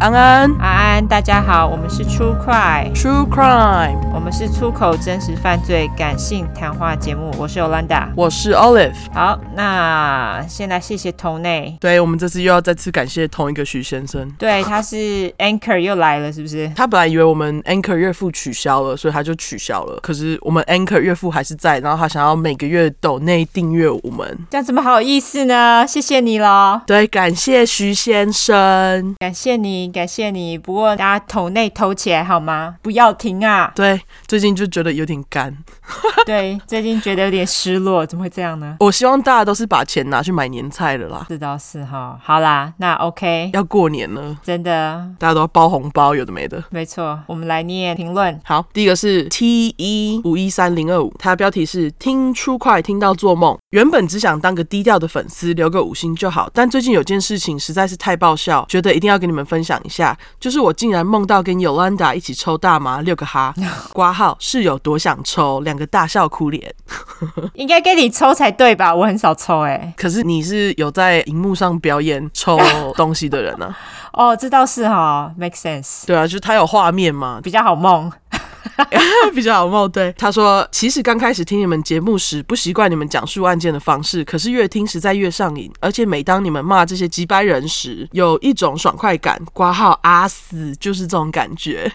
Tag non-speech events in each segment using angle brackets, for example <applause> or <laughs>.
安安安安，大家好，我们是 True Cry， ，True Crime，我们是出口真实犯罪感性谈话节目，我是 Olanda。我是 Olive。好，那先来谢谢头内，对，我们这次又要再次感谢同一个徐先生。对，他是 Anchor 又来了，是不是？他本来以为我们 Anchor 月付取消了，所以他就取消了。可是我们 Anchor 月付还是在，然后他想要每个月抖内订阅我们。这样怎么好意思呢？谢谢你喽，对，感谢徐先生。！感谢你，感谢你。不过大家头内投起来好吗？不要停啊 <laughs> 对，最近就觉得有点干。对，最近觉得有点失落，怎么会这样呢？我希望大家都是把钱拿去买年菜了啦，这倒是哈。好啦，那 OK，要过年了，真的大家都要包红包，有的没的。没错，我们来念评论。好，第一个是 T 一五一三零二五，它的标题是“听出快听到做梦”。原本只想当个低调的粉丝，留个五星就好，但最近有件事情实在是太爆笑，觉得一定要跟你们分享一下。就是我竟然梦到跟 Yolanda 一起抽大麻，六个哈，挂号室友多想抽，两个大笑哭脸。应该给你抽才对吧？我很少抽哎、可是你是有在荧幕上表演抽东西的人呢、啊？ <laughs> 哦，这倒是哈，make sense，对啊，就是他有画面嘛，比较好梦。 <laughs> <laughs> 比较好冒对。他说，其实刚开始听你们节目时不习惯你们讲述案件的方式，可是越听实在越上瘾，而且每当你们骂这些鸡掰人时，有一种爽快感。挂号阿死就是这种感觉，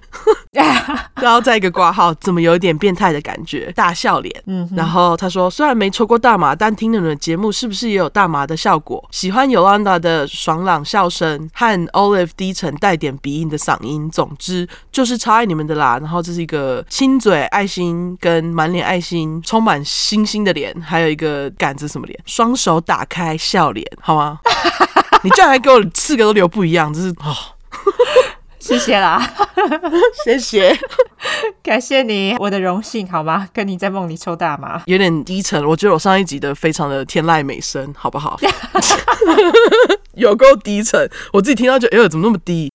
然后再一个挂号，怎么有一点变态的感觉，大笑脸。嗯哼，然后他说，虽然没抽过大麻，但听你们的节目是不是也有大麻的效果？喜欢 Yolanda 的爽朗笑声和 Olive 低沉带点鼻音的嗓音，总之就是超爱你们的啦。然后这是一个亲嘴爱心跟满脸爱心、充满星星的脸，还有一个杆子什么脸，双手打开笑脸，好吗？你居然还给我四个都留不一样，这是哦，谢谢啦， <laughs> 谢谢，感谢你，我的荣幸，好吗？跟你在梦里抽大麻。 <laughs> 有点低沉。我觉得我上一集的非常的天籁美声，好不好？ <laughs> 有够低沉，我自己听到就哎呦怎么那么低？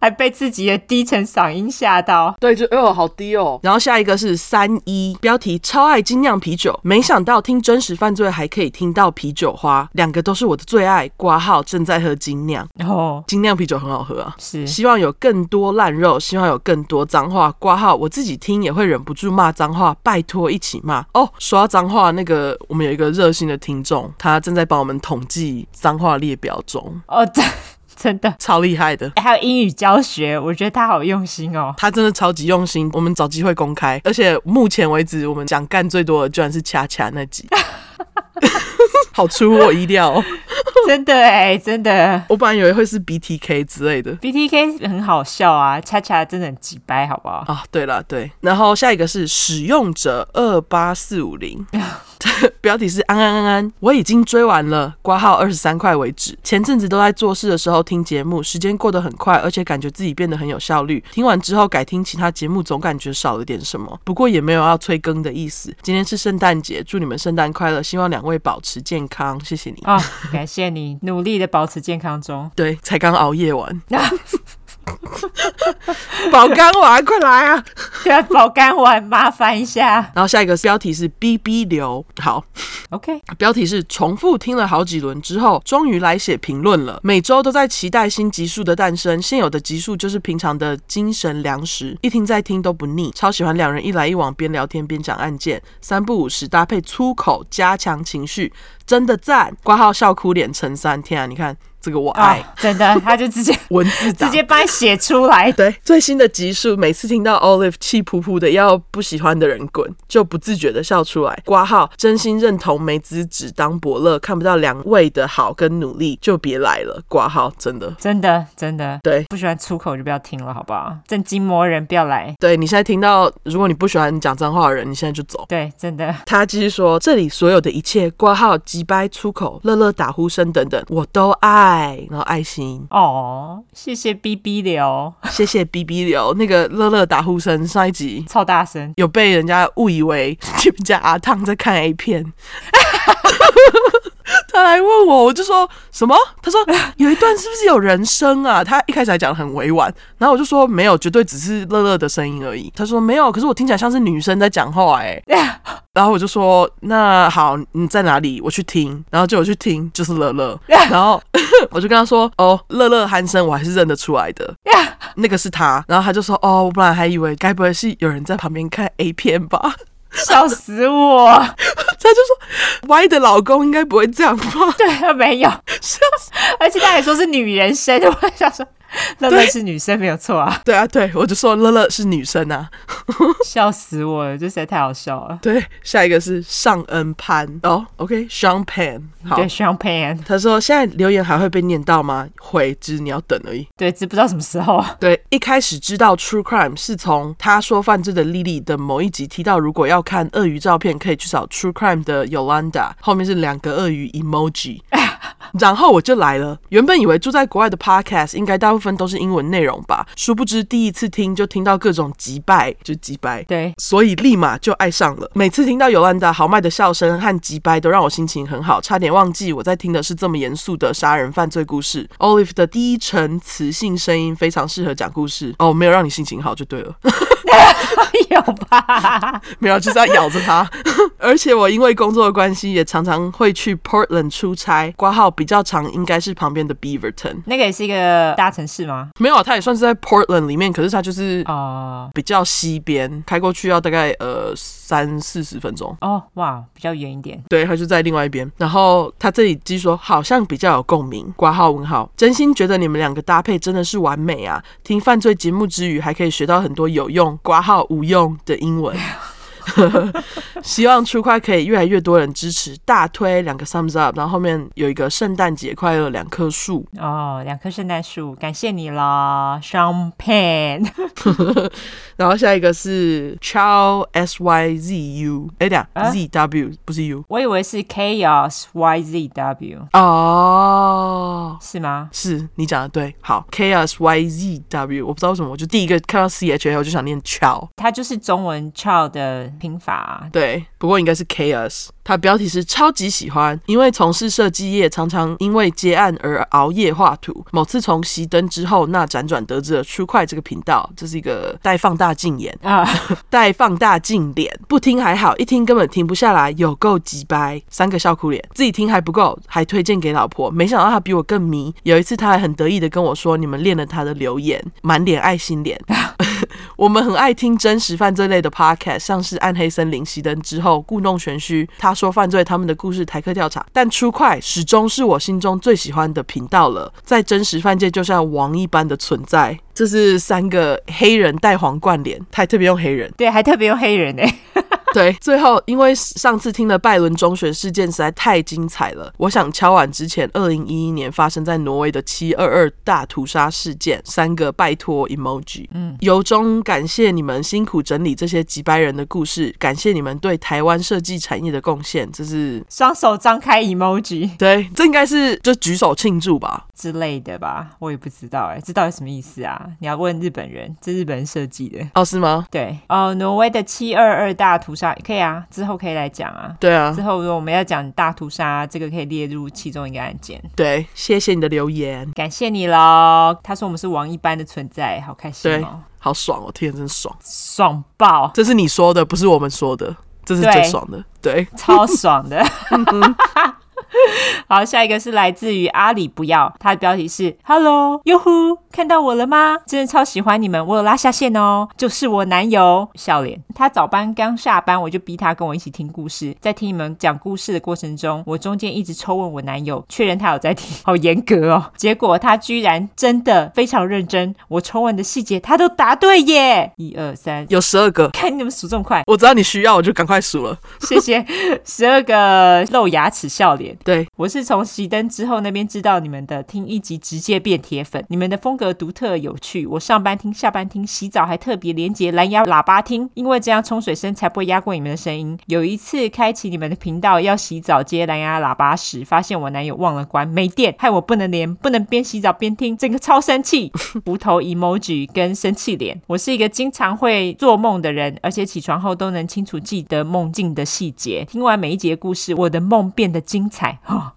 还被自己的低沉嗓音吓到。对，就哎呦好低哦。然后下一个是三一，标题超爱精酿啤酒，没想到听真实犯罪还可以听到啤酒花，两个都是我的最爱。挂号正在喝精酿，哦，精酿啤酒很好喝啊。是希望有更多烂肉，希望有更多脏话。挂号我自己听也会忍不住骂脏话，拜托一起骂哦。说到脏话，那个我们有一个热心的听众，他正在帮我们统计脏话列表中，哦，真 <laughs> 真的。超厉害的。还有英语教学，我觉得他好用心 <laughs> 哦。他真的超级用心，我们找机会公开。而且目前为止，我们讲干最多的居然是恰恰那集， <laughs> 好出乎我意料、哦。真的哎、真的。我本来以为会是 BTK 之类的。 BTK 很好笑啊，恰恰真的很鸡掰，<laughs> 好不好？啊，对了，对，然后下一个是使用者二八四五零， <laughs> 标题是安安安安，我已经追完了，挂号二十三块为止。前阵子都在做事的时候听节目，时间过得很快，而且感觉自己变得很有效率。听完之后改听其他节目，总感觉少了点什么，不过也没有要催更的意思。今天是圣诞节，祝你们圣诞快乐，希望两位保持健康，谢谢你。啊、感谢你努力的保持健康中。 <laughs> 对，才刚熬夜完，保肝丸，快来啊！对啊，保肝丸麻烦一下。然后下一个标题是 “B B 流”，好， OK，标题是重复听了好几轮之后，终于来写评论了。每周都在期待新集数的诞生，现有的集数就是平常的精神粮食，一听再听都不腻。超喜欢两人一来一往，边聊天边讲案件，三不五时搭配粗口加强情绪，真的赞！挂号笑哭脸乘三，天啊，你看这个我啊、爱、真的，他就直接文字直党。接把你写出来。 <laughs> 对最新的集数，每次听到 Olive 气噗噗的要不喜欢的人滚，就不自觉的笑出来。挂号，真心认同梅子只当伯乐，看不到两位的好跟努力，就别来了。挂号，真的，真的，真的对不喜欢出口就不要听了，好不好？正经魔人不要来。对你现在听到，如果你不喜欢讲脏话的人，你现在就走。对，真的，他继续说：“这里所有的一切，挂号、鸡掰、出口、乐乐打呼声等等，我都爱。然后爱心，哦，谢谢 B B 流，谢谢 B B 流。那个乐乐打呼声上一集超大声， <laughs> 有被 <laughs> 人家误以为你们家阿汤在看 A 片， <laughs> 他来问我，我就说什么？他说有一段是不是有人声啊？他一开始还讲得很委婉，然后我就说没有，绝对只是乐乐的声音而已。他说没有，可是我听起来像是女生在讲话哎、然后我就说那好，你在哪里？我去听。然后就我去听，就是乐乐。然后 <laughs> 我就跟他说哦，乐乐鼾声我还是认得出来的，那个是他。然后他就说哦，我本来还以为该不会是有人在旁边看 A 片吧。 <laughs> 笑死我！ <laughs> 他就说 Y 的老公应该不会这样吧？对，没有， <laughs> 而且他还说是女人声，我想说，乐乐是女生没有错啊， <laughs> 对啊，对，我就说乐乐是女生啊。笑死我了，这实在太好笑了。对，下一个是尚恩潘哦，OK，Sean Pan。好对，，champagne，他说现在留言还会被念到吗？会，只是你要等而已。对，只不知道什么时候啊。对，一开始知道 True Crime 是从他说犯罪的莉莉的某一集提到，如果要看鳄鱼照片，可以去找 True Crime 的 Yolanda，后面是两个鳄鱼 emoji。然后我就来了，原本以为住在国外的 podcast 应该大部分都是英文内容吧，殊不知第一次听就听到各种击败，就击败，对， <laughs> 所以立马就爱上了。每次听到尤兰达豪迈的笑声和击败，都让我心情很好，差点忘记我在听的是这么严肃的杀人犯罪故事。Olive 的低沉磁性声音非常适合讲故事哦，没有让你心情好就对了， <laughs> 有吧？没有就是要咬着它。 <laughs> 而且我因为工作的关系，也常常会去 Portland 出差，挂号比较长，应该是旁边的 Beaverton。那个也是一个大城市吗？没有，它也算是在 Portland 里面，可是它就是哦、比较西边，开过去要大概呃三四十分钟。哦，哇，比较远一点。对，他就在另外一边。然后他这里继续说，好像比较有共鸣。挂号问号，真心觉得你们两个搭配真的是完美啊！听犯罪节目之余，还可以学到很多有用（挂号无用）的英文。 <laughs> 希望出快可以越来越多人支持，大推两个 thumbs up，然后后面有一个圣诞节快乐两棵树，哦，两棵圣诞树，感谢你啦，champagne。然后下一个是 Chow S Y Z U，哎，等下啊 Z W 不是 U <laughs> 我以为是 chaos y z w，哦，是吗？是你讲的对，好，K S Y Z W，我不知道为什么，我就第一个看到 C H A，我就想念 Chow，它就是中文 child 的拼法啊、对，不过应该是 K S。它标题是超级喜欢，因为从事设计业，常常因为接案而熬夜画图。某次从熄灯之后，那辗转得知了出快这个频道，这是一个带放大镜眼、啊， <laughs> 带放大镜脸，不听还好，一听根本停不下来，有够鸡掰，三个笑哭脸，自己听还不够，还推荐给老婆，没想到她比我更迷。有一次，她还很得意的跟我说：“你们练了她的留言，满脸爱心脸。” <laughs> 我们很爱听真实犯罪类的 podcast，像是《暗黑森林》、《熄灯之后》、《故弄玄虚》、他说犯罪他们的故事、台科调查，但出快始终是我心中最喜欢的频道了，在真实犯界就像王一般的存在。这是三个黑人戴皇冠脸，他还特别用黑人。对，还特别有黑人哎、 <laughs> 对，最后因为上次听的拜伦中学事件实在太精彩了，我想敲碗之前二零一一年发生在挪威的七二二大屠杀事件，三个拜托 emoji。嗯，由衷感谢你们辛苦整理这些几百人的故事，感谢你们对台湾设计产业的贡献，这是。双手张开 emoji 对，这应该是就举手庆祝吧。之类的吧，我也不知道哎、这到底什么意思啊？你要问日本人，这日本人设计的。哦，是吗？对，哦，挪威的七二二大屠杀可以啊，之后可以来讲啊。对啊之，后如果我们要讲大屠杀，这个可以列入其中一个案件。对，谢谢你的留言，感谢你喽，他说我们是王一般的存在，好开心对哦，好爽哦，天啊，真爽！爽爆，这是你说的，不是我们说的，这是最对爽的。对，超爽的。 <laughs> 好，下一个是来自于阿里不要，他的标题是 “Hello 哟呼，看到我了吗？真的超喜欢你们，我有拉下线哦，就是我男友笑脸。他早班刚下班，我就逼他跟我一起听故事，在听你们讲故事的过程中，我中间一直抽问我男友，确认他有在听，好严格哦。结果他居然真的非常认真，我抽问的细节他都答对耶，一二三。有十二个，看你们数这么快，我知道你需要，我就赶快数了。谢谢十二个露牙齿笑脸。对，我是从熄灯之后那边知道你们的，听一集直接变铁粉。你们的风格独特有趣，我上班听、下班听、洗澡还特别连接蓝牙喇叭听，因为这样冲水声才不会压过你们的声音。有一次开启你们的频道要洗澡接蓝牙喇叭时，发现我男友忘了关，没电，害我不能连，不能边洗澡边听，整个超生气。斧头 emoji 跟生气脸。我是一个经常会做梦的人，而且起床后都能清楚记得梦境的细节。听完每一节故事，我的梦变得精彩。哦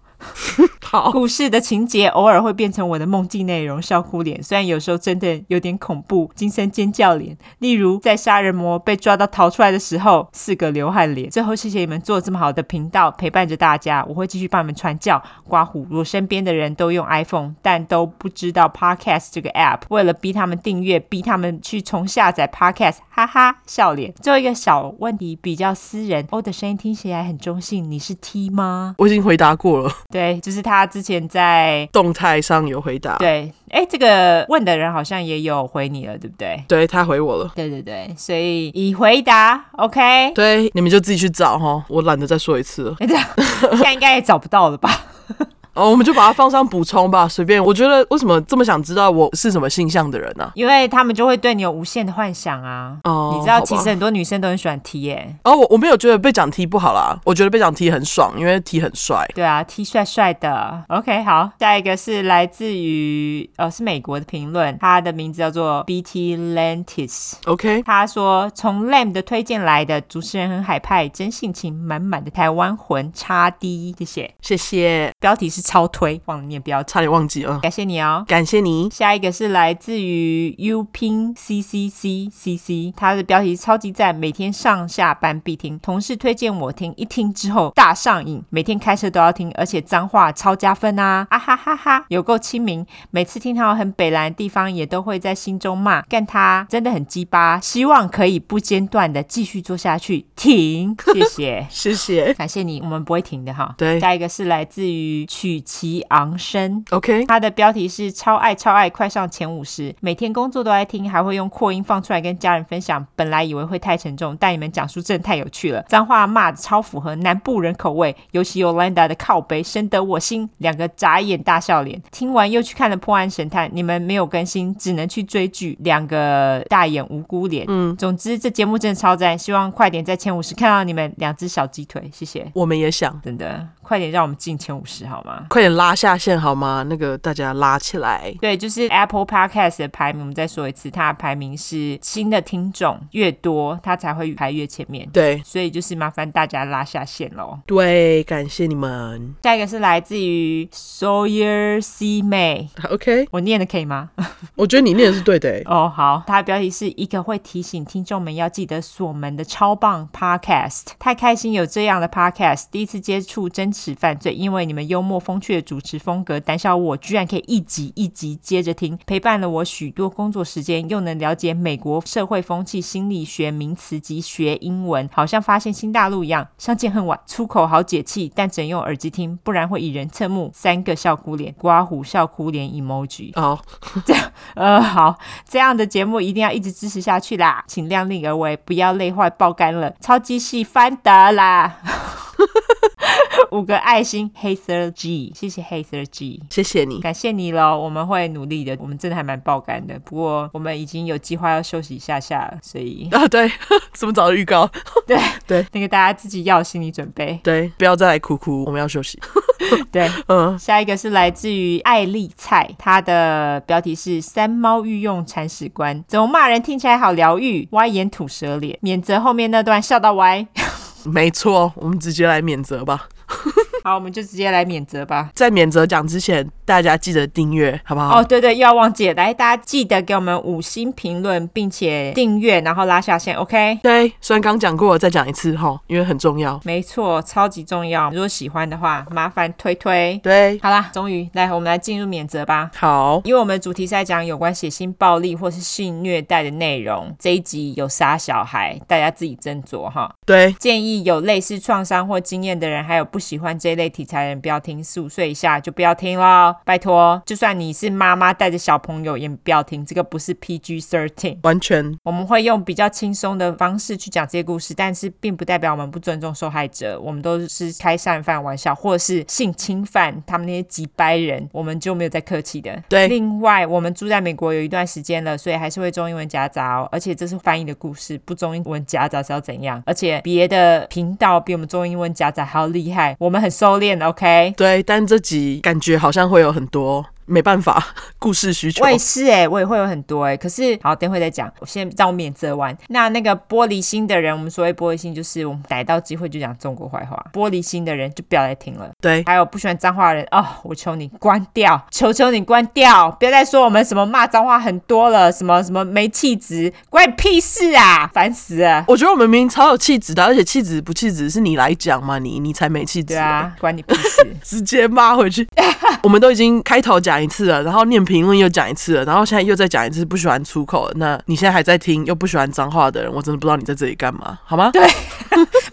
好， <laughs> 故事的情节偶尔会变成我的梦境内容，笑哭脸。虽然有时候真的有点恐怖，惊声尖叫脸。例如在杀人魔被抓到逃出来的时候，四个流汗脸。最后谢谢你们做这么好的频道，陪伴着大家，我会继续帮你们传教。刮胡，我身边的人都用 iPhone，但都不知道 Podcast 这个 app。为了逼他们订阅，逼他们去重下载 Podcast，哈哈，笑脸。最后一个小问题比较私人，欧的声音听起来很中性，你是 T 吗？我已经回答过了，对，就是他之前在动态上有回答，对，哎，这个问的人好像也有回你了，对不对？对他回我了。对对对，所以已回答，OK，对，你们就自己去找哈，我懒得再说一次了。哎这样现在应该也找不到了吧？ <laughs> 哦，我们就把它放上补充吧，随便。我觉得为什么这么想知道我是什么性向的人呢、因为他们就会对你有无限的幻想啊。哦，你知道，好吧其实很多女生都很喜欢 T 耶、哦，我我没有觉得被讲 T 不好啦，我觉得被讲 T 很爽，因为 T 很帅。对啊，T 帅帅的。OK，好，下一个是来自于呃是美国的评论，他的名字叫做 BT Lentis。 OK，他说：“从 Lam 的推荐来的，主持人很海派，真性情满满的台湾魂，差低，谢谢。谢谢，标题是超推，忘了念标题，差点忘记了、嗯感谢你哦。感谢你。。下一个是来自于 U Pin C C C C C，它的标题超级赞，每天上下班必听，同事推荐我听，一听之后大上瘾，每天开车都要听，而且脏话超加分啊！啊哈哈哈，有够亲民，每次听到很北蓝的地方，也都会在心中骂，干他真的很鸡巴，希望可以不间断的继续做下去，停，谢谢谢 <laughs> 谢。感谢你，我们不会停的哈。对下一个是来自于曲奇昂生， OK，它的标题是“超爱超爱，快上前五十”。每天工作都在听，还会用扩音放出来跟家人分享。本来以为会太沉重，但你们讲述真的太有趣了，脏话骂的超符合南部人口味，尤其 Yolanda 的靠背深得我心，两个眨眼大笑脸。听完又去看了《破案神探》，你们没有更新，只能去追剧，两个大眼无辜脸。嗯，总之这节目真的超赞，希望快点在前五十看到你们两只小鸡腿，谢谢。我们也想，真的，快点让我们进前五十好吗？快点拉下线好吗？那个大家拉起来。对，就是 Apple Podcast 的排名，我们再说一次，它的排名是新的听众越多，它才会排越前面。对所以就是麻烦大家拉下线喽。对，感谢你们。下一个是来自于 Sawyer C 妹， OK，我念的可以吗？我觉得你念的是对的、欸。哦，好，它的标题是一个会提醒听众们要记得锁门的超棒 Podcast，太开心有这样的 Podcast，第一次接触真实犯罪，因为你们幽默风趣的主持风格，胆小我居然可以一集一集接着听，陪伴了我许多工作时间，又能了解美国社会风气、心理学名词及学英文，好像发现新大陆一样。相见恨晚，出口好解气，但只能用耳机听，不然会以人侧目。三个笑哭脸，刮胡笑哭脸 emoji。 <laughs> 好、呃，好，这样的节目一定要一直支持下去啦，请量力而为，不要累坏爆肝了，超级系翻得啦。 <laughs> 五个爱心，Hazer G，谢谢 Hazer G，谢谢你。感谢你喽，我们会努力的，我们真的还蛮爆肝的，不过我们已经有计划要休息一下下了，所以 <laughs> 啊，对， <laughs> 这么早的预告，那个大家自己要有心理准备。对，不要再来哭哭，我们要休息。对，嗯，下一个是来自于艾丽菜，她的标题是“三猫御用铲屎官”，怎么骂人听起来好疗愈，歪眼吐舌脸，免责后面那段笑到歪。 <laughs> 没错，我们直接来免责吧。好，我们就直接来免责吧。在免责讲之前，大家记得订阅，好不好？哦，对对，又要忘记了，来，大家记得给我们五星评论，并且订阅，然后拉下线，OK？对，虽然刚讲过了，再讲一次哈，因为很重要。没错，超级重要。如果喜欢的话，麻烦推推。对，好啦，终于来，我们来进入免责吧。好，因为我们主题是在讲有关血腥暴力或是性虐待的内容，这一集有杀小孩，大家自己斟酌哈。对，建议有类似创伤或经验的人，还有不喜欢这类题材的人，不要听。十五岁以下就不要听咯，拜托。就算你是妈妈带着小朋友，也不要听，这个不是 PG thirteen。完全我们会用比较轻松的方式去讲这些故事，但是并不代表我们不尊重受害者。我们都是开善犯玩笑，或者是性侵犯他们那些几掰人，我们就没有再客气的。对另外，我们住在美国有一段时间了，所以还是会中英文夹杂哦。而且这是翻译的故事，不中英文夹杂是要怎样？而且别的频道比我们中英文夹杂还要厉害，我们很收敛。OK，对。但这集感觉好像会有很多没办法， <laughs> 故事需求我。也是哎、我也会有很多哎、可是好，等会再讲。我先照面遮弯。那那个玻璃心的人，我们所谓玻璃心，就是我们逮到机会就讲中国坏话。玻璃心的人就不要再听了。对，还有不喜欢脏话的人哦，我求你关掉， <laughs> 求求你关掉，不要再说我们什么骂脏话很多了，什么什么没气质，关你屁事啊，烦死了。我觉得我们明明超有气质的，而且气质不气质是你来讲嘛，你你才没气质。对。啊，关你屁事直接骂回 <laughs> 去。我们都已经开头讲一次了，然后念评论又讲一次了，然后现在又再讲一次不喜欢粗口的。那你现在还在听又不喜欢脏话的人，我真的不知道你在这里干嘛，好吗？对，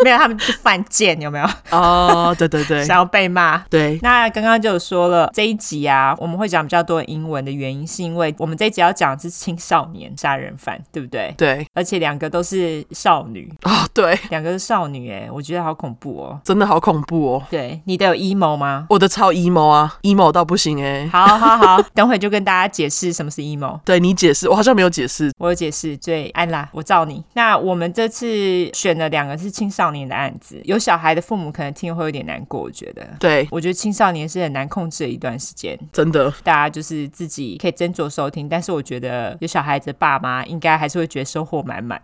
没有，他们就犯贱，有没有？哦，对对对想要被骂。对，那刚刚就有说了这一集啊，我们会讲比较多英文的原因，是因为我们这一集要讲的是青少年杀人犯，对不对？对而且两个都是少女，啊、对，两个是少女、欸，哎，我觉得好恐怖哦。真的好恐怖哦！对，你的有 emo 吗？我的超 emo 啊，emo 到不行哎、好好好，等会就跟大家解释什么是 emo。对你解释，我好像没有解释。我有解释，对，安啦，我照你。那我们这次选了两个是青少年的案子，有小孩的父母可能听了会有点难过，我觉得。对，我觉得青少年是很难控制的一段时间，真的大家就是自己可以斟酌收听，但是我觉得有小孩子的爸妈应该还是会觉得收获满满。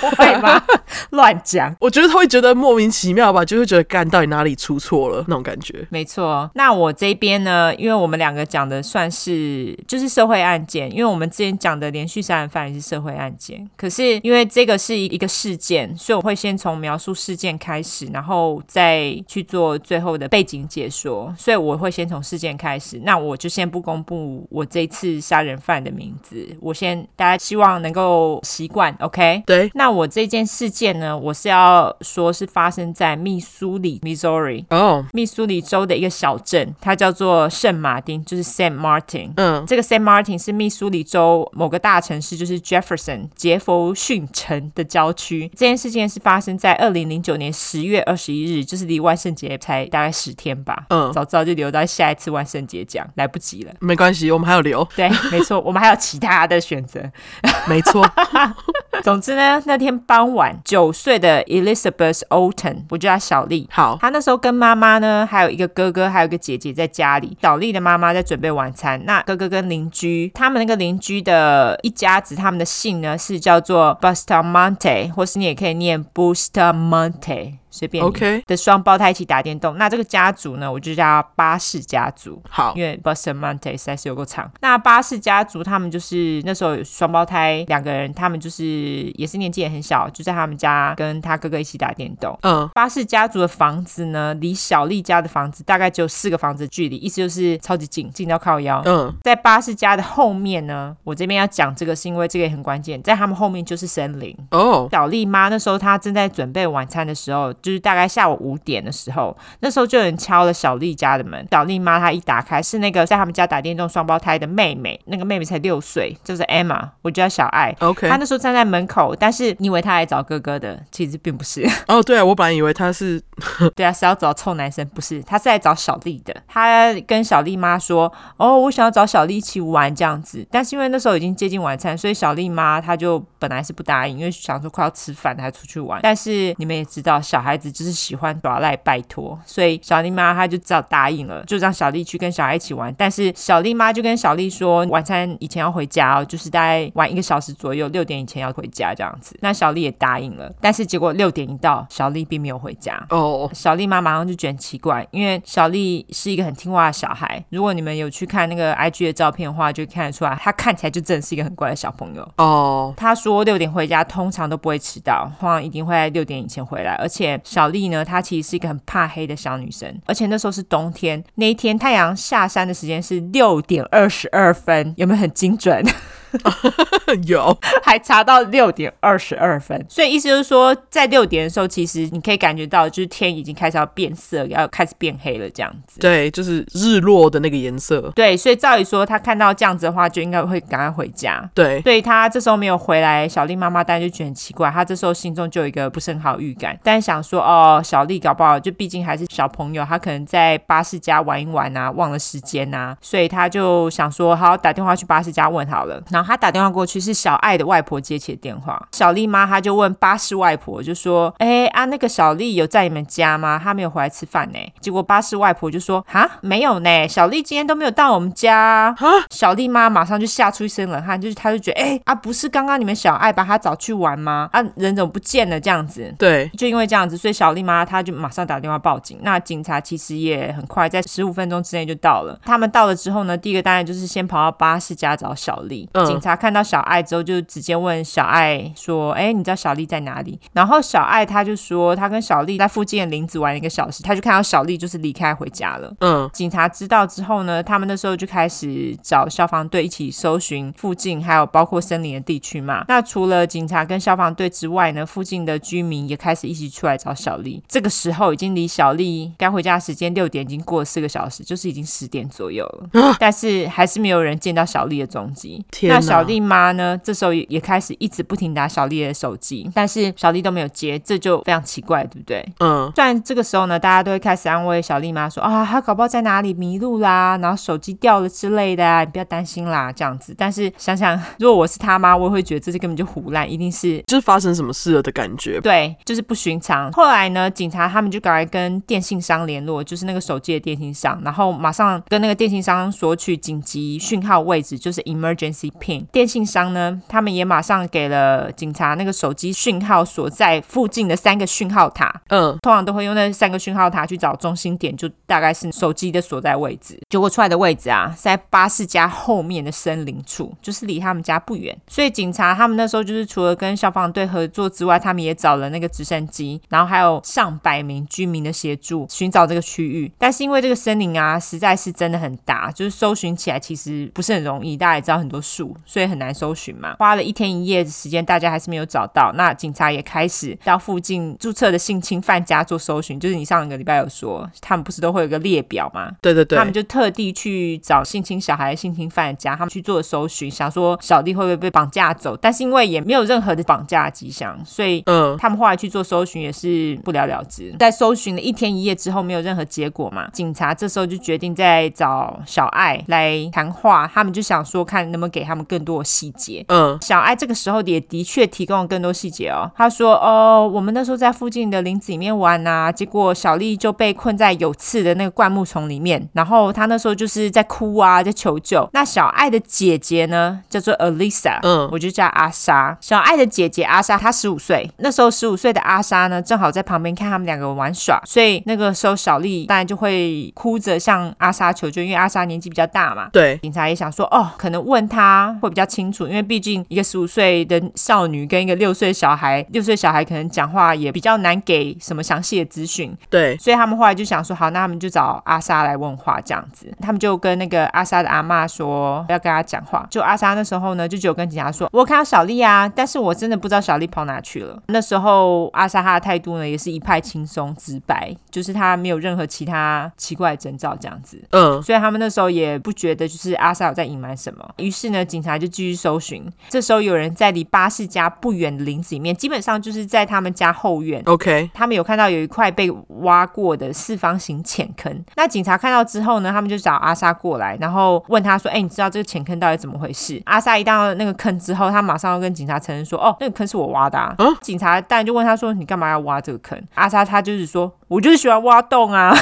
<laughs> 会吗？乱讲。我觉得他会觉得莫名其妙吧，就会觉得干到底哪里出错了那种感觉。没错，哦那我这边呢，因为我们两个讲的算是就是社会案件，因为我们之前讲的连续杀人犯也是社会案件，可是因为这个是一个事件，所以我会先从描述事件开始，然后再去做最后的背景解说，所以我会先从事件开始。那我就先不公布我这次杀人犯的名字，我先大家希望能够习惯，OK？对，那我这件事件呢，我是要说是发生在密苏里 （Missouri）。哦，密苏里州的一个小镇，它叫做圣马丁，就是 Saint Martin。嗯，这个 Saint Martin 是密苏里州某个大城市，就是 Jefferson 杰佛逊城的郊区。这件事件是发生在二零零九年十月二十一日，就是离万圣节才大概十天吧。嗯早知道就留到下一次万圣节讲，来不及了。没关系，我们还有 <laughs> 留，对，没错，我们还有其他的选择。没错，总之呢，那天傍晚，九岁的 Elizabeth Olton，我叫她小丽，好，他那时候跟妈妈呢，还有一个哥哥，还有一个姐姐在家里。小丽的妈妈在准备晚餐，那哥哥跟邻居，他们那个邻居的一家子，他们的姓呢是叫做 Bustamante，或是你也可以念 Bustamante。随便你 OK 的双胞胎一起打电动，那这个家族呢，我就叫它巴士家族。好，因为 Bustamante 实在是有够长。那巴士家族他们就是那时候有双胞胎两个人，他们就是也是年纪也很小，就在他们家跟他哥哥一起打电动。嗯，巴士家族的房子呢，离小丽家的房子大概只有四个房子的距离，意思就是超级近，近到靠腰。嗯，在巴士家的后面呢，我这边要讲这个是因为这个也很关键，在他们后面就是森林。哦，小丽妈那时候她正在准备晚餐的时候，就是大概下午五点的时候，那时候就有人敲了小丽家的门。小丽妈她一打开，是那个在他们家打电动双胞胎的妹妹，那个妹妹才六岁，就是 Emma，我叫她小爱。 OK，她那时候站在门口，但是你以为她来找哥哥的，其实并不是。哦，对啊，我本来以为他是 <laughs> 对啊，是要找臭男生，不是？他是来找小丽的。他跟小丽妈说：“哦，我想要找小丽一起玩这样子。”但是因为那时候已经接近晚餐，所以小丽妈她就本来是不答应，因为想说快要吃饭了还出去玩。但是你们也知道，小孩子就是喜欢耍赖拜托，所以小丽妈她就只好答应了，就让小丽去跟小孩一起玩。但是小丽妈就跟小丽说，晚餐以前要回家哦，就是大概玩一个小时左右，六点以前要回家这样子。那小丽也答应了，但是结果六点一到，小丽并没有回家。哦，小丽妈马上就觉得很奇怪，因为小丽是一个很听话的小孩。如果你们有去看那个 IG 的照片的话，就看得出来，她看起来就真的是一个很乖的小朋友。哦， <laughs> 她说六点回家通常都不会迟到，通常一定会在六点以前回来。而且小丽呢，她其实是一个很怕黑的小女生，而且那时候是冬天，那一天太阳下山的时间是六点二十二分，有没有很精准？有，还查到六点二十二分，所以意思就是说，在六点的时候，其实你可以感觉到，就是天已经开始要变色，要开始变黑了这样子。对，就是日落的那个颜色，对，所以照理说，他看到这样子的话，就应该会赶快回家。对，对他这时候没有回来，小丽妈妈当然就觉得很奇怪，她这时候心中就有一个不是很好的预感，但想说哦，小丽搞不好就毕竟还是小朋友，她可能在巴士家玩一玩啊，忘了时间啊，所以她就想说好打电话去巴士家问好了。然然后他打电话过去，是小爱的外婆接起的电话。小丽妈她就问巴士外婆，就说：“哎、啊，那个小丽有在你们家吗？她没有回来吃饭呢。”结果巴士外婆就说：“哈，没有呢，小丽今天都没有到我们家啊。”小丽妈马上就吓出一身冷汗，就是她就觉得：“哎、啊，不是刚刚你们小爱把她找去玩吗？啊，人怎么不见了？”这样子。对，就因为这样子，所以小丽妈她就马上打电话报警。那警察其实也很快，在十五分钟之内就到了。他们到了之后呢，第一个当然就是先跑到巴士家找小丽。嗯警察看到小爱之后，就直接问小爱说：“哎、你知道小丽在哪里？”然后小爱她就说，她跟小丽在附近的林子玩了一个小时，她就看到小丽就是离开回家了。嗯，警察知道之后呢，他们那时候就开始找消防队一起搜寻附近，还有包括森林的地区嘛。那除了警察跟消防队之外呢，附近的居民也开始一起出来找小丽。这个时候已经离小丽该回家的时间六点已经过了四个小时，就是已经十点左右了，但是还是没有人见到小丽的踪迹。啊天那哪小丽妈呢，这时候也也开始一直不停打小丽的手机，但是小丽都没有接，这就非常奇怪，对不对？嗯，虽然这个时候呢，大家都会开始安慰小丽妈说啊，她搞不好在哪里迷路啦，然后手机掉了之类的啊，你不要担心啦，这样子。但是想想，如果我是她妈，我也会觉得这是根本就胡乱，一定是就是发生什么事了的感觉。对，就是不寻常。后来呢，警察他们就赶快跟电信商联络，就是那个手机的电信商，然后马上跟那个电信商索取紧急讯号位置，就是 emergency pin。电信商呢，他们也马上给了警察那个手机讯号所在附近的三个讯号塔，嗯，通常都会用那三个讯号塔去找中心点，就大概是手机的所在位置。结果出来的位置啊，是在巴士家后面的森林处，就是离他们家不远。所以警察他们那时候就是除了跟消防队合作之外，他们也找了那个直升机，然后还有上百名居民的协助寻找这个区域。但是因为这个森林啊，实在是真的很大，就是搜寻起来其实不是很容易。大家也知道很多树，所以很难搜寻嘛。花了一天一夜的时间，大家还是没有找到。那警察也开始到附近注册的性侵犯家做搜寻，就是你上一个礼拜有说，他们不是都会有一个列表吗？对对对他，们就特地去找性侵小孩、性侵犯的家，他们去做搜寻，想说小弟会不会被绑架走，但是因为也没有任何的绑架的迹象，所以嗯，他们后来去做搜寻也是不了了之，在搜寻了一天一夜之后没有任何结果嘛，警察这时候就决定再找小爱来谈话，他们就想说看能不能给他们更多的细节。嗯，小爱这个时候也的确提供了更多细节哦。她说：“哦，我们那时候在附近的林子里面玩啊，结果小丽就被困在有刺的那个灌木丛里面，然后她那时候就是在哭啊，在求救。那小爱的姐姐呢，叫做 Alisa，嗯我就叫阿莎。小爱的姐姐阿莎，她十五岁，那时候十五岁的阿莎呢，正好在旁边看他们两个玩耍，所以那个时候小丽当然就会哭着向阿莎求救，因为阿莎年纪比较大嘛，对，警察也想说，哦，可能问他会比较清楚，因为毕竟一个十五岁的少女跟一个六岁小孩，六岁小孩可能讲话也比较难给什么详细的资讯，对，所以他们后来就想说，好，那他们就找阿莎来问话这样子。他们就跟那个阿莎的阿嬷说要跟她讲话。就阿莎那时候呢，就只有跟警察说，我有看到小丽啊，但是我真的不知道小丽跑哪去了。那时候阿莎她的态度呢，也是一派轻松直白，就是她没有任何其他奇怪的征兆这样子。嗯，所以他们那时候也不觉得就是阿莎有在隐瞒什么。于是呢，警察就继续搜寻。这时候有人在离巴士家不远的林子里面，基本上就是在他们家后院。 OK，他们有看到有一块被挖过的四方形浅坑，那警察看到之后呢，他们就找阿莎过来，然后问他说：“哎、你知道这个浅坑到底怎么回事？”阿莎一到那个坑之后，他马上要跟警察承认说：“哦，那个坑是我挖的、啊。嗯警察当然就问他说：“你干嘛要挖这个坑？”阿莎他就是说：“我就是喜欢挖洞啊。”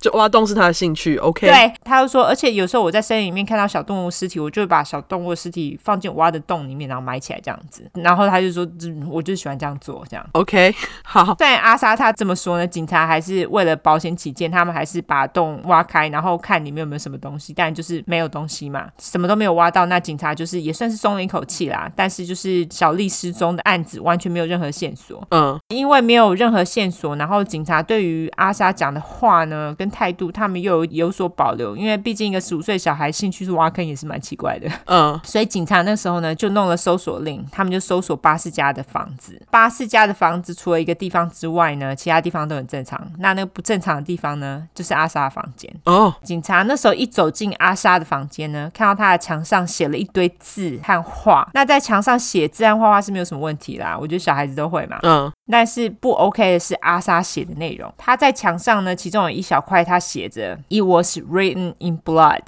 就挖洞是他的兴趣。OK，对，他就说，而且有时候我在森林里面看到小动物尸体，我就会把小动物的尸体放进我挖的洞里面，然后埋起来这样子。然后他就说，嗯我就喜欢这样做这样。 o k 好，但阿莎他这么说呢，警察还是为了保险起见，他们还是把洞挖开，然后看里面有没有什么东西。但就是没有东西嘛，什么都没有挖到，那警察就是也算是松了一口气啦。但是就是小丽失踪的案子完全没有任何线索，嗯，因为没有任何线索，然后警察对于阿莎讲的话呢跟态度，他们又有有所保留，因为毕竟一个十五岁小孩兴趣是挖坑也是蛮奇怪的， <laughs> 嗯，所以警察那时候呢就弄了搜索令，他们就搜索巴士家的房子。巴士家的房子除了一个地方之外呢，其他地方都很正常。那那个不正常的地方呢，就是阿莎的房间。哦，警察那时候一走进阿莎的房间呢，看到她的墙上写了一堆字和画。那在墙上写字和画画是没有什么问题啦，我觉得小孩子都会嘛。嗯，但是不 OK 的是阿莎写的内容。她在墙上呢，其中有 <laughs> 一小块，她写着 “It was written in blood”，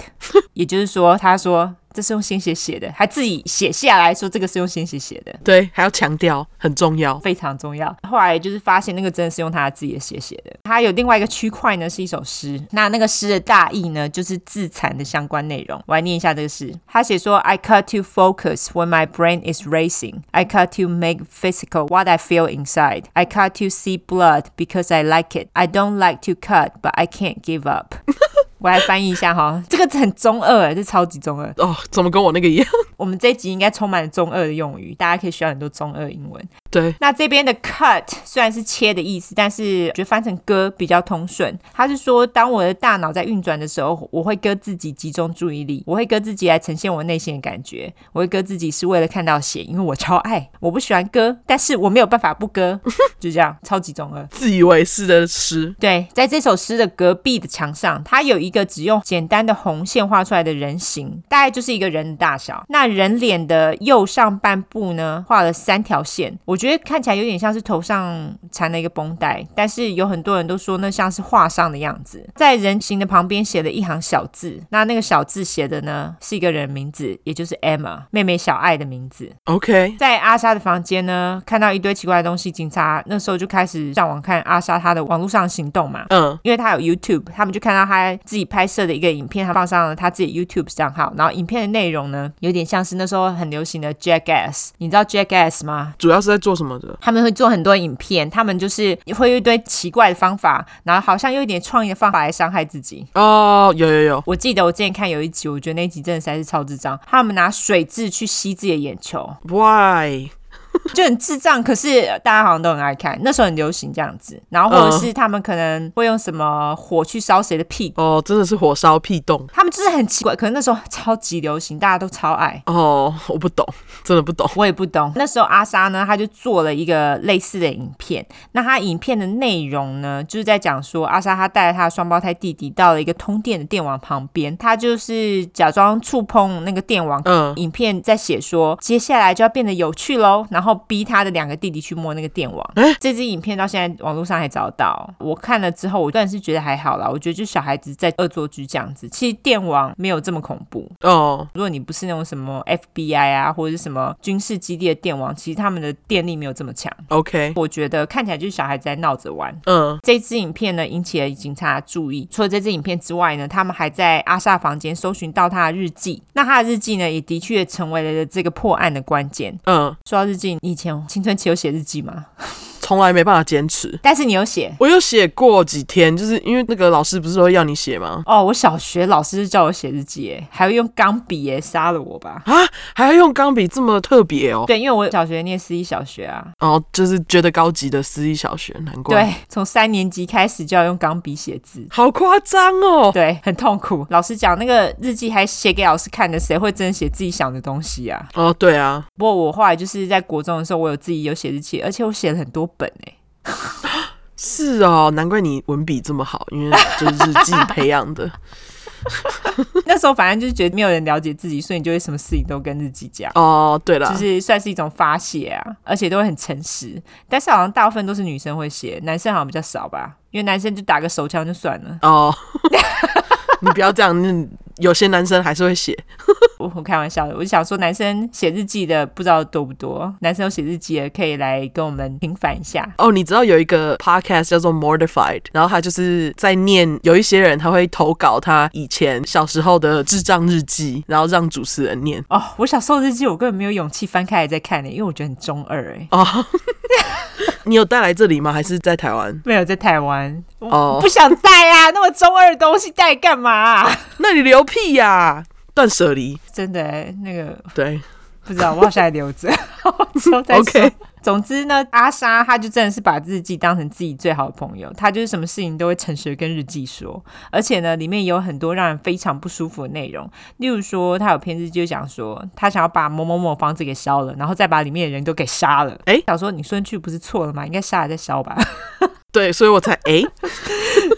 也就是说，她说这是用鲜血写的，还自己写下来说这个是用鲜血写的，对，还要强调很重要。非常重要。后来就是发现那个真的是用他自己的血写的。他有另外一个区块呢，是一首诗。那那个诗的大意呢，就是自残的相关内容。我来念一下这个诗。他写说：“I cut to focus when my brain is racing. I cut to make physical what I feel inside. I cut to see blood because I like it. I don't like to cut, but I can't give up.” <laughs> 我来翻译一下哈，这个很中二，欸这超级中二。哦，怎么跟我那个一样？ <laughs> 我们这一集应该充满了中二的用语，大家可以学到很多中二英文。对，那这边的 cut 虽然是切的意思，但是我觉得翻成割比较通顺。它是说，当我的大脑在运转的时候，我会割自己集中注意力，我会割自己来呈现我内心的感觉，我会割自己是为了看到血，因为我超爱，我不喜欢割，但是我没有办法不割，就这样，超级中二。自以为是的诗，对，在这首诗的隔壁的墙上，它有一个只用简单的红线画出来的人形，大概就是一个人的大小。那人脸的右上半部呢，画了三条线，我觉得看起来有点像是头上缠了一个绷带，但是有很多人都说那像是画上的样子。在人形的旁边写了一行小字，那那个小字写的呢是一个人的名字，也就是 Emma 妹妹小爱的名字。 OK，在阿莎的房间呢，看到一堆奇怪的东西，警察那时候就开始上网看阿莎她的网络上行动嘛。嗯，因为她有 YouTube，他们就看到她自己拍摄的一个影片，她放上了她自己 YouTube 账号。然后影片的内容呢，有点像是那时候很流行的 Jackass，你知道 Jackass 吗？主要是在做什么的？他们会做很多影片，他们就是会用一堆奇怪的方法，然后好像用一点创意的方法来伤害自己。哦，有有有，我记得我之前看有一集，我觉得那一集真的实在是超智障。他们拿水蛭去吸自己的眼球， Why？就很智障，可是大家好像都很爱看，那时候很流行这样子。然后或者是他们可能会用什么火去烧谁的屁股，哦，真的是火烧屁洞他们就是很奇怪，可是那时候超级流行，大家都超爱。哦，我不懂， <laughs> 真的不懂。我也不懂。那时候阿莎呢，她就做了一个类似的影片。那她影片的内容呢，就是在讲说，阿莎她带着她的双胞胎弟弟到了一个通电的电网旁边，她就是假装触碰那个电网。嗯，影片在写说，接下来就要变得有趣喽，然后逼她的两个弟弟去摸那个电网。这支影片到现在网络上还找得到。我看了之后，我个人是觉得还好啦。我觉得就小孩子在恶作剧这样子，其实电网没有这么恐怖。哦，如果你不是那种什么 FBI 啊，或者是什么军事基地的电网，其实他们的电力没有这么强。 OK，我觉得看起来就是小孩子在闹着玩。嗯，这支影片呢引起了警察的注意。除了这支影片之外呢，他们还在阿萨房间搜寻到他的日记。那他的日记呢，也的确成为了这个破案的关键。嗯，说到日记，你以前青春期有写日记吗？从来没办法坚持。但是你有写我有写过几天，就是因为那个老师不是说要你写吗？哦。我小学老师就叫我写日记，哎，还会用钢笔，耶，杀了我吧。啊，还要用钢笔这么特别哦。对，因为我小学念私立小学啊，哦，就是觉得高级的私立小学，难怪。，对，从三年级开始就要用钢笔写字。好夸张哦。对，很痛苦。老师讲那个日记还写给老师看的，谁会真的写自己想的东西啊？哦，对啊，不过我后来就是在国中的时候，我有自己有写日记，而且我写了很多本哎、是哦，难怪你文笔这么好，因为就是日记培养 <laughs> 的。 <laughs> 那时候反正就是觉得没有人了解自己，所以你就会什么事情都跟日记讲，哦，对了，就是算是一种发泄啊，而且都会很诚实。但是好像大部分都是女生会写，男生好像比较少吧，因为男生就打个手枪就算了。哦， <laughs> 你不要这样，那有些男生还是会写。我我开玩笑的，我就想说男生写日记的不知道多不多，男生有写日记的可以来跟我们平反一下。哦，你知道有一个 podcast 叫做 Mortified，然后他就是在念，有一些人他会投稿他以前小时候的智障日记，然后让主持人念。哦，我小时候的日记我根本没有勇气翻开来再看呢、因为我觉得很中二哎、哦， <laughs> 你有带来这里吗？还是在台湾？没有在台湾，我哦不想带啊，那么中二的东西带干嘛啊、 <laughs> 那你流屁呀、断舍离。真的、欸，那个对，不知道，我好像还留着， <laughs> 我之后再说。 OK 总之呢，阿莎她就真的是把日记当成自己最好的朋友，她就是什么事情都会诚实地跟日记说，而且呢，里面有很多让人非常不舒服的内容，例如说，她有篇日记就讲说，她想要把某某某房子给烧了，然后再把里面的人都给杀了。诶想说你孙去不是错了吗？应该杀了再烧吧。对，所以我才哎、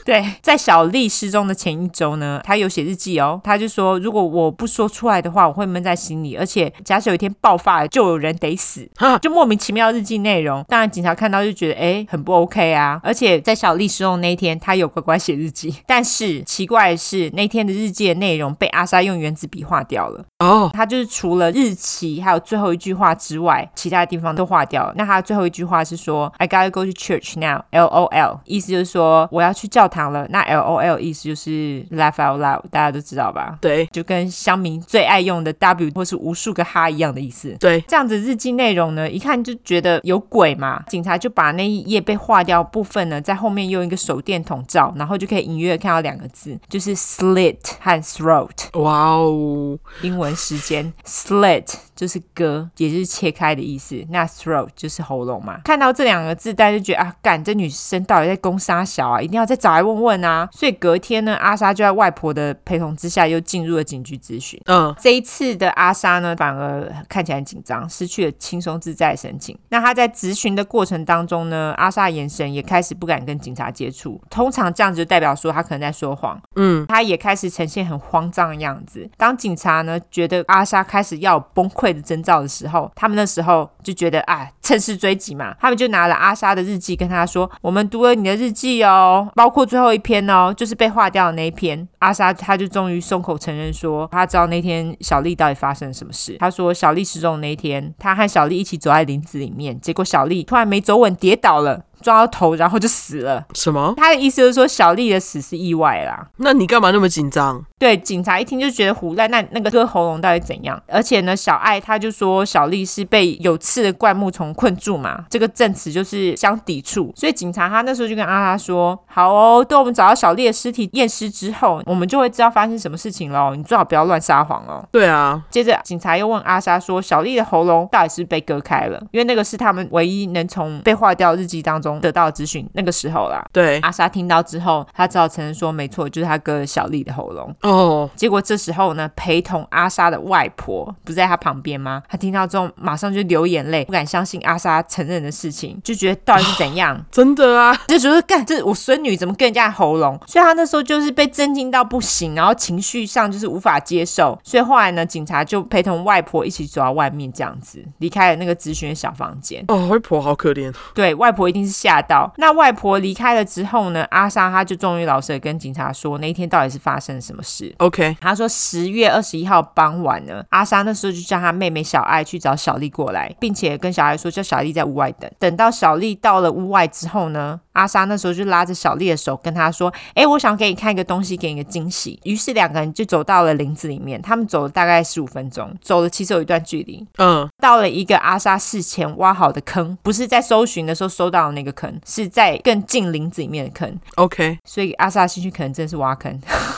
对，在小丽失踪的前一周呢，他有写日记哦。他就说，如果我不说出来的话，我会闷在心里，而且假使有一天爆发了，就有人得死哈。就莫名其妙的日记内容，当然警察看到就觉得，哎，很不 OK 啊。而且在小丽失踪那一天，他有乖乖写日记， <laughs> 但是奇怪的是，那天的日记的内容被阿莎用原子笔划掉了。哦，他就是除了日期还有最后一句话之外，其他的地方都划掉了。那他最后一句话是说，I gotta go to church now. L O L，意思就是说我要去教堂了。那 L O L 意思就是 laugh out loud，大家都知道吧？对就跟乡民最爱用的 W 或是无数个哈一样的意思。对，这样子日记内容呢，一看就觉得有鬼嘛。警察就把那一页被划掉部分呢，在后面用一个手电筒照，然后就可以隐约地看到两个字，就是 slit 和 throat。哇哦，英文时间 slit 就是割，也就是切开的意思。那 throat 就是喉咙嘛。看到这两个字，大家就觉得啊，干这女生到底在攻杀小啊，一定要再找来问问啊。所以隔天呢，阿莎就在外婆的陪同之下，又进入了警局咨询。嗯，这一次的阿莎呢，反而看起来很紧张，失去了轻松自在的神情。那她在咨询的过程当中呢，阿莎的眼神也开始不敢跟警察接触。通常这样子就代表说她可能在说谎，嗯，她也开始呈现很慌张的样子。当警察呢觉得阿莎开始要有崩溃的征兆的时候，他们那时候就觉得啊，趁势追击嘛，他们就拿了阿莎的日记跟她说：“我们读了你的日记哦，包括最后一篇哦，就是被划掉的那一篇。”阿莎她就终于松口承认说，她知道那天小丽到底发生了什么事。她说，小丽失踪的那一天，她和小丽一起走在林子里面，结果小丽突然没走稳，跌倒了，撞到头，然后就死了。什么？她的意思就是说，小丽的死是意外啦。那你干嘛那么紧张？对，警察一听就觉得胡乱，那那个割喉咙到底怎样？而且呢，小爱她就说小丽是被有刺的灌木丛困住嘛，这个证词就是相抵触，所以警察他那时候就跟阿莎说，好哦，等我们找到小丽的尸体验尸之后，我们就会知道发生什么事情喽，你最好不要乱撒谎哦。对啊，接着，警察又问阿莎说：“小丽的喉咙到底是不是被割开了？因为那个是他们唯一能从被划掉日记当中得到的资讯。那个时候啦，对，阿莎听到之后，她只好承认说：没错，就是她割了小丽的喉咙。哦，，结果这时候呢，陪同阿莎的外婆不是在她旁边吗？她听到之后马上就流眼泪，不敢相信阿莎承认的事情，就觉得到底是怎样 <laughs> 真的啊，就觉得干这我孙女怎么跟人家喉咙？所以她那时候就是被震惊到不行，然后情绪上就是无法接受，所以后来呢，警察就陪同外婆一起走到外面，这样子离开了那个咨询的小房间。哦，外婆好可怜，对外婆一定是吓到。那外婆离开了之后呢，阿莎她就终于老实的跟警察说，那一天到底是发生了什么事。 OK，他说十月二十一号傍晚呢，阿莎那时候就叫她妹妹小爱去找小丽过来，并且跟小爱说叫小丽在屋外等。等到小丽到了屋外之后呢，阿莎那时候就拉着小丽的手跟她说：“哎，我想给你看一个东西，给你一个惊喜。”于是两个人就走到了林子里面，他们走了大概十五分钟，走了其实有一段距离，嗯，到了一个阿莎事前挖好的坑，不是在搜寻的时候搜到的那个坑，是在更近林子里面的坑， OK，所以阿莎的兴趣可能真的是挖坑。 <laughs>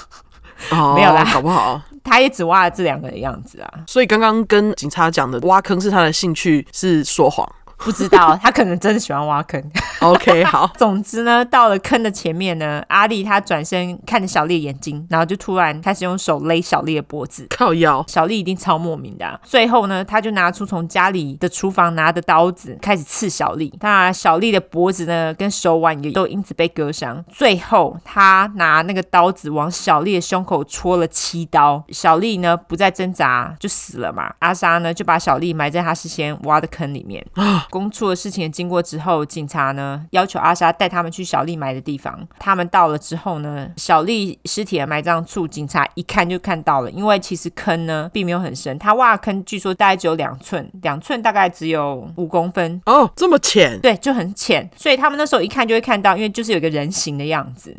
哦，没有啦搞不好。他也只挖了这两个的样子啊，所以刚刚跟警察讲的挖坑是他的兴趣，是说谎。不知道他可能真的喜欢挖坑。 <laughs> OK，好，总之呢，到了坑的前面呢，阿丽她转身看着小丽的眼睛，然后就突然开始用手勒小丽的脖子。靠腰，小丽一定超莫名的啊、最后呢，她就拿出从家里的厨房拿的刀子，开始刺小丽。那小丽的脖子呢，跟手腕也都因此被割伤。最后，她拿那个刀子往小丽的胸口戳了七刀。小丽呢，不再挣扎就死了嘛。阿莎呢，就把小丽埋在她事先挖的坑里面。公出了事情的经过之后，警察呢要求阿莎带他们去小丽埋的地方。他们到了之后呢，小丽尸体的埋葬处，警察一看就看到了，因为其实坑呢并没有很深，他挖的坑据说大概只有两寸，两寸大概只有五公分。哦，这么浅，对，就很浅，所以他们那时候一看就会看到，因为就是有一个人形的样子。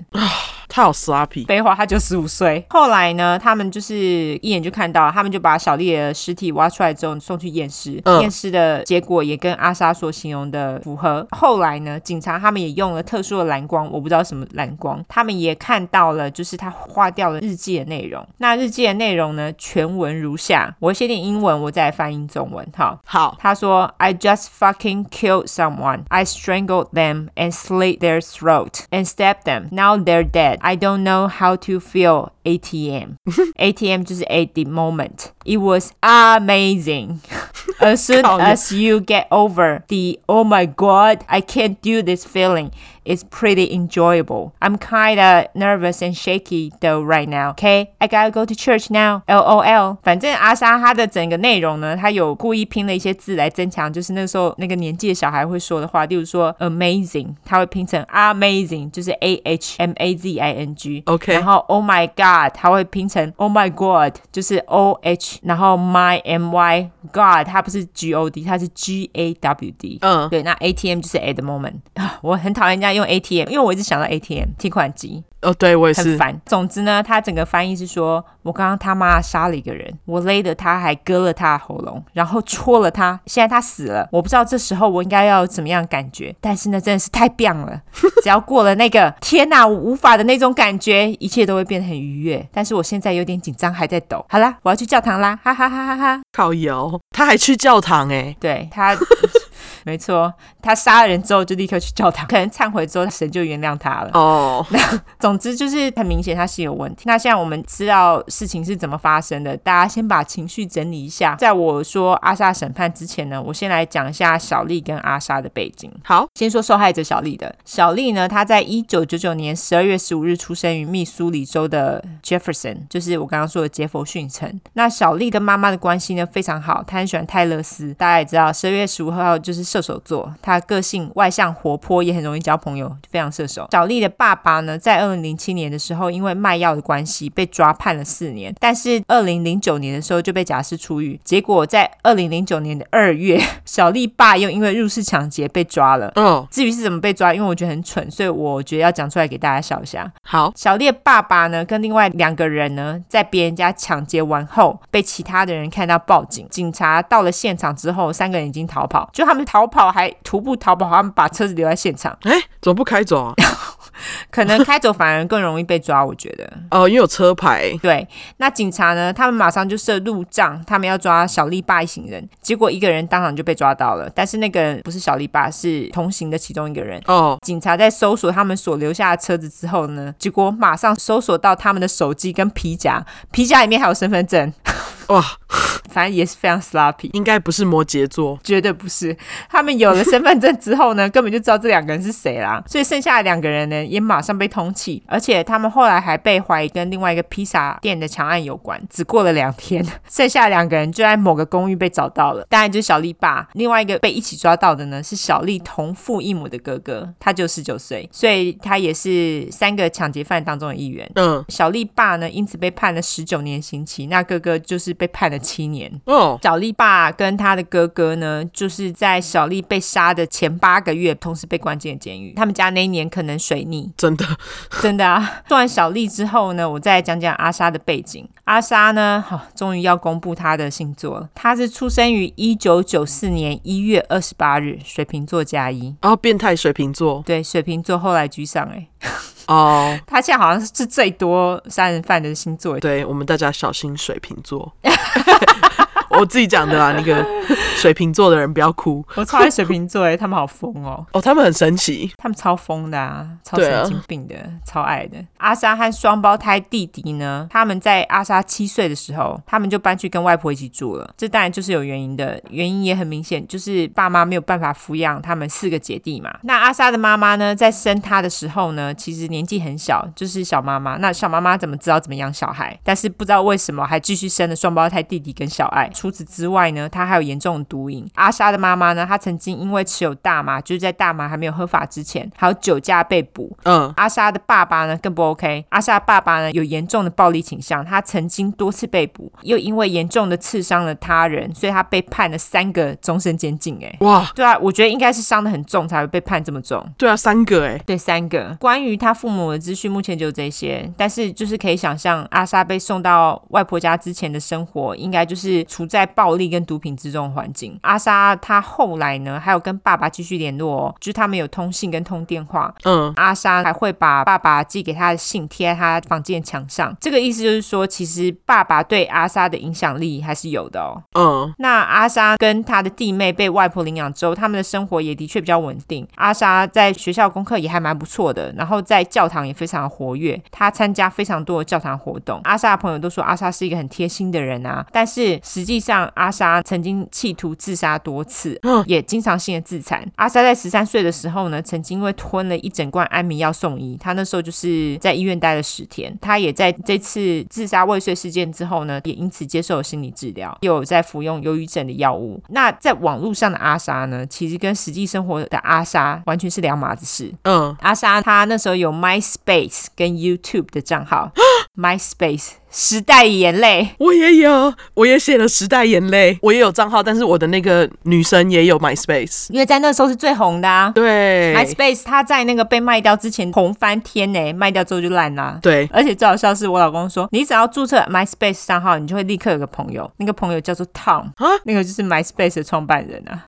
他好 sloppy。废话，他就十五岁。后来呢，他们就是一眼就看到，他们就把小丽的尸体挖出来之后送去验尸，嗯验尸的结果也跟阿莎所形容的符合。后来呢，警察他们也用了特殊的蓝光，我不知道什么蓝光，他们也看到了，就是他划掉了日记的内容。那日记的内容呢，全文如下，我先念英文，我再来翻译中文。好，好，他说：“I just fucking killed someone. I strangled them and slit their throat and stabbed them. Now they're dead. I don't know how to feel <laughs> ATM. ATM 就是 at the moment. It was amazing. <laughs> As soon 靠腰 as you get over the oh my god, I can't do this feeling.” is pretty enjoyable. I'm kinda nervous and shaky though right now. Okay, I gotta go to church now. LOL。反正阿莎她的整个内容呢，她有故意拼了一些字来增强，就是那时候那个年纪的小孩会说的话，例如说 amazing，她会拼成 amazing，就是 A H M A Z I N G。 OK 然后 Oh my God，它会拼成 Oh my God，就是 O H，然后 My M Y God，它不是 G O D，它是 G A W D。嗯对，那 ATM 就是 at the moment <laughs> 啊，我很讨厌人家用 ATM，因为我一直想到 ATM 提款机，哦，对我也很是，烦。总之呢，他整个翻译是说，我刚刚他妈杀了一个人，我勒得他还割了他的喉咙，然后戳了他，现在他死了，我不知道这时候我应该要怎么样感觉，但是呢，真的是太棒了，只要过了那个天哪，我无法的那种感觉，一切都会变得很愉悦。但是我现在有点紧张，还在抖。好啦，我要去教堂啦，哈哈哈哈哈。靠摇，他还去教堂哎、对他， <laughs> 没错，他杀了人之后就立刻去教堂，可能忏悔之后神就原谅他了。哦，总之就是很明显他是有问题。那现在我们知道事情是怎么发生的，大家先把情绪整理一下。在我说阿莎审判之前呢，我先来讲一下小丽跟阿莎的背景。好，先说受害者小丽的，小丽呢，她在一九九九年十二月十五日出生于密苏里州的 Jefferson，就是我刚刚说的杰佛逊城。那小丽跟妈妈的关系呢非常好，她很喜欢泰勒斯，大家也知道，十二月十五号就是射手座，她个性外向活泼，也很容易交朋友，非常射手。小丽的爸爸呢，在二零零七年的时候，因为卖药的关系被抓判了四年，但是二零零九年的时候就被假释出狱，结果在二零零九年的二月， <laughs> 小丽爸又因为入室抢劫被抓了。嗯，至于是怎么被抓，因为我觉得很蠢，所以我觉得要讲出来给大家笑一下。好，小烈爸爸呢，跟另外两个人呢，在别人家抢劫完后，被其他的人看到报警，警察到了现场之后，三个人已经逃跑，就他们逃跑还徒步逃跑，他们把车子留在现场，哎、怎么不开走啊？可能开走反而更容易被抓，我觉得。哦，因为有车牌，对，那警察呢？他们马上就设路障，他们要抓小丽爸一行人，结果一个人当场就被抓到了，但是那个人不是小丽爸，是同行的其中一个人。哦，警察在搜索他们所留下的车子之后呢，结果马上搜索到他们的手机跟皮夹，皮夹里面还有身份证，哇，反正也是非常 sloppy。应该不是摩羯座，绝对不是，他们有了身份证之后呢，根本就知道这两个人是谁啦。所以剩下的两个人呢，也马上被通缉，而且他们后来还被怀疑跟另外一个披萨店的强案有关。只过了两天， <laughs> 剩下两个人就在某个公寓被找到了，当然就是小丽爸。另外一个被一起抓到的呢，是小丽同父异母的哥哥，他就十九岁，所以他也是三个抢劫犯当中的一员。嗯，小丽爸呢，因此被判了十九年刑期，那哥哥就是被判了七年。哦，小丽爸跟他的哥哥呢，就是在小丽被杀的前八个月，同时被关进了监狱。他们家那一年可能水逆，真的，真的啊。 <laughs> 做完小丽之后呢，我再来讲讲阿莎的背景。阿莎呢，好、终于要公布她的星座了。她是出生于一九九四年一月二十八日，水瓶座加一。然、后哦变态水瓶座，对，水瓶座后来居上哎、哦，他现在好像是最多杀人犯的星座欸对我们大家小心水瓶座， <laughs> 我自己讲的啦，那个水瓶座的人不要哭我超爱水瓶座哎、他们好疯哦。哦，他们很神奇，他们超疯的啊，超对啊神经病的，超爱的。阿莎和双胞胎弟弟呢，他们在阿莎七岁的时候，他们就搬去跟外婆一起住了。这当然就是有原因的，原因也很明显，就是爸妈没有办法抚养他们四个姐弟嘛。那阿莎的妈妈呢，在生他的时候呢，其实年纪很小，就是小妈妈。那小妈妈怎么知道怎么养小孩？但是不知道为什么还继续生了双胞胎弟弟跟小爱。除此之外呢，她还有严重的毒瘾。阿莎的妈妈呢，她曾经因为持有大麻，就是在大麻还没有合法之前，还有酒驾被捕。嗯，阿莎的爸爸呢更不 OK，阿莎的爸爸呢有严重的暴力倾向，他曾经多次被捕，又因为严重的刺伤了他人，所以他被判了三个终身监禁。哎，哇，对啊，我觉得应该是伤得很重才会被判这么重。对啊，三个哎、对，三个。关于他父母的资讯，目前就这些，但是就是可以想象，阿莎被送到外婆家之前的生活，应该就是处在暴力跟毒品之中的环境。阿莎她后来呢，还有跟爸爸继续联络哦，就是他们有通信跟通电话。嗯，阿莎还会把爸爸寄给她的信贴在她房间墙上，这个意思就是说，其实爸爸对阿莎的影响力还是有的哦。嗯，那阿莎跟她的弟妹被外婆领养之后，他们的生活也的确比较稳定。阿莎在学校功课也还蛮不错的，然后在教堂也非常活跃，她参加非常多的教堂活动。阿莎的朋友都说阿莎是一个很贴心的人啊，但是实际上。像阿莎曾经企图自杀多次，嗯也经常性的自残。阿莎在十三岁的时候呢，曾经因为吞了一整罐安眠药送医，她那时候就是在医院待了十天。她也在这次自杀未遂事件之后呢，也因此接受了心理治疗，也有在服用忧郁症的药物。那在网络上的阿莎呢，其实跟实际生活的阿莎完全是两码子事。嗯，阿莎她那时候有 MySpace 跟 YouTube 的账号 <gasps> ，MySpace 时代眼泪。我也有，我也写了时代眼泪，我也有账号，但是我的那个女生也有 MySpace，因为在那时候是最红的啊。对 MySpace 它在那个被卖掉之前红翻天呢、卖掉之后就烂啦、 <laughs> 对，而且最好笑的是，我老公说，你只要注册 MySpace 账号，你就会立刻有个朋友，那个朋友叫做 Tom，那个就是 MySpace 的创办人啊。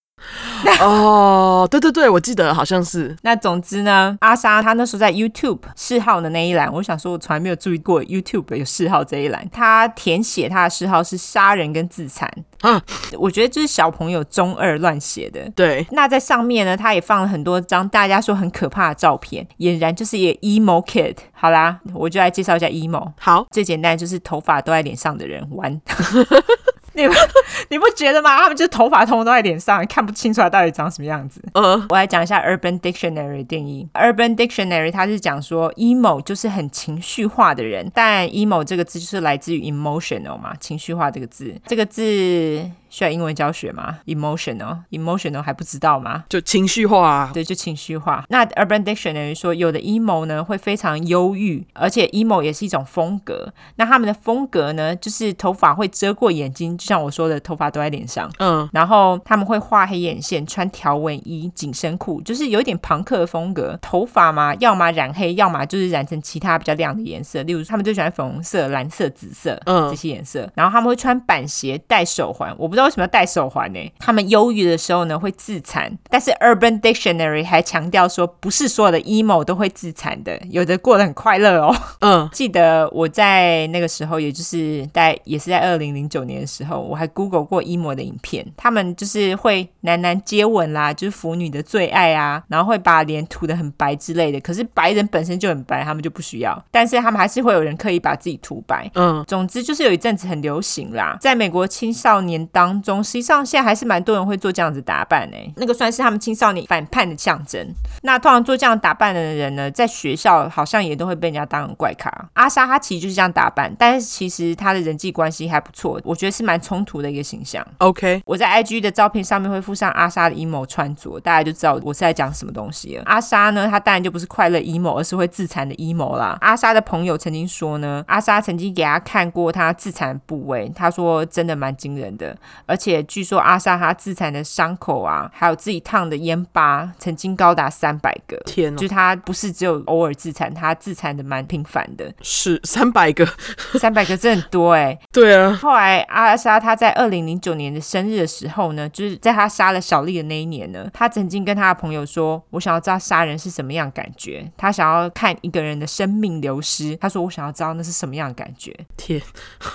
哦，对对对，我记得好像是，那总之呢，阿莎她那时候在 YouTube 嗜好的那一栏，我想说，我从来没有注意过 YouTube 有嗜好这一栏。她填写她的嗜好是杀人跟自残，嗯，我觉得就是小朋友中二乱写的。对，那在上面呢，他也放了很多张大家说很可怕的照片，俨然就是一个 emo kid。好啦，我就来介绍一下 emo。好，最简单就是头发都在脸上的人玩。 <laughs> 你不你不觉得吗？他们就是头发通通都在脸上，看不清楚他到底长什么样子。呃，我来讲一下 Urban Dictionary 的定义。Urban Dictionary 它是讲说 emo 就是很情绪化的人，但 emo 这个字就是来自于 emotional 嘛，情绪化这个字，这个字需要英文教学吗？emotional，emotional 还不知道吗？就情绪化、啊，对，就情绪化。那 Urban Dictionary 说，有的 emo 呢会非常忧郁，而且 emo 也是一种风格。那他们的风格呢，就是头发会遮过眼睛，就像我说的，头发都在脸上。嗯，然后他们会画黑眼线，穿条纹衣、紧身裤，就是有一点朋克的风格。头发嘛，要么染黑，要么就是染成其他比较亮的颜色，例如他们最喜欢粉红色、蓝色、紫色，嗯这些颜色。然后他们会穿板鞋、戴手环，我不知道为什么要戴手环呢、欸他们忧郁的时候呢，会自残。但是 Urban Dictionary 还强调说，不是所有的 emo 都会自残的，有的过得很快乐哦。嗯，记得我在那个时候，也就是在也是在二零零九年的时候，我还 Google 过 emo 的影片，他们就是会男男接吻啦，就是腐女的最爱啊，然后会把脸涂得很白之类的。可是白人本身就很白，他们就不需要，但是他们还是会有人刻意把自己涂白。嗯，总之就是有一阵子很流行啦，在美国青少年当中，实际上现在还是蛮多人会做这样子打扮诶、那个算是他们青少年反叛的象征。那通常做这样打扮的人呢，在学校好像也都会被人家当成怪咖。阿莎她其实就是这样打扮，但是其实她的人际关系还不错，我觉得是蛮冲突的一个形象。 OK，我在 IG 的照片上面会附上阿莎的 emo 穿着，大家就知道我是在讲什么东西了。阿莎呢，她当然就不是快乐 emo，而是会自残的 emo 啦。阿莎的朋友曾经说呢，阿莎曾经给她看过她自残的部位，她说真的蛮惊人的，而且据说阿莎她自残的伤口啊，还有自己烫的烟疤，曾经高达三百个。天就哦，是她不是只有偶尔自残，她自残的蛮频繁的，是三百个， <laughs> 三百个真的很多哎、对啊，后来阿莎她在二零零九年的生日的时候呢，就是在她杀了小丽的那一年呢，她曾经跟她的朋友说：“我想要知道杀人是什么样的感觉，她想要看一个人的生命流失。”她说：“我想要知道那是什么样的感觉。” <laughs> 天，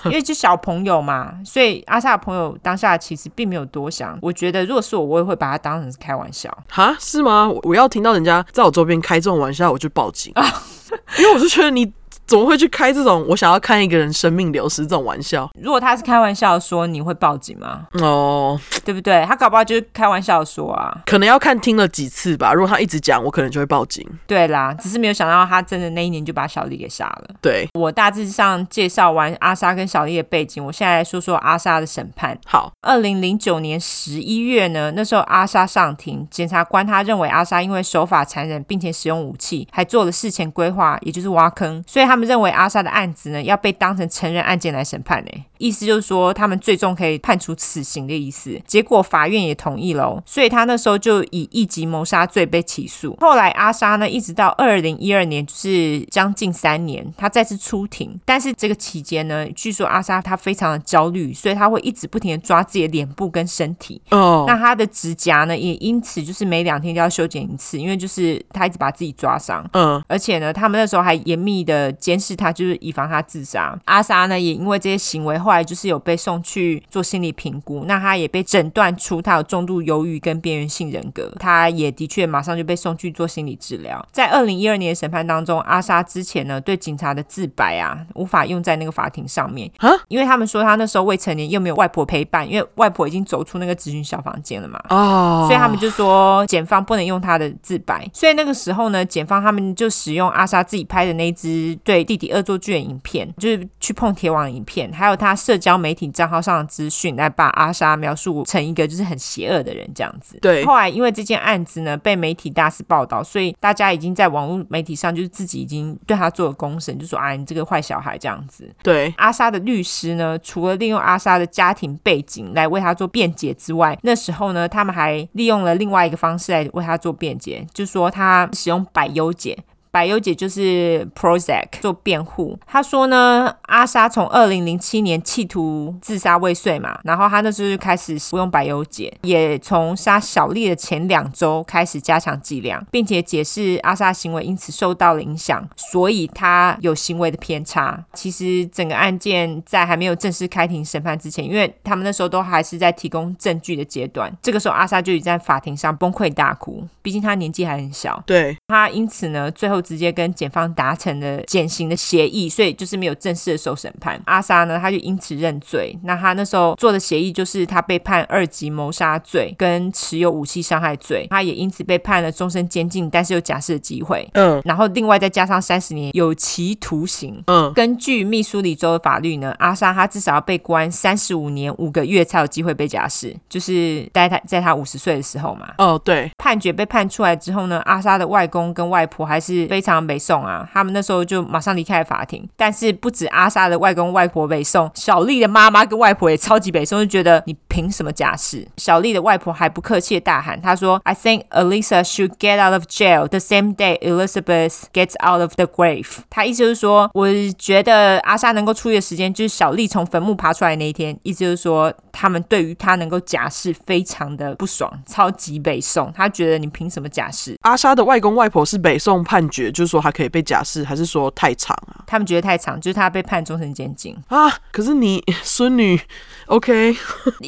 因为就小朋友嘛，所以阿莎的朋友当下其实并没有多想。我觉得如果是我，我也会把她当成是开玩笑。哈，是吗？我我要听到人家在我周边开这种玩笑，我就报警，啊 <laughs> 因为我就觉得你怎么会去开这种我想要看一个人生命流失这种玩笑？如果她是开玩笑说，你会报警吗？哦，对不对？她搞不好就是开玩笑说啊。可能要看听了几次吧。如果他一直讲，我可能就会报警。对啦，只是没有想到她真的那一年就把小丽给杀了。对，我大致上介绍完阿莎跟小丽的背景，我现在来说说阿莎的审判。好，二零零九年十一月呢，那时候阿莎上庭，检察官他认为阿莎因为手法残忍，并且使用武器，还做了事前规划，也就是挖坑，所以他们认为阿莎的案子呢要被当成成人案件来审判呢。意思就是说，他们最终可以判处死刑的意思。结果法院也同意喽，所以他那时候就以一级谋杀罪被起诉。后来阿莎呢，一直到二零一二年，就是将近三年，她再次出庭，但是这个期间呢，据说阿莎她非常的焦虑，所以她会一直不停的抓自己的脸部跟身体。哦，那她的指甲呢，也因此就是每两天就要修剪一次，因为就是她一直把自己抓伤。嗯，而且呢，他们那时候还严密的监视他，就是以防他自杀。阿莎呢，也因为这些行为，后来就是有被送去做心理评估，那他也被诊断出他有重度忧郁跟边缘性人格，他也的确马上就被送去做心理治疗。在二零一二年的审判当中，阿莎之前呢对警察的自白啊，无法用在那个法庭上面啊，因为他们说他那时候未成年，又没有外婆陪伴，因为外婆已经走出那个咨询小房间了嘛，哦，所以他们就说检方不能用他的自白。所以那个时候呢，检方他们就使用阿莎自己拍的那一支对弟弟恶作剧的影片，就是去碰铁网的影片，还有他社交媒体账号上的资讯，来把阿莎描述成一个就是很邪恶的人这样子。对后来因为这件案子呢被媒体大肆报道，所以大家已经在网络媒体上就是自己已经对他做了公审，就说啊你这个坏小孩这样子。对阿莎的律师呢，除了利用阿莎的家庭背景来为她做辩解之外，那时候呢，他们还利用了另外一个方式来为她做辩解，就说她使用百优解。百优解就是 Prozac 做辩护。她说呢，阿莎从二零零七年企图自杀未遂嘛，然后她那时候就开始服用百优解，也从杀小丽的前两周开始加强剂量，并且解释阿莎行为因此受到了影响，所以她有行为的偏差。其实整个案件在还没有正式开庭审判之前，因为他们那时候都还是在提供证据的阶段，这个时候阿莎就已经在法庭上崩溃大哭，毕竟她年纪还很小。对他因此呢，最后直接跟检方达成了减刑的协议，所以就是没有正式的受审判。阿莎呢，他就因此认罪。那他那时候做的协议就是他被判二级谋杀罪跟持有武器伤害罪，他也因此被判了终身监禁，但是有假释的机会。嗯然后另外再加上三十年有期徒刑。嗯，根据密苏里州的法律呢，阿莎她至少要被关三十五年五个月才有机会被假释，就是在他在他五十岁的时候嘛。哦对，判决被判出来之后呢，阿莎的外公跟外婆还是非常北宋啊，他们那时候就马上离开了法庭。但是不止阿莎的外公外婆北宋，小丽的妈妈跟外婆也超级北宋，就觉得你凭什么假释？小丽的外婆还不客气的大喊，她说：“I think Elisa uh, should get out of jail the same day Elizabeth gets out of the grave。”她意思就是说，我觉得阿莎能够出狱的时间就是小丽从坟墓爬出来那一天，意思就是说他们对于她能够假释非常的不爽，超级北宋，他觉得你凭什么假释？阿莎的外公外婆是北宋判决，就是说他可以被假释，还是说太长啊？他们觉得太长，就是他被判终身监禁，啊，可是你 <laughs> 孙女，OK，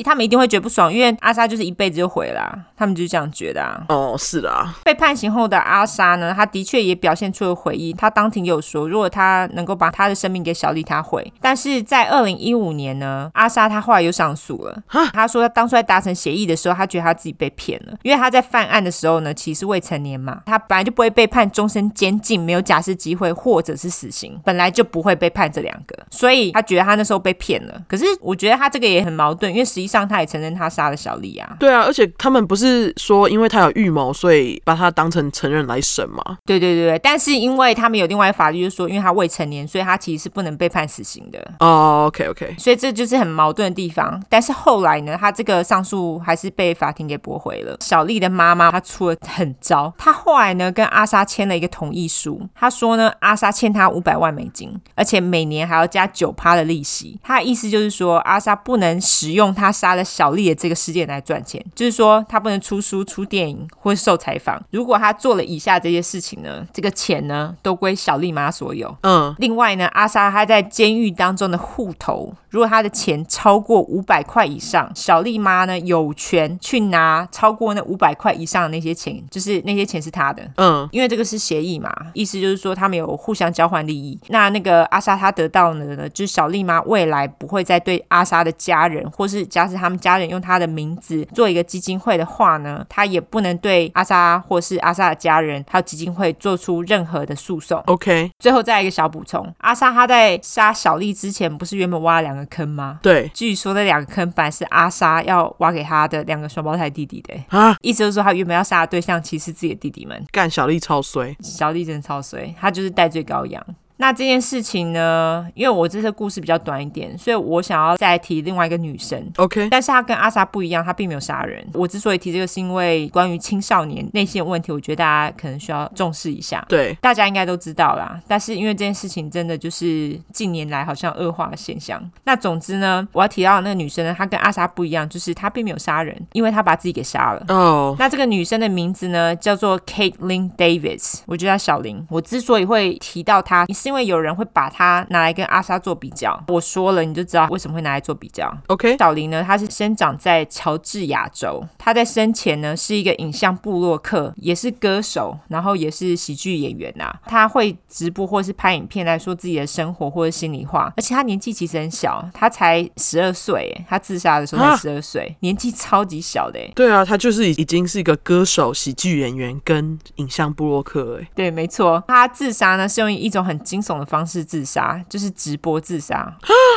他们一定会觉得不爽，因为阿莎就是一辈子就毁了啊、他们就是这样觉得啊。哦是啦，被判刑后的阿莎呢，她的确也表现出了悔意。她当庭有说，如果她能够把她的生命给小丽，她会。但是在二零一五年呢，阿莎她后来又上诉了。她说，她当初在达成协议的时候，她觉得她自己被骗了，因为她在犯案的时候呢，其实是未成年嘛，她本来就不会被判终身监禁，没有假释机会或者是死刑，本来就不会被判这两个，所以她觉得她那时候被骗了。可是我觉得她这个也很矛盾，因为实际上她也承认她杀了小丽啊。对啊，而且他们不是说因为他有预谋，所以把他当成成人来审吗？对对对对，但是因为他们有另外法律，就是说，因为他未成年，所以他其实是不能被判死刑的。哦，OK OK，所以这就是很矛盾的地方。但是后来呢，他这个上诉还是被法庭给驳回了。小丽的妈妈她出了狠招，她后来呢跟阿莎签了一个同意书，她说呢阿莎欠她五百万美金，而且每年还要加九趴的利息。她的意思就是说，阿莎不能使用她杀了小丽的这个事件来赚钱，就是说她不能出书、出电影或是受采访。如果她做了以下这些事情呢，这个钱呢都归小丽妈所有。嗯，另外呢，阿莎她在监狱当中的户头，如果她的钱超过五百块以上，小丽妈呢有权去拿超过那五百块以上的那些钱，就是那些钱是她的。嗯，因为这个是协议嘛，意思就是说他们有互相交换利益。那那个阿莎她得到的呢，就是小丽妈未来不会再对阿莎的家人，或是假使他们家人用她的名字做一个基金会的话呢，她也不能对阿莎或是阿莎的家人还有基金会做出任何的诉讼。 OK，最后再来一个小补充，阿莎她在杀小丽之前，不是原本挖了两个坑吗？对据说那两个坑本来是阿莎要挖给她的两个双胞胎弟弟的、啊，意思就是说她原本要杀的对象其实是自己的弟弟们。干小丽超衰，小丽真的超衰，她就是戴罪羔羊。那这件事情呢，因为我这次故事比较短一点，所以我想要再提另外一个女生。 OK，但是她跟阿莎不一样，她并没有杀人。我之所以提这个，是因为关于青少年内心的问题，我觉得大家可能需要重视一下。对，大家应该都知道啦，但是因为这件事情真的就是近年来好像恶化的现象。那总之呢，我要提到的那个女生呢，她跟阿莎不一样，就是她并没有杀人，因为她把自己给杀了。哦，那这个女生的名字呢，叫做 Caitlin Davis，我就叫小林。我之所以会提到她，是是因为有人会把它拿来跟阿莎做比较。我说了，你就知道为什么会拿来做比较。 OK，小林呢，他是生长在乔治亚州，他在生前呢是一个影像部落客，也是歌手，然后也是喜剧演员呐、他会直播或是拍影片来说自己的生活或者心里话，而且他年纪其实很小，他才十二岁耶，他自杀的时候才啊十二岁，年纪超级小的耶。对啊，他就是已已经是一个歌手、喜剧演员跟影像布洛克哎、对，没错，他自杀呢是用一种很惊悚的方式自杀，就是直播自杀。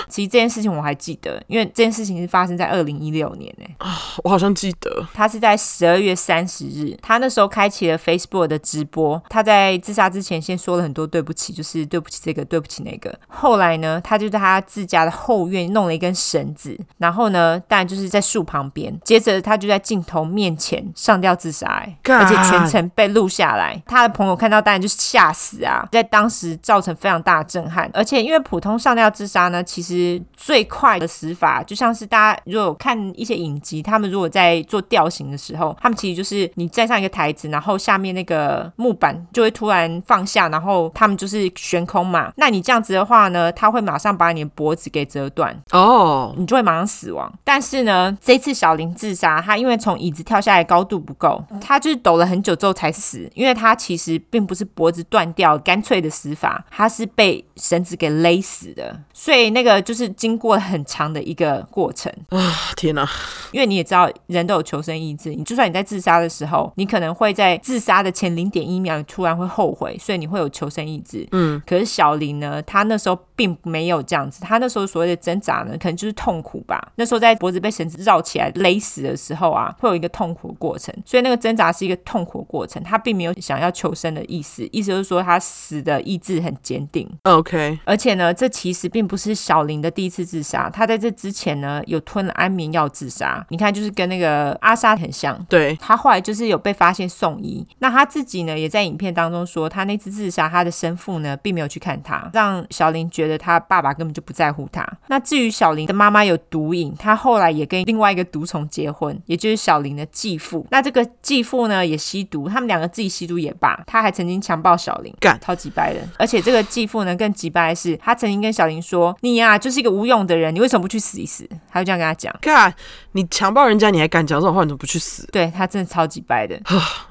其实这件事情我还记得，因为这件事情是发生在二零一六年欸诶、我好像记得他是在十二月三十日，他那时候开启了 Facebook 的直播。他在自杀之前先说了很多对不起，就是对不起这个，对不起那个。后来呢，他就在他自家的后院弄了一根绳子，然后呢，当然就是在树旁边。接着他就在镜头面前上吊自杀、欸，干而且全程被录下来。他的朋友看到，当然就是吓死啊，在当时造成非常大的震撼。而且因为普通上吊自杀呢，其实最快的死法，就像是大家如果有看一些影集，他们如果在做吊刑的时候，他们其实就是你站上一个台子，然后下面那个木板就会突然放下，然后他们就是悬空嘛。那你这样子的话呢，他会马上把你的脖子给折断，哦，你就会马上死亡。但是呢，这次小林自杀，他因为从椅子跳下来高度不够，他就是抖了很久之后才死，因为他其实并不是脖子断掉干脆的死法，他是被绳子给勒死的，所以那个就是经过了很长的一个过程。天哪、因为你也知道，人都有求生意志。你就算你在自杀的时候，你可能会在自杀的前零点一秒你突然会后悔，所以你会有求生意志。嗯，可是小林呢，他那时候并没有这样子，他那时候所谓的挣扎呢，可能就是痛苦吧。那时候在脖子被绳子绕起来勒死的时候啊，会有一个痛苦的过程，所以那个挣扎是一个痛苦的过程，他并没有想要求生的意思，意思就是说他死的意志很坚定。 o k 而且呢，这其实并不是小林的第一次自杀，他在这之前呢有吞了安眠药自杀。你看，就是跟那个阿莎很像。对，他后来就是有被发现送医，那他自己呢也在影片当中说，他那次自杀，他的生父呢并没有去看他，让小林觉得他爸爸根本就不在乎他。那至于小林的妈妈有毒瘾，他后来也跟另外一个毒虫结婚，也就是小林的继父。那这个继父呢也吸毒，他们两个自己吸毒也罢，他还曾经强暴小林，干超级白人。而且这个继父呢更急白的是，他曾经跟小林说：“你呀、就是一个无用的人，你为什么不去死一死？”他就这样跟他讲。干，你强暴人家，你还敢讲这种话，你怎么不去死？对他真的超级白的，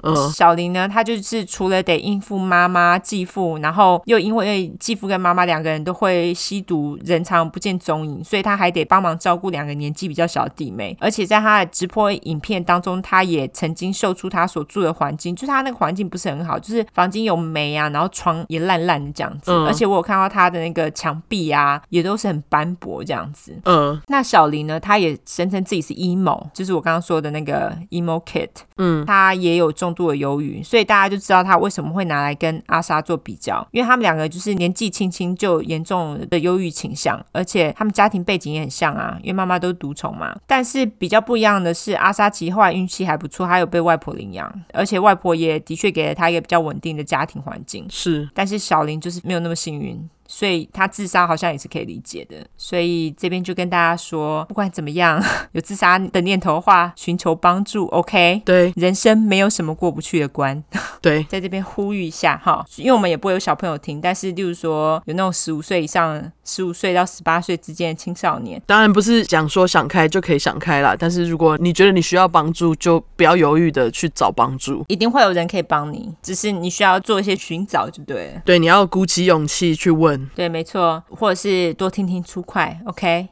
嗯，小林呢，他就是除了得应付妈妈、继父，然后又因为呃继父跟妈妈两个人都会吸毒，人常不见踪影，所以他还得帮忙照顾两个年纪比较小的弟妹。而且在他的直播影片当中，他也曾经秀出他所住的环境，就是他那个环境不是很好，就是房间有霉啊，然后床也烂烂的这样子。嗯而且我有看到他的那个墙壁啊，也都是很斑驳这样子。嗯，那小林呢，他也声称自己是 emo，就是我刚刚说的那个 emo kid。嗯，他也有重度的忧郁，所以大家就知道他为什么会拿来跟阿莎做比较，因为他们两个就是年纪轻轻就有严重的忧郁倾向，而且他们家庭背景也很像啊，因为妈妈都是独宠嘛。但是比较不一样的是，阿莎其实后来运气还不错，她有被外婆领养，而且外婆也的确给了她一个比较稳定的家庭环境。是但是小林就是没有那么幸运，所以他自杀好像也是可以理解的。所以这边就跟大家说，不管怎么样， <laughs> 有自杀的念头的话，寻求帮助，OK。对人生没有什么过不去的关， <laughs> 对，在这边呼吁一下哈，因为我们也不会有小朋友听，但是例如说有那种十五岁以上、十五岁到十八岁之间的青少年，当然不是讲说想开就可以想开啦，但是如果你觉得你需要帮助，就不要犹豫的去找帮助。一定会有人可以帮你，只是你需要做一些寻找就对了。对，你要鼓起勇气去问。对，没错，或者是多听听粗快，OK。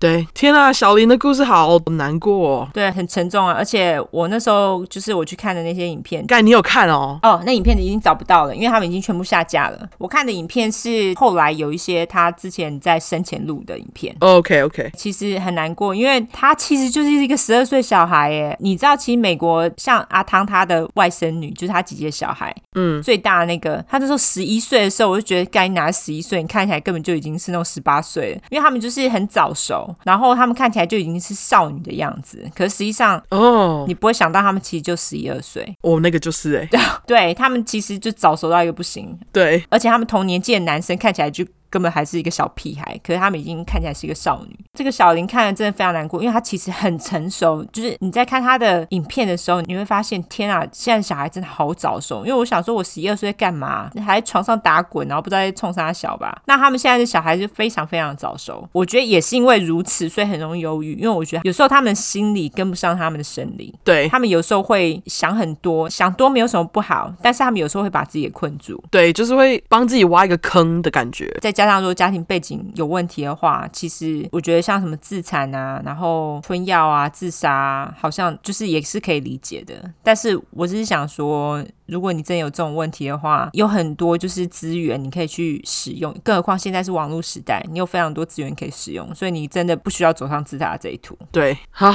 对，天啊，小林的故事好难过哦。对，很沉重啊。而且我那时候就是我去看的那些影片。干，你有看哦？哦，那影片已经找不到了，因为他们已经全部下架了。我看的影片是后来有一些他之前在生前录的影片， OK OK，其实很难过，因为他其实就是一个十二岁小孩耶。你知道，其实美国像阿汤他的外甥女，就是他姐姐小孩，嗯，最大的那个，他那时候十一岁的时候，我就觉得该拿十一岁，你看起来根本就已经是那种十八岁了，因为他们就是很早熟，然后他们看起来就已经是少女的样子，可实际上哦、你不会想到他们其实就十一二岁， <laughs> 我那个就是哎、对他们其实就早熟到一个不行，对而且他们同年纪的男生看起来就根本还是一个小屁孩，可是他们已经看起来是一个少女。这个小林看了真的非常难过，因为她其实很成熟，就是你在看她的影片的时候，你会发现，天啊，现在小孩真的好早熟。因为我想说，我十一二岁干嘛？还在床上打滚，然后不知道在冲啥小吧？那他们现在的小孩就非常非常早熟。我觉得也是因为如此，所以很容易忧郁，因为我觉得有时候他们心理跟不上他们的生理。对他们有时候会想很多，想多没有什么不好，但是他们有时候会把自己给困住。对，就是会帮自己挖一个坑的感觉。再加上说家庭背景有问题的话，其实我觉得像什么自残啊，然后吞药啊、自杀、啊，好像就是也是可以理解的。但是我只是想说，如果你真的有这种问题的话，有很多就是资源你可以去使用，更何况现在是网络时代，你有非常多资源可以使用，所以你真的不需要走上自杀这一途。对，好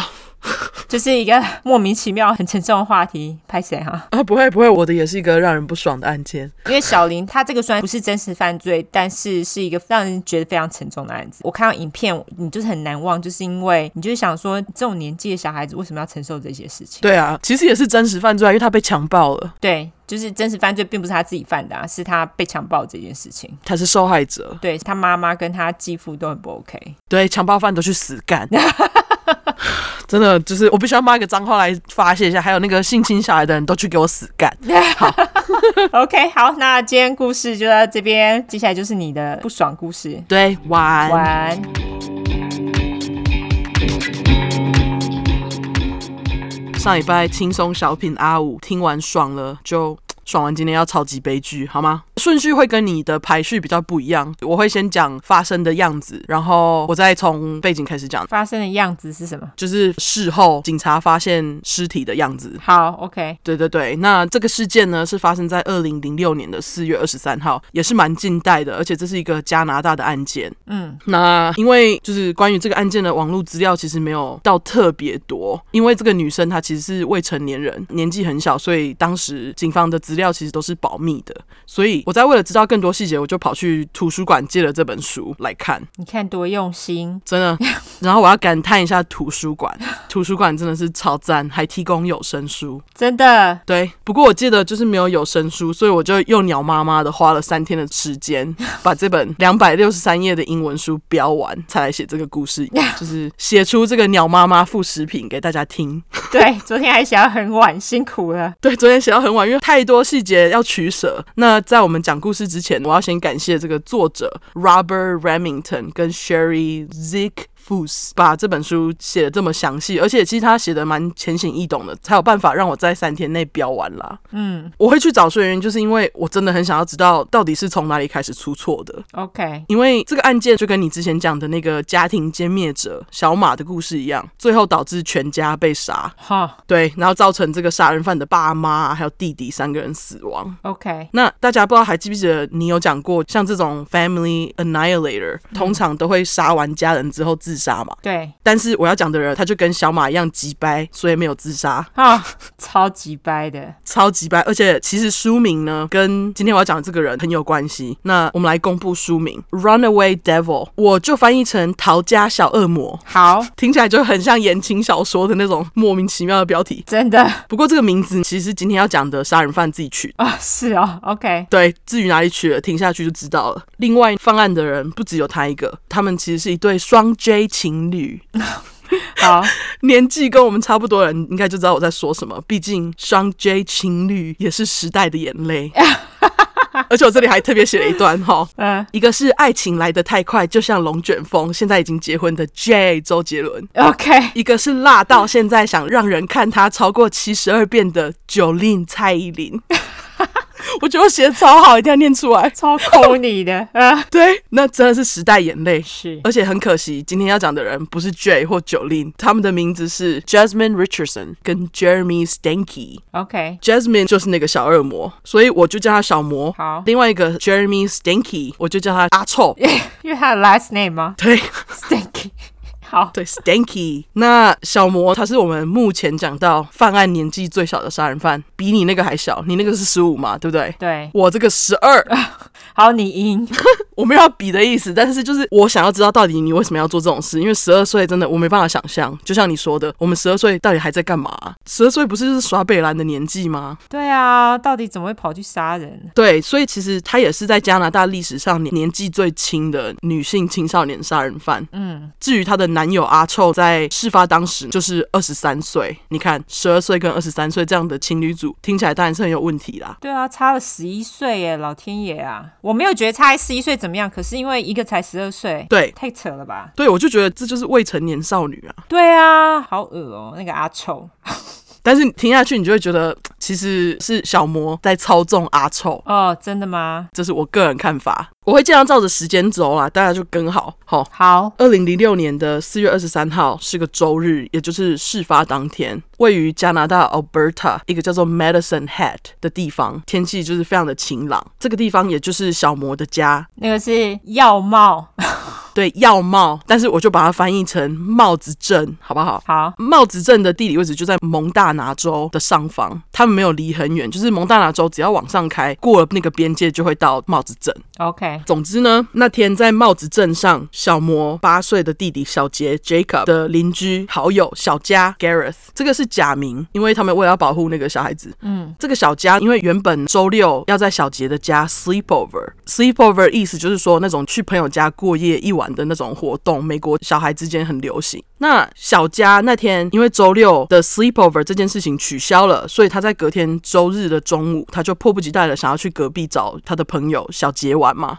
这是一个 <laughs> 莫名其妙、很沉重的话题，拍谁哈？啊，不会不会，我的也是一个让人不爽的案件。因为小林他这个虽然不是真实犯罪，但是是一个让人觉得非常沉重的案子。我看到影片，你就是很难忘，就是因为你就是想说，这种年纪的小孩子为什么要承受这些事情？对啊，其实也是真实犯罪啊，因为他被强暴了，对，就是真实犯罪并不是他自己犯的、啊，是他被强暴这件事情。他是受害者。对他妈妈跟他继父都很不 <laughs> OK，对，强暴犯都去死干。 <laughs> 真的就是，我必须要骂一个脏话来发泄一下。还有那个性侵小孩的人都去给我死干。 OK，好，那今天故事就到这边，接下来就是你的不爽故事。对，晚晚安。上礼拜轻松小品阿五听完爽了，就爽完今天要超级悲剧，好吗？顺序会跟你的排序比较不一样，我会先讲发生的样子，然后我再从背景开始讲，发生的样子是什么？就是事后警察发现尸体的样子。好，OK，对对对，那这个事件呢是发生在二零零六年的四月二十三号，也是蛮近代的，而且这是一个加拿大的案件。嗯，那因为就是关于这个案件的网络资料其实没有到特别多，因为这个女生她其实是未成年人，年纪很小，所以当时警方的资料其实都是保密的。所以我在为了知道更多细节，我就跑去图书馆借了这本书来看。你看多用心。真的。然后我要感叹一下图书馆，图书馆真的是超赞，还提供有声书。真的，对，不过我记得就是没有有声书，所以我就又鸟妈妈的花了三天的时间，把这本两百六十三页的英文书标完，才来写这个故事，就是写出这个鸟妈妈副食品给大家听。 <laughs> 对，昨天还想要很晚，辛苦了。 <laughs> 对，昨天写到很晚，因为太多细节要取舍。那在我们讲故事之前，我要先感谢这个作者 Robert Remington 跟 Sherry Zick。Foos 把这本书写的这么详细，而且其实他写的蛮浅显易懂的，才有办法让我在三天内标完啦。嗯我会去找学员，就是因为我真的很想要知道到底是从哪里开始出错的。 ，OK，因为这个案件就跟你之前讲的那个家庭歼灭者小马的故事一样，最后导致全家被杀，哈对，然后造成这个杀人犯的爸妈还有弟弟三个人死亡。 ，OK，那大家不知道还记不记得你有讲过，像这种 family annihilator 通常都会杀完家人之后自杀嘛？对，但是我要讲的人他就跟小马一样急掰，所以没有自杀。啊、超级掰的，超级白，而且其实书名呢跟今天我要讲的这个人很有关系。那我们来公布书名《Runaway Devil》，我就翻译成“逃家小恶魔好，”，听起来就很像言情小说的那种莫名其妙的标题。真的不过这个名字其实是今天要讲的杀人犯自己取的。啊、是哦，OK，对，至于哪里取的，听下去就知道了。另外，犯案的人不只有他一个，他们其实是一对双 J 情侣，好，年纪跟我们差不多的人应该就知道我在说什么，毕竟双 J 情侣也是时代的眼泪。而且我这里还特别写了一段哈，嗯、一个是爱情来得太快，就像龙卷风，现在已经结婚的 J 周杰伦； o k 一个是辣到现在想让人看他超过七十二遍的九令蔡依林。我觉得我写的超好，一定要念出来。超抠你的， <laughs> 呃， <laughs> 对，那真的是时代眼泪。是而且很可惜，今天要讲的人不是 J 或九令，他们的名字是 Jasmine Richardson 跟 Jeremy Stanky。 ，OK， <laughs> Jasmine 就是那个小恶魔，所以我就叫他小魔。好另外一个 Jeremy Stanky，我就叫他阿臭。因为他的 last name 吗对 <laughs> ？Stinky，好， <laughs> 对，Stanky。那小魔他是我们目前讲到犯案年纪最小的杀人犯，比你那个还小，你那个是十五嘛，对不对？对，我这个十二，好，你赢。我没有要比的意思，但是就是我想要知道到底你为什么要做这种事，因为十二岁真的我没办法想象，就像你说的，我们十二岁到底还在干嘛、十二岁不是就是耍北兰的年纪吗？对啊，到底怎么会跑去杀人？对，所以其实她也是在加拿大历史上年年纪最轻的女性青少年杀人犯。嗯，至于她的男友阿臭，在事发当时就是二十三岁。你看，十二岁跟二十三岁这样的情侣组，听起来当然是很有问题啦。对啊，差了十一岁耶，老天爷啊！我没有觉得差十一岁怎么样，可是因为一个才十二岁，对，太扯了吧？对，我就觉得这就是未成年少女啊。对啊，好恶哦、那个阿臭。但是你听下去，你就会觉得其实是小魔在操纵阿臭，哦，真的吗？这是我个人看法。我会尽量照着时间轴啦，大家就跟好。好，好，二零零六年的四月二十三号是个周日，也就是事发当天，位于加拿大 Alberta 一个叫做 Medicine Hat 的地方，天气就是非常的晴朗。这个地方也就是小魔的家，那个是药帽。对，药帽，但是我就把它翻译成帽子镇，好不好？好，帽子镇的地理位置就在蒙大拿州的上方，他们没有离很远，就是蒙大拿州只要往上开，过了那个边界就会到帽子镇。 OK，总之呢，那天在帽子镇上，小魔八岁的弟弟小杰 Jacob 的邻居好友小佳 Gareth，这个是假名，因为他们为了要保护那个小孩子。嗯，这个小佳因为原本周六要在小杰的家 sleepover，sleepover 意思就是说那种去朋友家过夜一晚的那种活动，美国小孩之间很流行。那小佳那天因为周六的 sleepover 这件事情取消了，所以他在隔天周日的中午，他就迫不及待的想要去隔壁找他的朋友小杰玩嘛。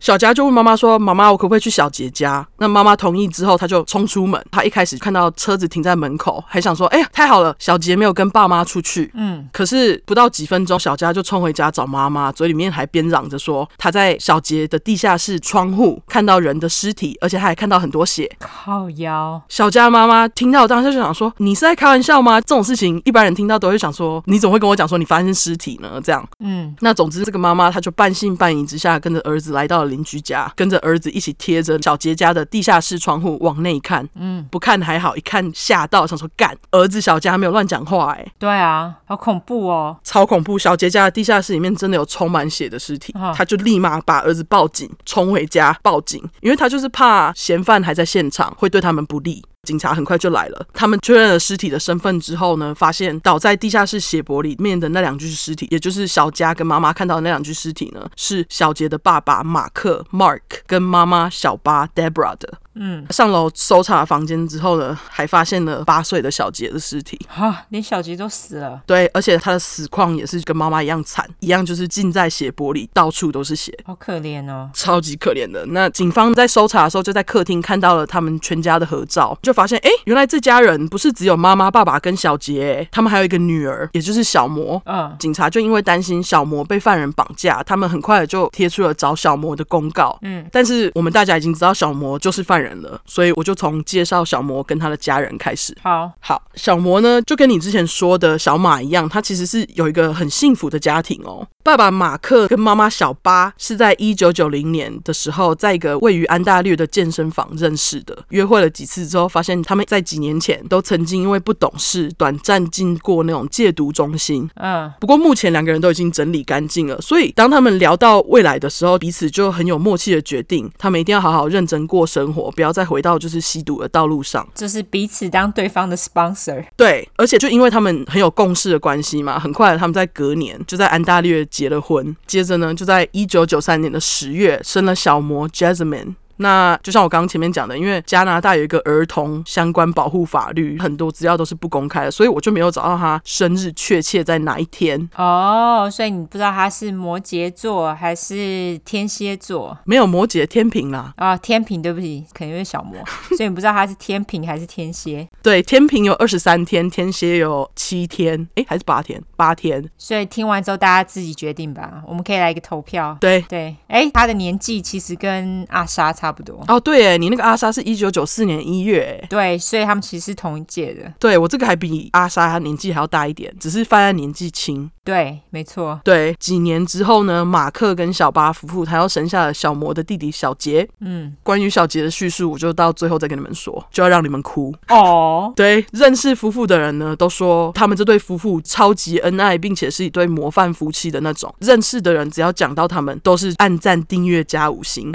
小佳就问妈妈说：“妈妈，我可不可以去小杰家？”那妈妈同意之后，他就冲出门。他一开始看到车子停在门口，还想说：“哎、呀，太好了，小杰没有跟爸妈出去。”嗯，可是不到几分钟，小佳就冲回家找妈妈，嘴里面还边嚷着说：“他在小杰的地下室窗户看到人的尸体，而且还看到很多血。”靠腰。小佳妈妈听到当下就想说：“你是在开玩笑吗？这种事情一般人听到都会想说，你怎么会跟我讲说你发现尸体呢？”这样，嗯，那总之，这个妈妈她就半信半疑之下，跟着儿子来到了邻居家，跟着儿子一起贴着小杰家的地下室窗户往内看。嗯，不看还好，一看吓到，想说干，儿子小佳没有乱讲话、欸，对啊，好恐怖哦。超恐怖！小杰家的地下室里面真的有充满血的尸体啊，他就立马把儿子报警，冲回家报警，因为他就是怕嫌犯还在现场会对他们不利。警察很快就来了，他们确认了尸体的身份之后呢，发现倒在地下室血泊里面的那两具尸体，也就是小佳跟妈妈看到的那两具尸体呢，是小杰的爸爸马克 （Mark） 跟妈妈小巴 （Debra） 的。嗯，上楼搜查房间之后呢，还发现了八岁的小杰的尸体。哈，啊连小杰都死了。对，而且他的死况也是跟妈妈一样惨，一样就是浸在血泊里，到处都是血，好可怜哦，超级可怜的。那警方在搜查的时候，就在客厅看到了他们全家的合照，就发现，哎，原来这家人不是只有妈妈、爸爸跟小杰，他们还有一个女儿，也就是小魔。嗯警察就因为担心小魔被犯人绑架，他们很快就贴出了找小魔的公告。嗯，但是我们大家已经知道小魔就是犯人了，所以我就从介绍小魔跟他的家人开始。好，好，小魔呢，就跟你之前说的小马一样，他其实是有一个很幸福的家庭哦。爸爸马克跟妈妈小巴是在一九九零年的时候，在一个位于安大略的健身房认识的。约会了几次之后，发现他们在几年前都曾经因为不懂事，短暂进过那种戒毒中心。嗯，不过目前两个人都已经整理干净了，所以当他们聊到未来的时候，彼此就很有默契的决定，他们一定要好好认真过生活，不要再回到就是吸毒的道路上。就是彼此当对方的 sponsor。对，而且就因为他们很有共识的关系嘛，很快他们在隔年就在安大略结了婚，接着呢就在一九九三年的十月生了小魔 Jasmine。那就像我刚刚前面讲的，因为加拿大有一个儿童相关保护法律，很多资料都是不公开的，所以我就没有找到他生日确切在哪一天。哦，所以你不知道他是摩羯座还是天蝎座没有摩羯天平啦，啊、天平，对不起，肯定是小魔， <laughs> 所以你不知道他是天平还是天蝎，对，天平有二十三天，天蝎有七天，诶，还是八天？八天。所以听完之后大家自己决定吧。我们可以来一个投票。对，对，哎，他的年纪其实跟阿莎差差不多。哦，对耶，你那个阿莎是一九九四年一月耶，对，所以他们其实是同一届的。对我这个还比阿莎她年纪还要大一点，只是范安年纪轻。对，没错。对，几年之后呢，马克跟小巴夫妇他又生下了小魔的弟弟小杰。嗯，关于小杰的叙述，我就到最后再跟你们说，就要让你们哭。哦，对，认识夫妇的人呢，都说他们这对夫妇超级恩爱，并且是一对模范夫妻的那种。认识的人只要讲到他们，都是按赞、订阅加五星。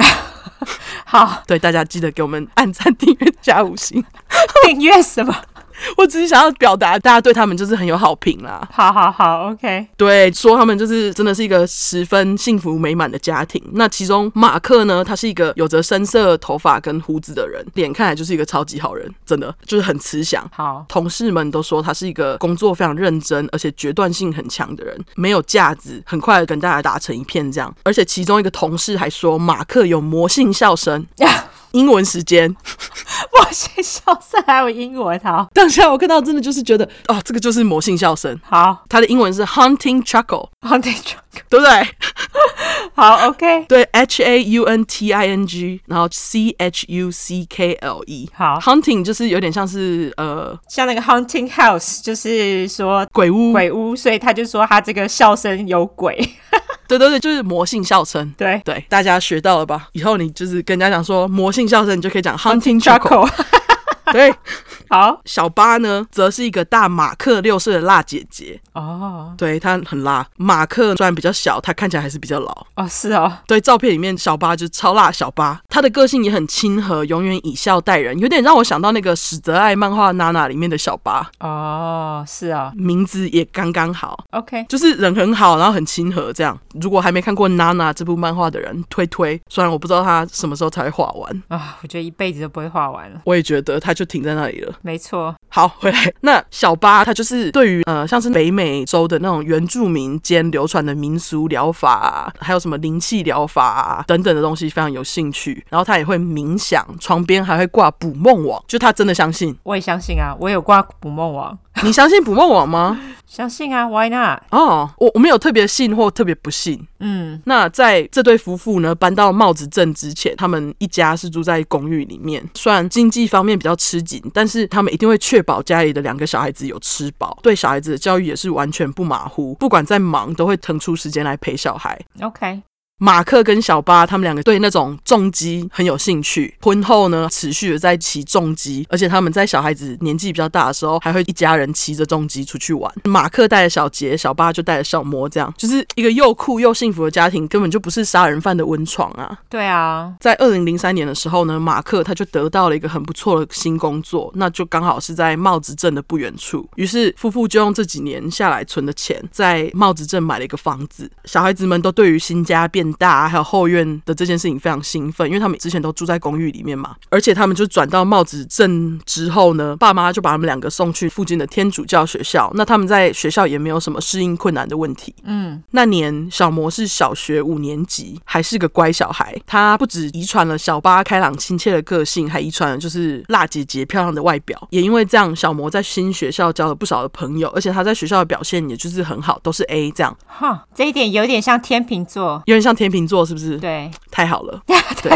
好，对，大家记得给我们按赞、订阅加五星。 <laughs> 订阅什么？我只是想要表达，大家对他们就是很有好评啦。好好好，OK。对，说他们就是真的是一个十分幸福美满的家庭。那其中马克呢，他是一个有着深色头发跟胡子的人，脸看起来就是一个超级好人，真的就是很慈祥。好，同事们都说他是一个工作非常认真，而且决断性很强的人，没有架子，很快跟大家打成一片这样。而且其中一个同事还说马克有魔性笑声。英文时间， <laughs> 我先笑色还有英文，好当下我看到真的就是觉得，哦，这个就是魔性笑声。好他的英文是 hunting chuckle，好那种对不对？ <laughs> 好 OK，对，H A U N T I N G，然后 C H U C K L E。好，hunting 就是有点像是呃像那个 Haunting House，就是说鬼屋，鬼屋，所以他就说他这个笑声有鬼。 <laughs> 对对对，就是魔性笑声。对对，大家学到了吧？以后你就是跟人家讲说魔性笑声，你就可以讲 hunting c h u c k chuckle。 l 对， <laughs> 好小巴呢，则是一个大马克六岁的辣姐姐，哦对她很辣。马克虽然比较小，她看起来还是比较老。哦是哦，对，照片里面小巴就是超辣小巴，她的个性也很亲和，永远以笑待人，有点让我想到那个史泽爱漫画《娜娜》里面的小巴。哦是哦名字也刚刚好， ，OK，就是人很好，然后很亲和这样。如果还没看过《娜娜》这部漫画的人，推推。虽然我不知道他什么时候才会画完，啊、我觉得一辈子都不会画完了。我也觉得他就停在那里了。没错，好，回来。那小巴他就是对于呃，像是北美洲的那种原住民间流传的民俗疗法、啊，还有什么灵气疗法、啊、等等的东西非常有兴趣。然后他也会冥想，床边还会挂捕梦网，就他真的相信。我也相信啊，我有挂捕梦网，你相信捕梦网吗？相信啊，Why not？哦，我我没有特别信或特别不信，嗯，那在这对夫妇呢搬到帽子镇之前，他们一家是住在公寓里面。虽然经济方面比较吃紧，但是他们一定会确保家里的两个小孩子有吃饱，对小孩子的教育也是完全不马虎。不管再忙，都会腾出时间来陪小孩。 OK，马克跟小巴他们两个对那种重击很有兴趣，婚后呢持续的在骑重机，而且他们在小孩子年纪比较大的时候，还会一家人骑着重机出去玩。马克带着小杰，小巴就带着小魔，这样就是一个又酷又幸福的家庭，根本就不是杀人犯的温床啊！对啊，在二零零三年的时候呢，马克他就得到了一个很不错的新工作，那就刚好是在帽子镇的不远处。于是夫妇就用这几年下来存的钱，在帽子镇买了一个房子。小孩子们都对于新家变大还有后院的这件事情非常兴奋，因为他们之前都住在公寓里面嘛，而且他们就转到帽子镇之后呢，爸妈就把他们两个送去附近的天主教学校。那他们在学校也没有什么适应困难的问题。嗯，那年小魔是小学五年级，还是个乖小孩。他不止遗传了小巴开朗亲切的个性，还遗传了就是辣姐姐漂亮的外表。也因为这样，小魔在新学校交了不少的朋友，而且他在学校的表现也就是很好，都是 A 这样，哈，这一点有点像天秤座，有点像天秤座，是不是？对，太好了，对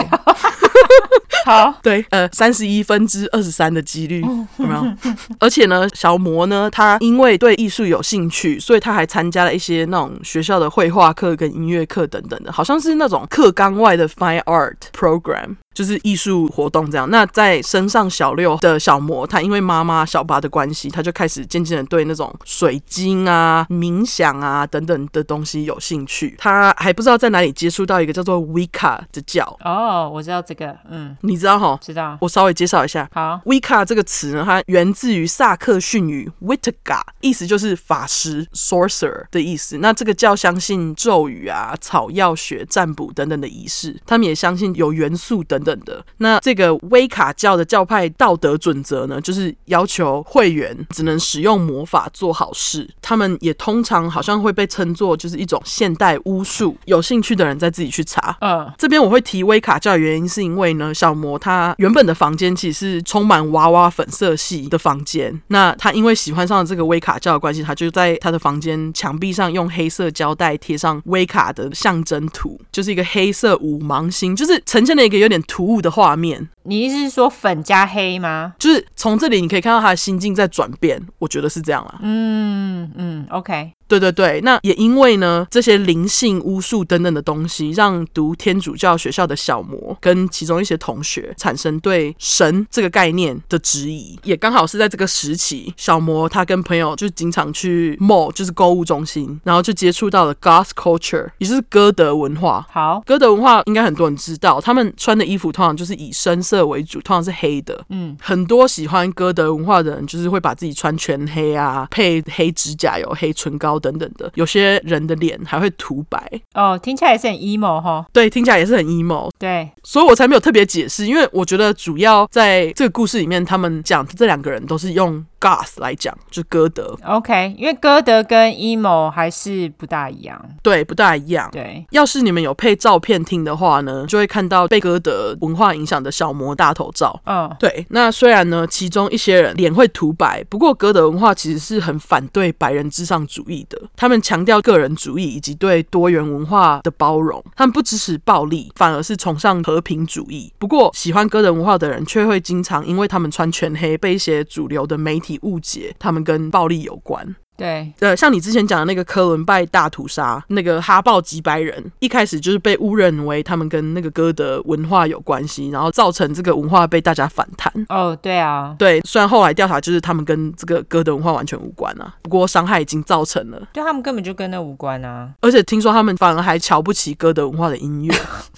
好，对，呃，三十一分之二十三的几率，有没有？ <laughs> 而且呢，小魔呢，他因为对艺术有兴趣，所以他还参加了一些那种学校的绘画课跟音乐课等等的，好像是那种课纲外的 fine art program。就是艺术活动这样。那在升上小六的小魔，他因为妈妈小巴的关系，他就开始渐渐的对那种水晶啊、冥想啊等等的东西有兴趣。他还不知道在哪里接触到一个叫做 Wicca 的教，哦，我知道这个，嗯，你知道哈？知道，我稍微介绍一下，好， Wicca 这个词呢，它源自于萨克逊语 Witga，意思就是法师 （sorcerer） 的意思。那这个教相信咒语啊、草药学、占卜等等的仪式，他们也相信有元素等等的。那这个威卡教的教派道德准则呢，就是要求会员只能使用魔法做好事。他们也通常好像会被称作就是一种现代巫术。有兴趣的人再自己去查。嗯，这边我会提威卡教的原因，是因为呢，小魔他原本的房间其实是充满娃娃粉色系的房间，那他因为喜欢上了这个威卡教的关系，他就在他的房间墙壁上用黑色胶带贴上威卡的象征图，就是一个黑色五芒星，就是呈现了一个有点突兀的画面。你意思是说粉加黑吗？就是从这里你可以看到他的心境在转变，我觉得是这样啦。嗯嗯，OK，对对对，那也因为呢，这些灵性、巫术等等的东西，让读天主教学校的小魔跟其中一些同学产生对神这个概念的质疑。也刚好是在这个时期，小魔他跟朋友就经常去 mall，就是购物中心，然后就接触到了 goth culture，也就是歌德文化。好，歌德文化应该很多人知道，他们穿的衣服通常就是以深色为主，通常是黑的。嗯，很多喜欢歌德文化的人，就是会把自己穿全黑啊，配黑指甲油、黑唇膏等等的。有些人的脸还会涂白，哦，听起来也是很 emo 哈，对，听起来也是很 emo。对，所以我才没有特别解释，因为我觉得主要在这个故事里面，他们讲这两个人都是用 goth 来讲，就是歌德， OK，因为歌德跟 emo 还是不大一样，对，不大一样。对，要是你们有配照片听的话呢，就会看到被歌德文化影响的小魔大头照。嗯，对，那虽然呢，其中一些人脸会涂白，不过歌德文化其实是很反对白人至上主义的。他们强调个人主义以及对多元文化的包容，他们不支持暴力，反而是崇尚和平主义。不过，喜欢歌德文化的人却会经常因为他们穿全黑，被一些主流的媒体误解，他们跟暴力有关。对，呃，像你之前讲的那个科伦拜大屠杀，那个哈豹几百人，一开始就是被误认为他们跟那个歌德文化有关系，然后造成这个文化被大家反弹。哦，对啊，对，虽然后来调查就是他们跟这个歌德文化完全无关啊，不过伤害已经造成了，对他们根本就跟那无关啊。而且听说他们反而还瞧不起歌德文化的音乐，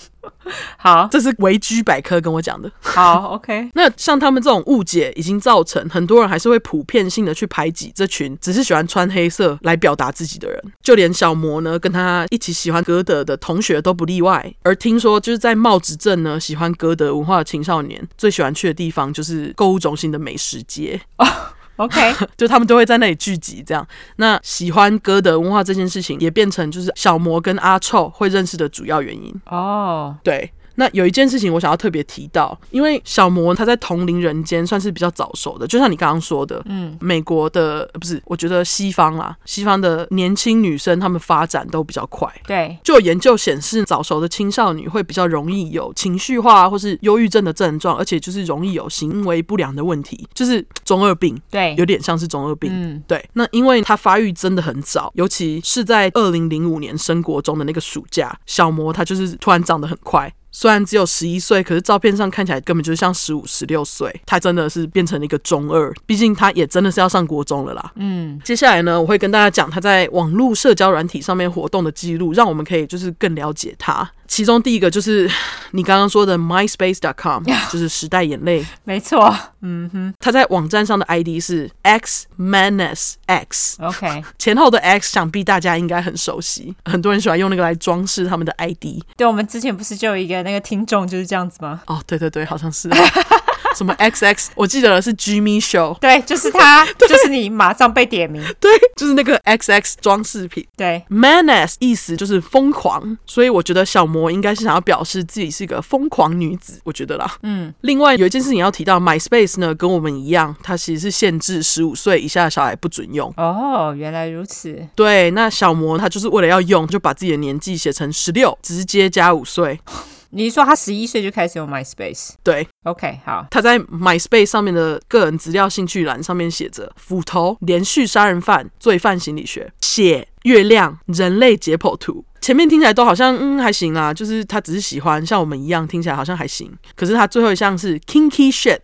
<laughs> 好，这是维基百科跟我讲的。好，OK，那像他们这种误解已经造成很多人还是会普遍性的去排挤这群只是喜欢穿黑色来表达自己的人，就连小魔呢跟他一起喜欢歌德的同学都不例外。而听说就是在帽子镇呢，喜欢歌德文化的青少年最喜欢去的地方就是购物中心的美食街。 ，OK，就他们都会在那里聚集，这样。那喜欢歌德文化这件事情，也变成就是小魔跟阿臭会认识的主要原因。哦，对，那有一件事情我想要特别提到，因为小魔他在同龄人间算是比较早熟的，就像你刚刚说的，嗯，美国的呃不是，我觉得西方啦，西方的年轻女生她们发展都比较快。对，就有研究显示，早熟的青少女会比较容易有情绪化或是忧郁症的症状，而且就是容易有行为不良的问题，就是中二病，对有，点像是中二病。嗯，对，那因为他发育真的很早，尤其是在二零零五年升国中的那个暑假，小魔他就是突然长得很快。虽然只有十一岁，可是照片上看起来根本就是像十五、十六岁。他真的是变成了一个中二，毕竟他也真的是要上国中了啦。嗯，接下来呢，我会跟大家讲他在网络社交软体上面活动的记录，让我们可以就是更了解他。其中第一个就是你刚刚说的 <laughs> MySpace.com，就是时代眼泪。没错，嗯哼他在网站上的 ID 是 X Manus X。 ，OK，前后的 X 想必大家应该很熟悉，很多人喜欢用那个来装饰他们的 ID。对，我们之前不是就有一个那个听众就是这样子吗？哦，对对对，好像是什么 XX，我记得是 Jimmy <laughs> Show，对，就是他，就是你，马上被点名，对，就是那个 XX 装饰品。对， Manas 意思就是疯狂，所以我觉得小魔应该是想要表示自己是一个疯狂女子，我觉得啦。嗯，另外有一件事情要提到，MySpace 呢跟我们一样，它其实是限制十五岁以下的小孩不准用。哦，原来如此，对，那小魔他就是为了要用，就把自己的年纪写成十六，直接加五岁。你是说他十一岁就开始用 MySpace，OK，、对，好，他在 MySpace 上面的个人资料兴趣栏上面写着“斧头、连续杀人犯、罪犯心理学、血、月亮、人类解剖图”。前面听起来都好像嗯还行啦，就是他只是喜欢像我们一样，听起来好像还行。可是他最后一项是 kinky shit，kinky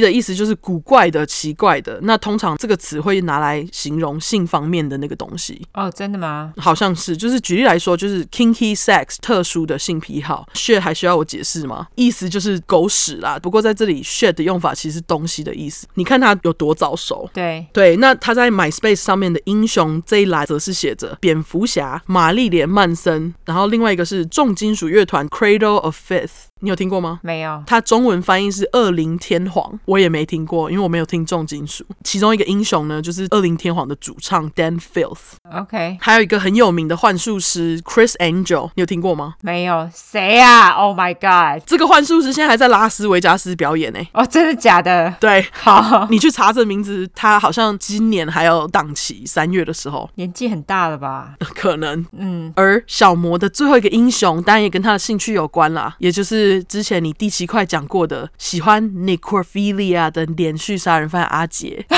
嗯，的意思就是古怪的、奇怪的。那通常这个词会拿来形容性方面的那个东西。哦，真的吗？好像是，就是举例来说，就是 kinky sex 特殊的性癖好，shit 还需要我解释吗？意思就是狗屎啦。不过在这里 shit 的用法其实是东西的意思。你看它有多早熟。对，对，那他在 MySpace 上面的英雄这一栏则则是写着蝙蝠侠、玛丽莲·曼森，然后另外一个是重金属乐团 Cradle of Filth，你有听过吗？没有，它中文翻译是恶灵天皇，我也没听过，因为我没有听重金属。其中一个英雄呢，就是恶灵天皇的主唱 Dan Filth， OK，还有一个很有名的幻术师 Chris Angel，你有听过吗？没有，谁呀、啊、？Oh my god！这个幻术师现在还在拉斯维加斯表演呢、哦，真的假的？对好，你去查这名字，他好像今年还有档期，三月的时候 <laughs> 年纪很大了吧？可能。嗯，而小魔的最后一个英雄，当然也跟他的兴趣有关啦，也就是之前你第七块讲过的，喜欢 necrophilia 的连续杀人犯阿杰。 <laughs>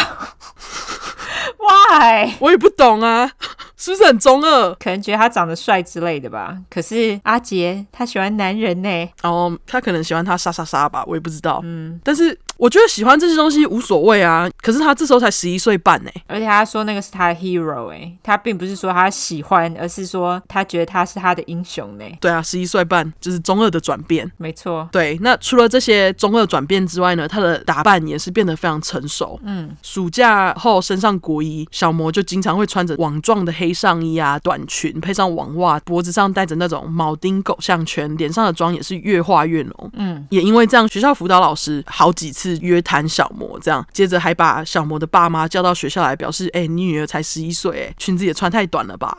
why？我也不懂啊，是不是很中二？可能觉得他长得帅之类的吧。可是阿杰他喜欢男人呢、哦、他可能喜欢他杀杀杀吧，我也不知道。嗯，但是我觉得喜欢这些东西无所谓啊。可是他这时候才十一岁半呢、欸而且他说那个是他的 hero 哎、他并不是说他喜欢，而是说他觉得他是他的英雄呢、欸对啊，十一岁半就是中二的转变。没错，对，那除了这些中二转变之外呢，他的打扮也是变得非常成熟。嗯，暑假后身上国衣，小魔就经常会穿着网状的黑上衣啊、短裙，配上网袜，脖子上戴着那种铆钉狗项圈，脸上的妆也是越化越浓。嗯，也因为这样，学校辅导老师好几次约谈小魔，这样接着还把小魔的爸妈叫到学校来，表示：“哎、你女儿才十一岁，哎，裙子也穿太短了吧。”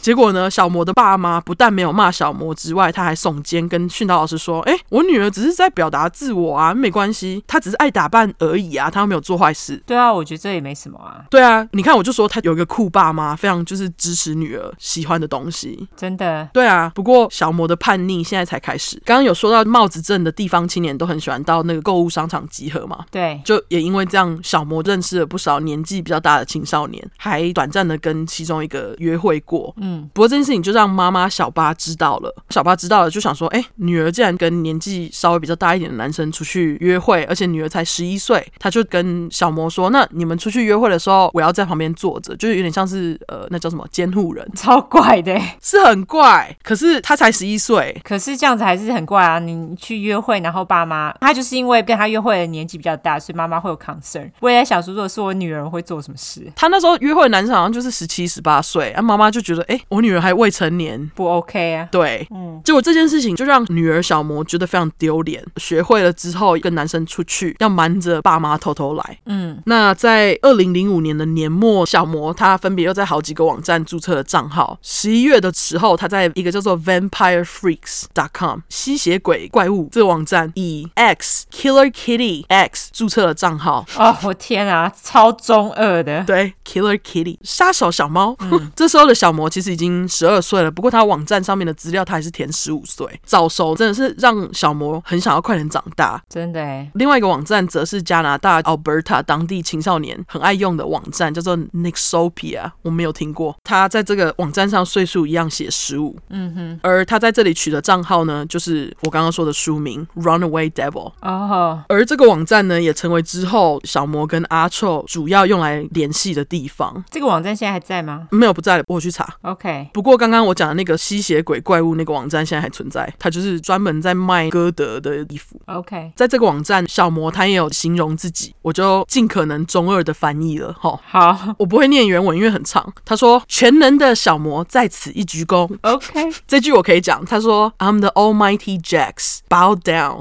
结果呢，小魔的爸妈不但没有骂小魔之外，他还耸肩跟训导老师说：“哎，我女儿只是在表达自我啊，没关系，她只是爱打扮而已啊，她又没有做坏事。对啊，我觉得这也没什么啊”，对啊，你看我就说他有一个酷爸妈，非常就是支持女儿喜欢的东西。真的。对啊，不过小魔的叛逆现在才开始。刚刚有说到帽子镇的地方青年都很喜欢到那个购物商场集合嘛，对， <laughs> 就也因为这样，小魔认识了不少年纪比较大的青少年，还短暂的跟其中一个约会过。嗯，不过这件事情就让妈妈小巴知道了。小巴知道了，就想说，哎、女儿竟然跟年纪稍微比较大一点的男生出去约会，而且女儿才十一岁，他就跟小魔说，那你们出去约会的时候，我要在旁边坐着，就是有点像是呃，那叫什么监护人，超怪的欸、是很怪。可是他才十一岁，可是这样子还是很怪啊！你你去约会，然后爸妈他就是因为跟他约会的年纪比较大，所以妈妈会有 concern。我也在想说，如果是我女儿，我会做什么事？他那时候约会的男生好像就是十七、十八岁，啊，妈妈就觉得，哎、我女儿还未成年。不 OK 啊？对，嗯，结果这件事情就让女儿小魔觉得非常丢脸。学会了之后，跟男生出去要瞒着爸妈偷偷来。嗯，那在二零零五年的年末，小魔他分别又在好几个网站注册了账号。十一月的时候，他在一个叫做 VampireFreaks.com 吸血鬼怪物这个网站以 X Killer Kitty X 注册了账号。哦，我天啊，超中二的。 <laughs> 对，Killer Kitty 杀手小猫。 <laughs> 这时候的小魔其实已经十二岁了，不过他网站上面的资料他还是填十五岁。早熟真的是让小魔很想要快点长大。真的哎，另外一个网站则是加拿大 Alberta 当地青少年很爱用的网站，叫做 Nixopia，我没有听过。他在这个网站上岁数一样写十五，嗯哼，而他在这里取的账号呢，就是我刚刚说的书名《Runaway Devil》。哦，而这个网站呢，也成为之后小魔跟阿臭主要用来联系的地方。这个网站现在还在吗没有不在了，我去查。 ？OK，不过刚刚我讲的那个吸血鬼怪物那个网站现在还存在，它就是专门在卖歌德的衣服。 OK，在这个网站，小魔他也有形容自己，我就尽可能中二的翻译了哈。好我不会念原文，因为很长。他说：“全能的小魔在此一鞠躬。 ，OK，” 这句我可以讲。他说：“I'm the Almighty Jax, bow down。”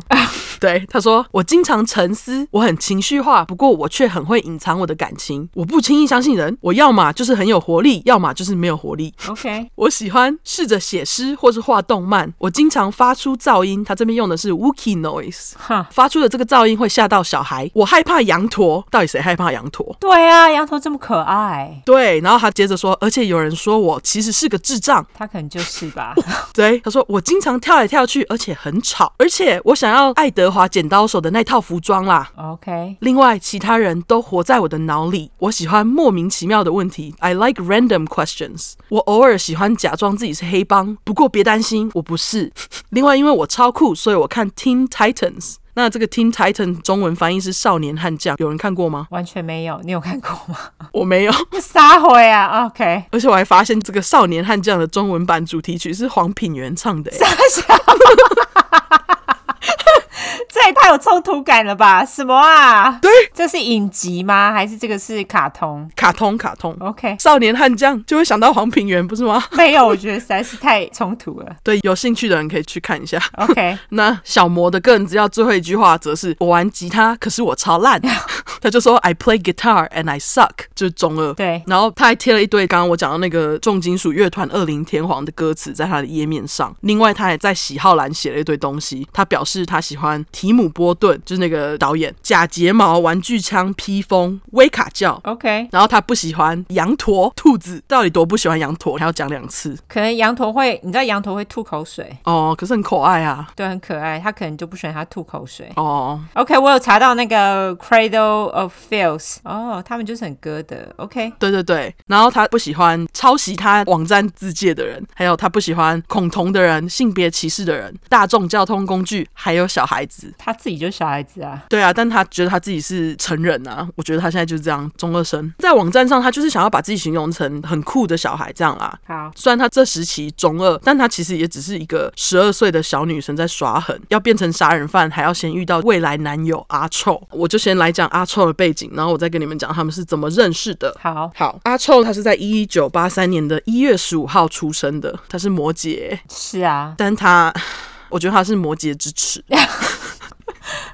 对，他说：“我经常沉思，我很情绪化，不过我却很会隐藏我的感情。我不轻易相信人，我要么就是很有活力，要么就是没有活力。 OK，我喜欢试着写诗或是画动漫。我经常发出噪音，他这边用的是 Wookie noise，哈，发出的这个噪音会吓到小孩。我害怕羊驼，到底谁害怕羊驼？对啊，羊驼这么可爱，对，然后他接着说，而且有人说我其实是个智障。他可能就是吧。 <laughs> 对，他说我经常跳来跳去，而且很吵，而且我想要爱德华剪刀手的那套服装啦。 OK，另外，其他人都活在我的脑里。我喜欢莫名其妙的问题，I like random questions。我偶尔喜欢假装自己是黑帮，不过别担心，我不是。另外，因为我超酷，所以我看 Teen Titans。那这个 Teen Titan 中文翻译是少年悍将，有人看过吗？完全没有，你有看过吗？ <laughs> 我没有，撒谎啊，OK，而且我还发现这个少年悍将的中文版主题曲是黄品源唱的、欸。 <laughs> 这也太有冲突感了吧？什么啊？对，这是影集吗？还是这个是卡通卡通卡通。 ？OK，少年悍将就会想到黄平原，不是吗？没有，我觉得实在是太冲突了。对，有兴趣的人可以去看一下。 OK，那小魔的个人资料最后一句话则是：“我玩吉他，可是我超烂。”他就说：“I play guitar and I suck。”就是中二。对然后他还贴了一堆刚刚我讲到那个重金属乐团恶灵天皇的歌词在他的页面上。另外，他还在喜好栏写了一堆东西。他表示他喜欢提姆波顿，就是那个导演，假睫毛、玩具枪、披风、威卡教。 ，OK，然后他不喜欢羊驼、兔子，到底多不喜欢羊驼？还要讲两次可能羊驼会，你知道羊驼会吐口水，哦，可是很可爱啊。对，很可爱，他可能就不喜欢他吐口水。哦， OK，我有查到那个 Cradle of Filth，哦，他们就是很歌的。OK，对对对，然后他不喜欢抄袭他网站自介的人，还有他不喜欢恐同的人、性别歧视的人、大众交通工具，还有小孩子。他自己就是小孩子啊。对啊，但他觉得他自己是成人啊，我觉得他现在就是这样中二生，在网站上他就是想要把自己形容成很酷的小孩这样啦。好，虽然他这时期中二，但他其实也只是一个十二岁的小女生在耍狠，要变成杀人犯还要先遇到未来男友阿臭。我就先来讲阿臭的背景，然后我再跟你们讲他们是怎么认识的。好，好，阿臭他是在一九八三年的一月十五号出生的，他是摩羯，是啊，但他我觉得他是摩羯之耻， <laughs>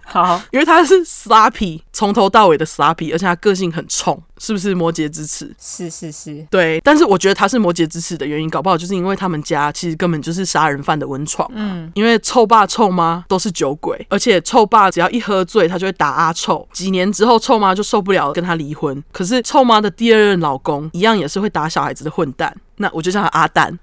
好，因为他是 sloppy，从头到尾的 sloppy，而且他个性很冲，是不是摩羯之耻？是是是，对，但是我觉得他是摩羯之耻的原因，搞不好就是因为他们家其实根本就是杀人犯的温床、嗯，因为臭爸臭妈都是酒鬼，而且臭爸只要一喝醉，他就会打阿臭。几年之后，臭妈就受不了跟他离婚，可是臭妈的第二任老公一样也是会打小孩子的混蛋，那我就叫他阿蛋，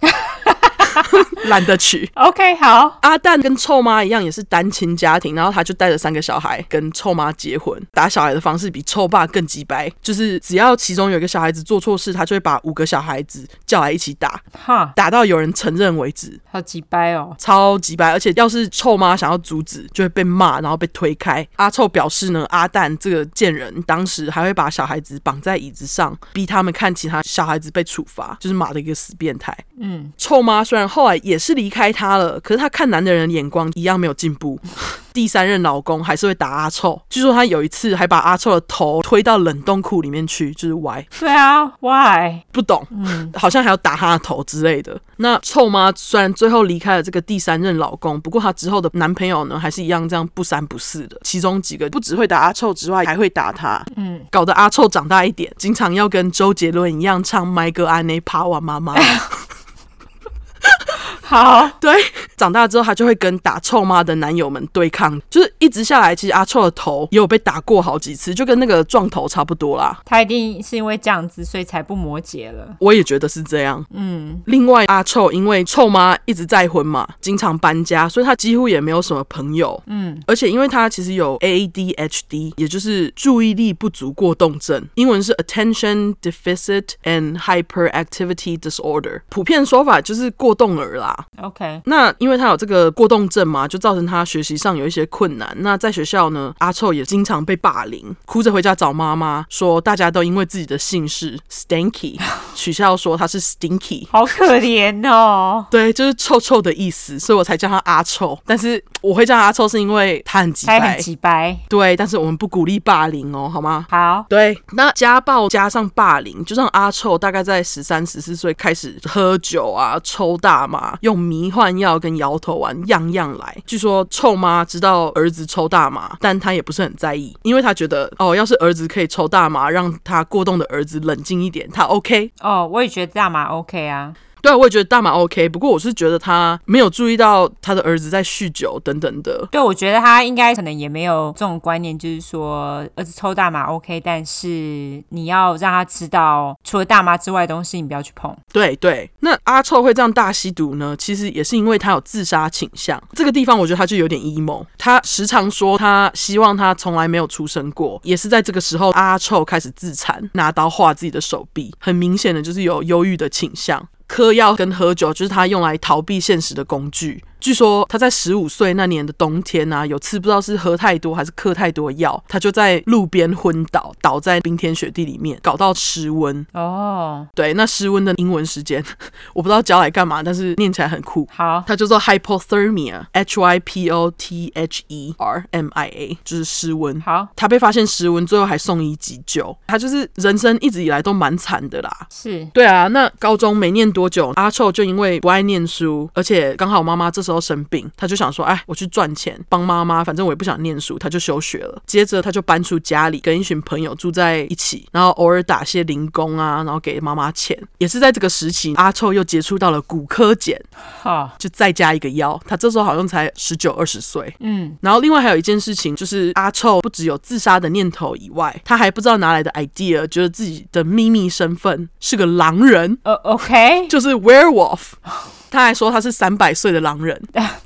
懒得取。 OK，好，阿蛋跟臭妈一样，也是单亲家庭，然后他就带着三个小孩跟臭妈结婚。打小孩的方式比臭爸更鸡掰，就是只要其中有一个小孩子做错事，他就会把五个小孩子叫来一起打，哈，打到有人承认为止。好鸡掰哦。超级白，而且要是臭妈想要阻止，就会被骂，然后被推开。阿臭表示呢，阿蛋这个贱人当时还会把小孩子绑在椅子上，逼他们看其他小孩子被处罚，就是马的一个死变态。嗯，臭妈虽然后来也是离开他了，可是她看男的人眼光一样没有进步。 <laughs> 第三任老公还是会打阿臭，据说他有一次还把阿臭的头推到冷冻库里面去，就是歪，对啊，Why？不懂，好像还要打他的头之类的。那臭妈虽然最后离开了这个第三任老公，不过她之后的男朋友呢，还是一样这样不三不四的。其中几个不只会打阿臭之外，还会打他，嗯，搞得阿臭长大一点，经常要跟周杰伦一样唱《My g i r I n e Power 妈妈》。好，对，长大之后他就会跟打臭妈的男友们对抗，就是一直下来，其实阿臭的头也有被打过好几次，就跟那个撞头差不多啦。他一定是因为这样子，所以才不摩羯了。我也觉得是这样。嗯，另外，阿臭因为臭妈一直再婚嘛，经常搬家，所以他几乎也没有什么朋友。嗯，而且因为他其实有 ADHD，也就是注意力不足过动症，英文是 Attention Deficit and Hyperactivity Disorder，普遍说法就是过动儿啦。 OK，那因为他有这个过动症嘛，就造成他学习上有一些困难。那在学校呢，阿臭也经常被霸凌，哭着回家找妈妈，说大家都因为自己的姓氏 <laughs> Stinky 取笑说他是 Stinky。好可怜哦。对，就是臭臭的意思，所以我才叫他阿臭。但是我会叫他阿臭，是因为他很鸡他也掰很。鸡掰。对，但是我们不鼓励霸凌哦，好吗？好，对，那家暴加上霸凌，就让阿臭大概在十三、十四岁开始喝酒啊、抽大麻、用迷幻药跟摇头丸，样样来。据说臭妈知道儿子抽大麻，但她也不是很在意，因为她觉得哦，要是儿子可以抽大麻，让他过动的儿子冷静一点，她 OK。哦，我也觉得大麻 OK 啊。对啊，我也觉得大麻 OK，不过我是觉得她没有注意到她的儿子在酗酒等等的。对，我觉得他应该可能也没有这种观念，就是说儿子抽大麻 OK，但是你要让他知道，除了大麻之外的东西，你不要去碰。对对，那阿臭会这样大吸毒呢？其实也是因为他有自杀倾向。这个地方我觉得他就有点 emo。他时常说他希望他从来没有出生过，也是在这个时候，阿臭开始自残，拿刀划自己的手臂，很明显的就是有忧郁的倾向。嗑药跟喝酒就是他用来逃避现实的工具。据说他在十五岁那年的冬天啊，有次不知道是喝太多还是嗑太多药，他就在路边昏倒，倒在冰天雪地里面，搞到失温。哦，对，那失温的英文时间我不知道教来干嘛，但是念起来很酷。好，它叫做 hypothermia，H Y P O T H E R M I A，就是失温。好，他被发现失温，最后还送医急救。他就是人生一直以来都蛮惨的啦。是对啊，那高中没念多久，阿臭就因为不爱念书，而且刚好妈妈这时候生病，他就想说，哎，我去赚钱帮妈妈，反正我也不想念书，他就休学了。接着他就搬出家里，跟一群朋友住在一起，然后偶尔打些零工啊，然后给妈妈钱。也是在这个时期，阿臭又接触到了骨科碱，好，就再加一个腰。他这时候好像才十九二十岁。嗯，然后另外还有一件事情，就是阿臭不只有自杀的念头以外，他还不知道哪来的 idea，觉得自己的秘密身份是个狼人，呃，OK， <laughs> 就是 werewolf。他还说他是三百岁的狼人，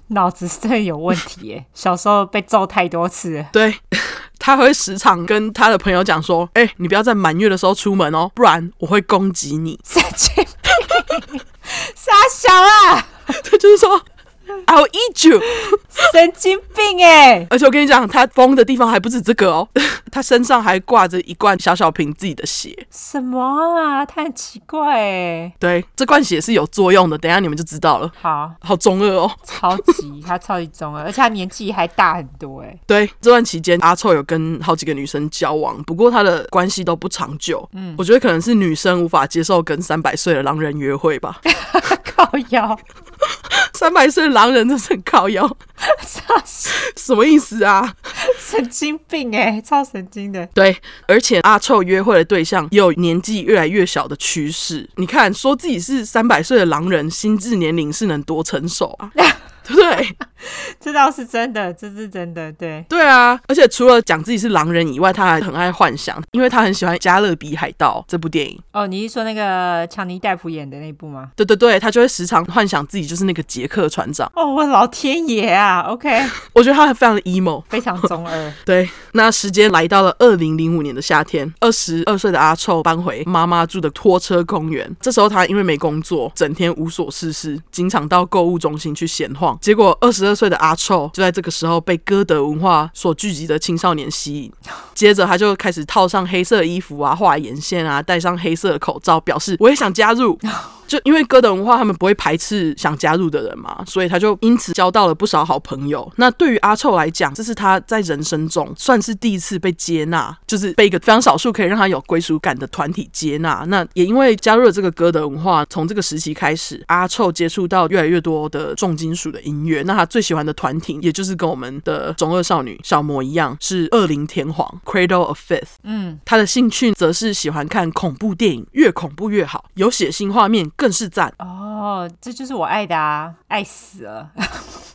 脑子真的有问题耶，小时候被揍太多次了，对。他会时常跟他的朋友讲说：“哎、你不要在满月的时候出门哦，不然我会攻击你。 <laughs> 神经病，傻小啊，”他就是说：“I'll <laughs> eat you。” <laughs> 神经病哎，而且我跟你讲，他疯的地方还不止这个哦， <laughs> 他身上还挂着一罐小小瓶自己的血。什么啊，他很奇怪哎，对，这罐血是有作用的，等一下你们就知道了。好，好中二哦。超级，他超级中二，而且他年纪还大很多哎，对，这段期间阿臭有跟好几个女生交往，不过他的关系都不长久。嗯，我觉得可能是女生无法接受跟三百岁的狼人约会吧。 <laughs> <laughs> 靠腰，三百岁的狼人真是很靠腰， <laughs> 傻小什么意思啊？神经病哎，超神经的，对，而且阿臭约会的对象也有年纪越来越小的趋势。你看，说自己是三百岁的狼人，心智年龄是能多成熟啊？对不 <laughs> 对？这倒是真的，这是真的，对，对啊，而且除了讲自己是狼人以外，他还很爱幻想，因为他很喜欢《加勒比海盗》这部电影。哦，你是说那个强尼戴普演的那一部吗？对对对，他就会时常幻想自己就是那个杰克船长。哦，我老天爷啊！OK， <laughs> 我觉得他非常的 emo。非常中二。对，那时间来到了二零零五年的夏天，二十二岁的阿臭搬回妈妈住的拖车公园。这时候他因为没工作，整天无所事事，经常到购物中心去闲晃。结果二十二岁的阿臭就在这个时候被歌德文化所聚集的青少年吸引，接着他就开始套上黑色衣服啊，画眼线啊，戴上黑色的口罩，表示我也想加入。就因为哥德文化，他们不会排斥想加入的人嘛，所以他就因此交到了不少好朋友。那对于阿臭来讲，这是他在人生中算是第一次被接纳，就是被一个非常少数可以让他有归属感的团体接纳。那也因为加入了这个哥德文化，从这个时期开始，阿臭接触到越来越多的重金属的音乐。那他最喜欢的团体，也就是跟我们的中二少女小魔一样，是恶灵天皇 （Cradle of Filth）。嗯，他的兴趣则是喜欢看恐怖电影，越恐怖越好，有血腥画面更是赞。啊哦，这就是我爱的啊，爱死了！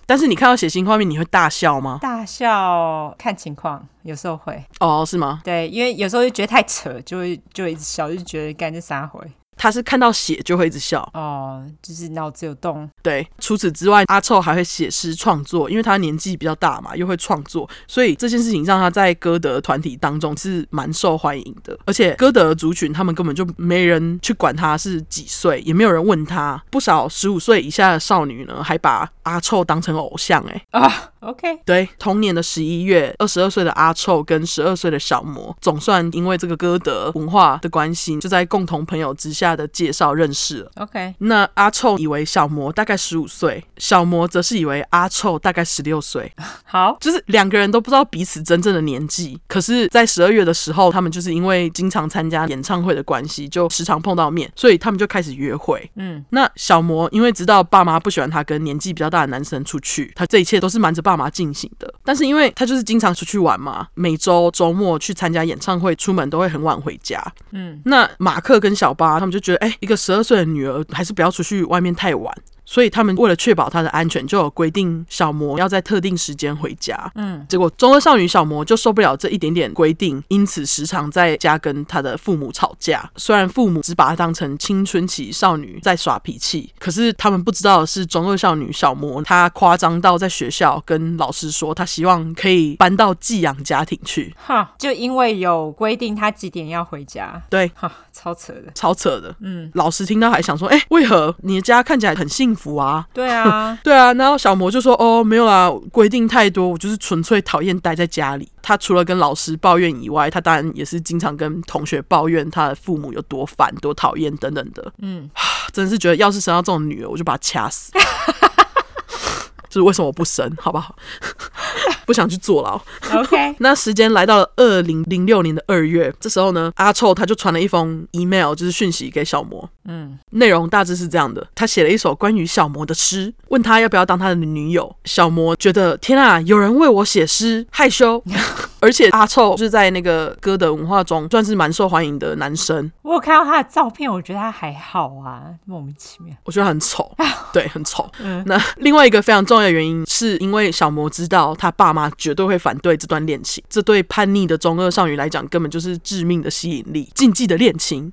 但是你看到血腥画面，你会大笑吗？大笑看情况，有时候会哦，是吗？对，因为有时候就觉得太扯，就会就会一直笑，就觉得干这啥回他是看到血就会一直笑。哦，就是脑子有洞。对，除此之外，阿臭还会写诗创作，因为他年纪比较大嘛，又会创作，所以这件事情让他在歌德团体当中是蛮受欢迎的。而且歌德族群他们根本就没人去管他是几岁，也没有人问他。不少十五岁以下的少女呢，还把阿臭当成偶像、欸，啊 OK，对，同年的十一月，二十二岁的阿臭跟十二岁的小魔，总算因为这个歌德文化的关系，就在共同朋友之下的介绍认识了。 OK，那阿臭以为小魔大概十五岁，小魔则是以为阿臭大概十六岁，好，就是两个人都不知道彼此真正的年纪。可是，在十二月的时候，他们就是因为经常参加演唱会的关系，就时常碰到面，所以他们就开始约会。嗯，那小魔因为知道爸妈不喜欢他跟年纪比较大的男生出去，他这一切都是瞒着爸妈进行的。但是因为他就是经常出去玩嘛，每周周末去参加演唱会，出门都会很晚回家。嗯，那马克跟小巴他们就觉得，哎、一个十二岁的女儿还是不要出去外面太晚。所以他们为了确保她的安全，就有规定小魔要在特定时间回家。嗯，结果中二少女小魔就受不了这一点点规定，因此时常在家跟她的父母吵架。虽然父母只把她当成青春期少女在耍脾气，可是他们不知道的是，中二少女小魔她夸张到在学校跟老师说，她希望可以搬到寄养家庭去。哈，就因为有规定他几点要回家，对，哈，超扯的。超扯的。嗯，老师听到还想说，哎、为何你的家看起来很幸服啊。对啊，对啊，然后小魔就说：“哦，没有啦，规定太多，我就是纯粹讨厌待在家里。”他除了跟老师抱怨以外，他当然也是经常跟同学抱怨他的父母有多烦、多讨厌等等的。嗯， <sighs> 真的是觉得要是生到这种女儿，我就把她掐死。 <laughs> 就是为什么我不生，好不好？ <laughs> 不想去坐牢。 OK，那时间来到了二零零六年的二月，这时候呢，阿臭他就传了一封 email，就是讯息给小魔，嗯，内容大致是这样的：他写了一首关于小魔的诗，问他要不要当他的女友。小魔觉得天啊，有人为我写诗，害羞。而且阿臭是在那个歌德文化中算是蛮受欢迎的男生，我有看到他的照片，我觉得他还好啊，莫名其妙。我觉得他很丑，对，很丑。嗯那另外一个非常重要的原因，是因为小魔知道他爸妈绝对会反对这段恋情，这对叛逆的中二少女来讲，根本就是致命的吸引力，禁忌的恋情。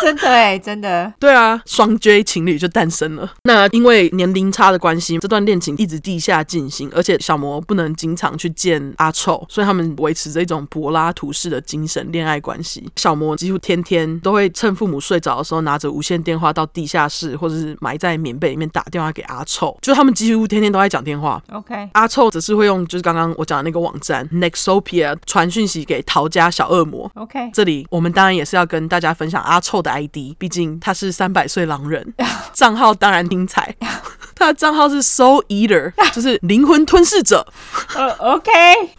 真的哎，真的，对啊，双 J 情侣就诞生了。那因为年龄差的关系，这段恋情一直地下进行，而且小魔不能经常去见阿臭，所以他们维持着一种柏拉图式的精神恋爱关系。小魔几乎天天都会趁父母睡着的时候，拿着无线电话到地下室，或者是埋在棉被里面打电话给阿臭，就他们几乎天天都在讲电话。 OK，阿臭只是会用就是刚刚我讲的那个网站 Nexopia 传讯息给陶家小恶魔， OK，这里我们当然也是要跟大家分享阿臭的 ID，毕竟他是三百岁狼人，账号当然精彩。他的账号是 Soul Eater，就是灵魂吞噬者， <laughs> 呃，OK，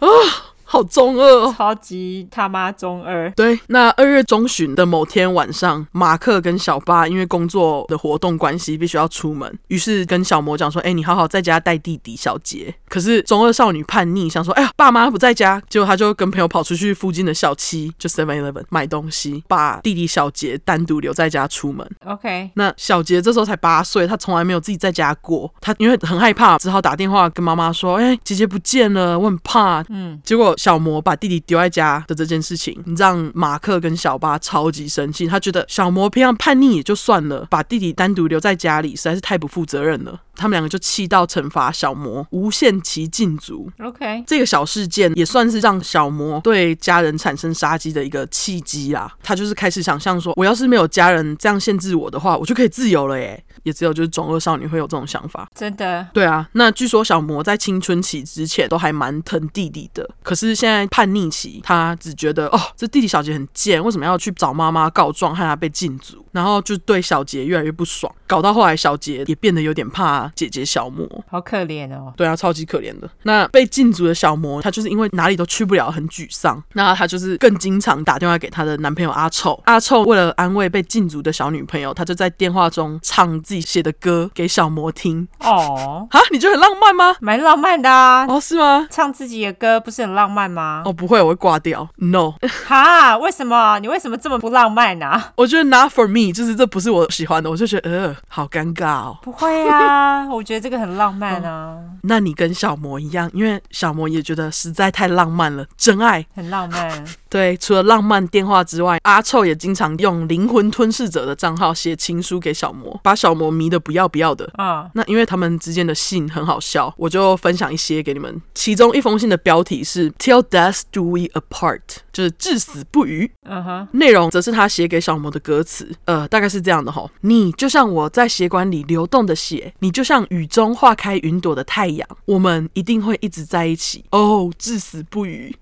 好中二哦。 <laughs> 超级他妈中二，对，那二月中旬的某天晚上，马克跟小巴因为工作的活动关系，必须要出门，于是跟小魔讲说：“哎、你好好在家带弟弟小杰。”可是中二少女叛逆，想说：“哎呀，爸妈不在家。”结果她就跟朋友跑出去附近的小七，就 Seven Eleven 买东西，把弟弟小杰单独留在家出门。 OK，那小杰这时候才八岁，他从来没有自己在家过。他因为很害怕，只好打电话跟妈妈说：“哎、姐姐不见了，我很怕。”嗯，结果小魔把弟弟丢在家的这件事情，让马克跟小巴超级生气。他觉得小魔平常叛逆也就算了，把弟弟单独留在家里实在是太不负责任了。他们两个就气到惩罚小魔，无限期禁足。 OK，这个小事件也算是让小魔对家人产生杀机的一个契机啦。他就是开始想象说，我要是没有家人这样限制我的话，我就可以自由了耶。也只有就是中二少女会有这种想法。真的，对啊，那据说小魔在青春期之前都还蛮疼弟弟的，可是现在叛逆期，他只觉得哦，这弟弟小杰很贱，为什么要去找妈妈告状，害他被禁足，然后就对小杰越来越不爽，搞到后来小杰也变得有点怕姐姐小魔。好可怜哦。 <laughs> 对啊，超级可怜的。那被禁足的小魔，她就是因为哪里都去不了，很沮丧。那她就是更经常打电话给她的男朋友阿臭。阿臭为了安慰被禁足的小女朋友，他就在电话中唱自己写的歌给小魔听。哦，啊，你觉得很浪漫吗？蛮浪漫的啊，哦，是吗？唱自己的歌不是很浪漫吗？哦，不会，我会挂掉。No， <laughs> 哈，为什么你为什么这么不浪漫啊？我觉得 not for me，就是这不是我喜欢的，我就觉得呃，好尴尬哦。 <laughs> 不会啊，我觉得这个很浪漫啊，那你跟小魔一样，因为小魔也觉得实在太浪漫了，真爱。很浪漫。对，除了浪漫电话之外，阿臭也经常用灵魂吞噬者的账号写情书给小魔，把小魔迷得不要不要的。嗯，那因为他们之间的信很好笑，我就分享一些给你们。其中一封信的标题是 "Till death do we apart"，就是至死不渝。嗯哼，内容则是他写给小魔的歌词，呃，大概是这样的吼：你就像我在血管里流动的血，你就像雨中化开云朵的太阳，我们一定会一直在一起，哦，至死不渝。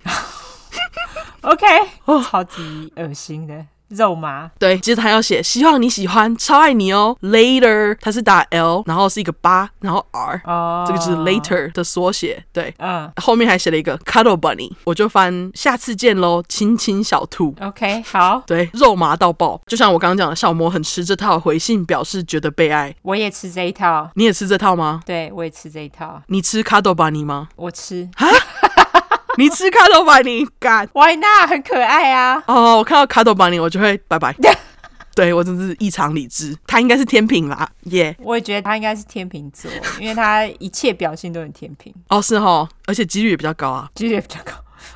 ，OK，超级恶心的肉麻。对，接着他要写，希望你喜欢，超爱你哦，Later，他是打 L，然后是一个八，然后 R，、哦，这个就是 Later 的缩写，对。嗯后面还写了一个 Cuddle Bunny，我就翻下次见喽，亲亲小兔。 ，OK，好，对，肉麻到爆，就像我刚刚讲的，小魔很吃这套，回信表示觉得被爱。我也吃这一套，你也吃这套吗？对我也吃这一套，你吃 Cuddle Bunny <laughs> 吗？我吃。你吃 Cuddle Bunny，干 Why not？很可爱啊。哦！我看到 Cuddle Bunny 我就会拜拜。对我真是异常理智，他应该是天平啦，耶、我也觉得他应该是天秤座，因为他一切表现都很天平，哦哦，是哈，而且几率也比较高啊。几率也比较高。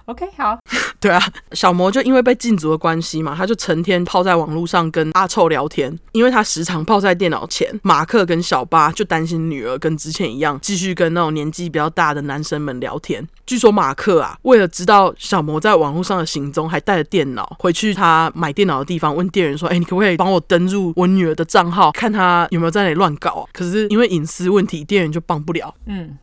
OK，好， <laughs> 对啊，小魔就因为被禁足的关系嘛，他就成天泡在网络上跟阿臭聊天，因为他时常泡在电脑前。马克跟小巴就担心女儿跟之前一样，继续跟那种年纪比较大的男生们聊天。据说马克啊，为了知道小魔在网络上的行踪，还带着电脑回去他买电脑的地方，问店员说：“哎、你可不可以帮我登入我女儿的账号，看她有没有在那里乱搞、啊？”可是因为隐私问题，店员就帮不了。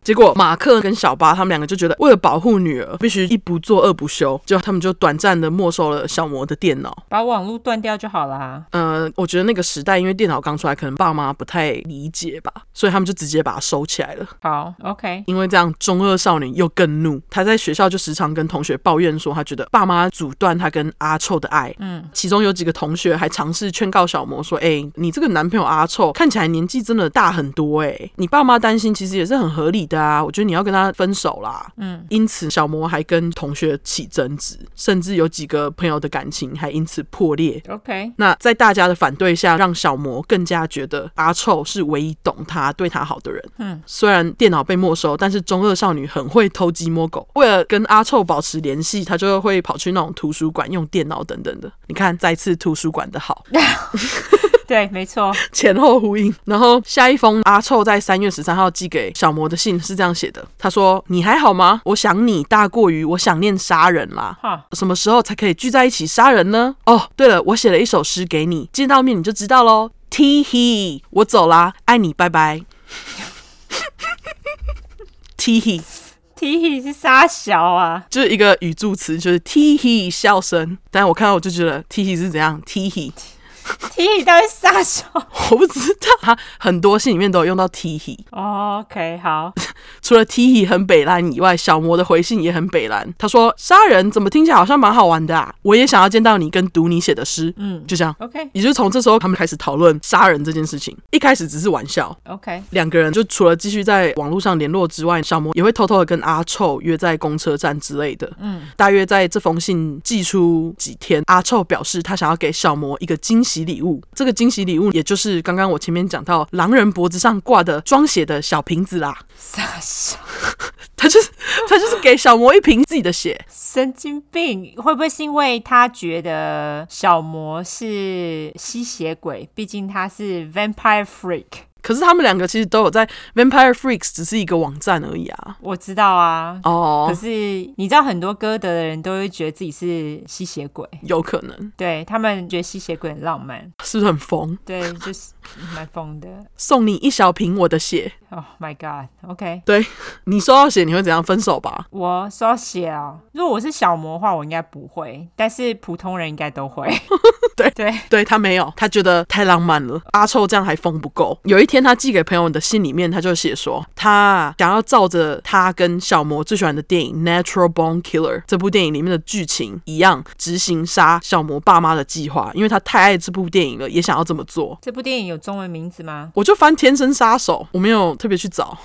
结果马克跟小巴他们两个就觉得，为了保护女儿，必须一不做二不休，就他们就短暂的没收了小魔的电脑。把网络断掉就好啦。呃，我觉得那个时代，因为电脑刚出来，可能爸妈不太理解吧，所以他们就直接把它收起来了。好，OK，因为这样，中二少年又更怒。他在学校就时常跟同学抱怨说，他觉得爸妈阻断他跟阿臭的爱。嗯，其中有几个同学还尝试劝告小魔说：“哎、你这个男朋友阿臭看起来年纪真的大很多、哎，你爸妈担心其实也是很合理的啊。我觉得你要跟他分手啦。”嗯，因此小魔还跟同学起争执，甚至有几个朋友的感情还因此破裂。 OK，那在大家的反对下，让小魔更加觉得阿臭是唯一懂他、对他好的人。嗯，虽然电脑被没收，但是中二少女很会偷鸡摸狗。为了跟阿臭保持联系，她就会跑去那种图书馆用电脑等等的。你看，再次图书馆的好。 <laughs> 对，没错，前后呼应。然后下一封阿臭在三月十三号寄给小魔的信是这样写的：他说：“你还好吗？我想你大过于我想念杀人啦。哈，什么时候才可以聚在一起杀人呢？哦，对了，我写了一首诗给你，见到面你就知道喽。t 嘿，我走啦，爱你，拜拜。t 嘿，提起是傻小啊，就是一个语助词，就是 t 嘿笑声。但我看到我就觉得 t 嘿是怎样 t 嘿。提起到底是傻小。我不知道，他很多信里面都有用到 t 嘿。哦 OK，好，除了 T E 很北蓝以外，小魔的回信也很北蓝。他说：“杀人怎么听起来好像蛮好玩的啊？我也想要见到你跟读你写的诗。”嗯，就这样。 OK，OK，、也就是从这时候，他们开始讨论杀人这件事情。一开始只是玩笑，两个人就除了继续在网络上联络之外，小魔也会偷偷的跟阿臭约在公车站之类的。嗯，大约在这封信寄出几天，阿臭表示他想要给小魔一个惊喜礼物。这个惊喜礼物，也就是刚刚我前面讲到狼人脖子上挂的装血的小瓶子啦。傻小，他就是他就是给小魔一瓶自己的血，神经病！会不会是因为他觉得小魔是吸血鬼？毕竟他是 vampire freak。可是他们两个其实都有在 Vampire Freaks 只是一个网站而已啊。我知道啊，可哦，是你知道很多歌德的人都会觉得自己是吸血鬼，有可能对他们觉得吸血鬼很浪漫，是不是很疯？对，就是蛮疯的。送你一小瓶我的血， Oh my god，OK，、对你收到血你会怎样？分手吧？我说血啊，如果我是小魔的话，我应该不会，但是普通人应该都会。 <laughs> 对对，对他没有，他觉得太浪漫了。阿臭这样还疯不够。有一天他寄给朋友的信里面，他就写说他想要照着他跟小魔最喜欢的电影《Natural Born Killer》这部电影里面的剧情一样，执行杀小魔爸妈的计划，因为他太爱这部电影了，也想要这么做。这部电影有中文名字吗我就翻《天生杀手》，我没有特别去找。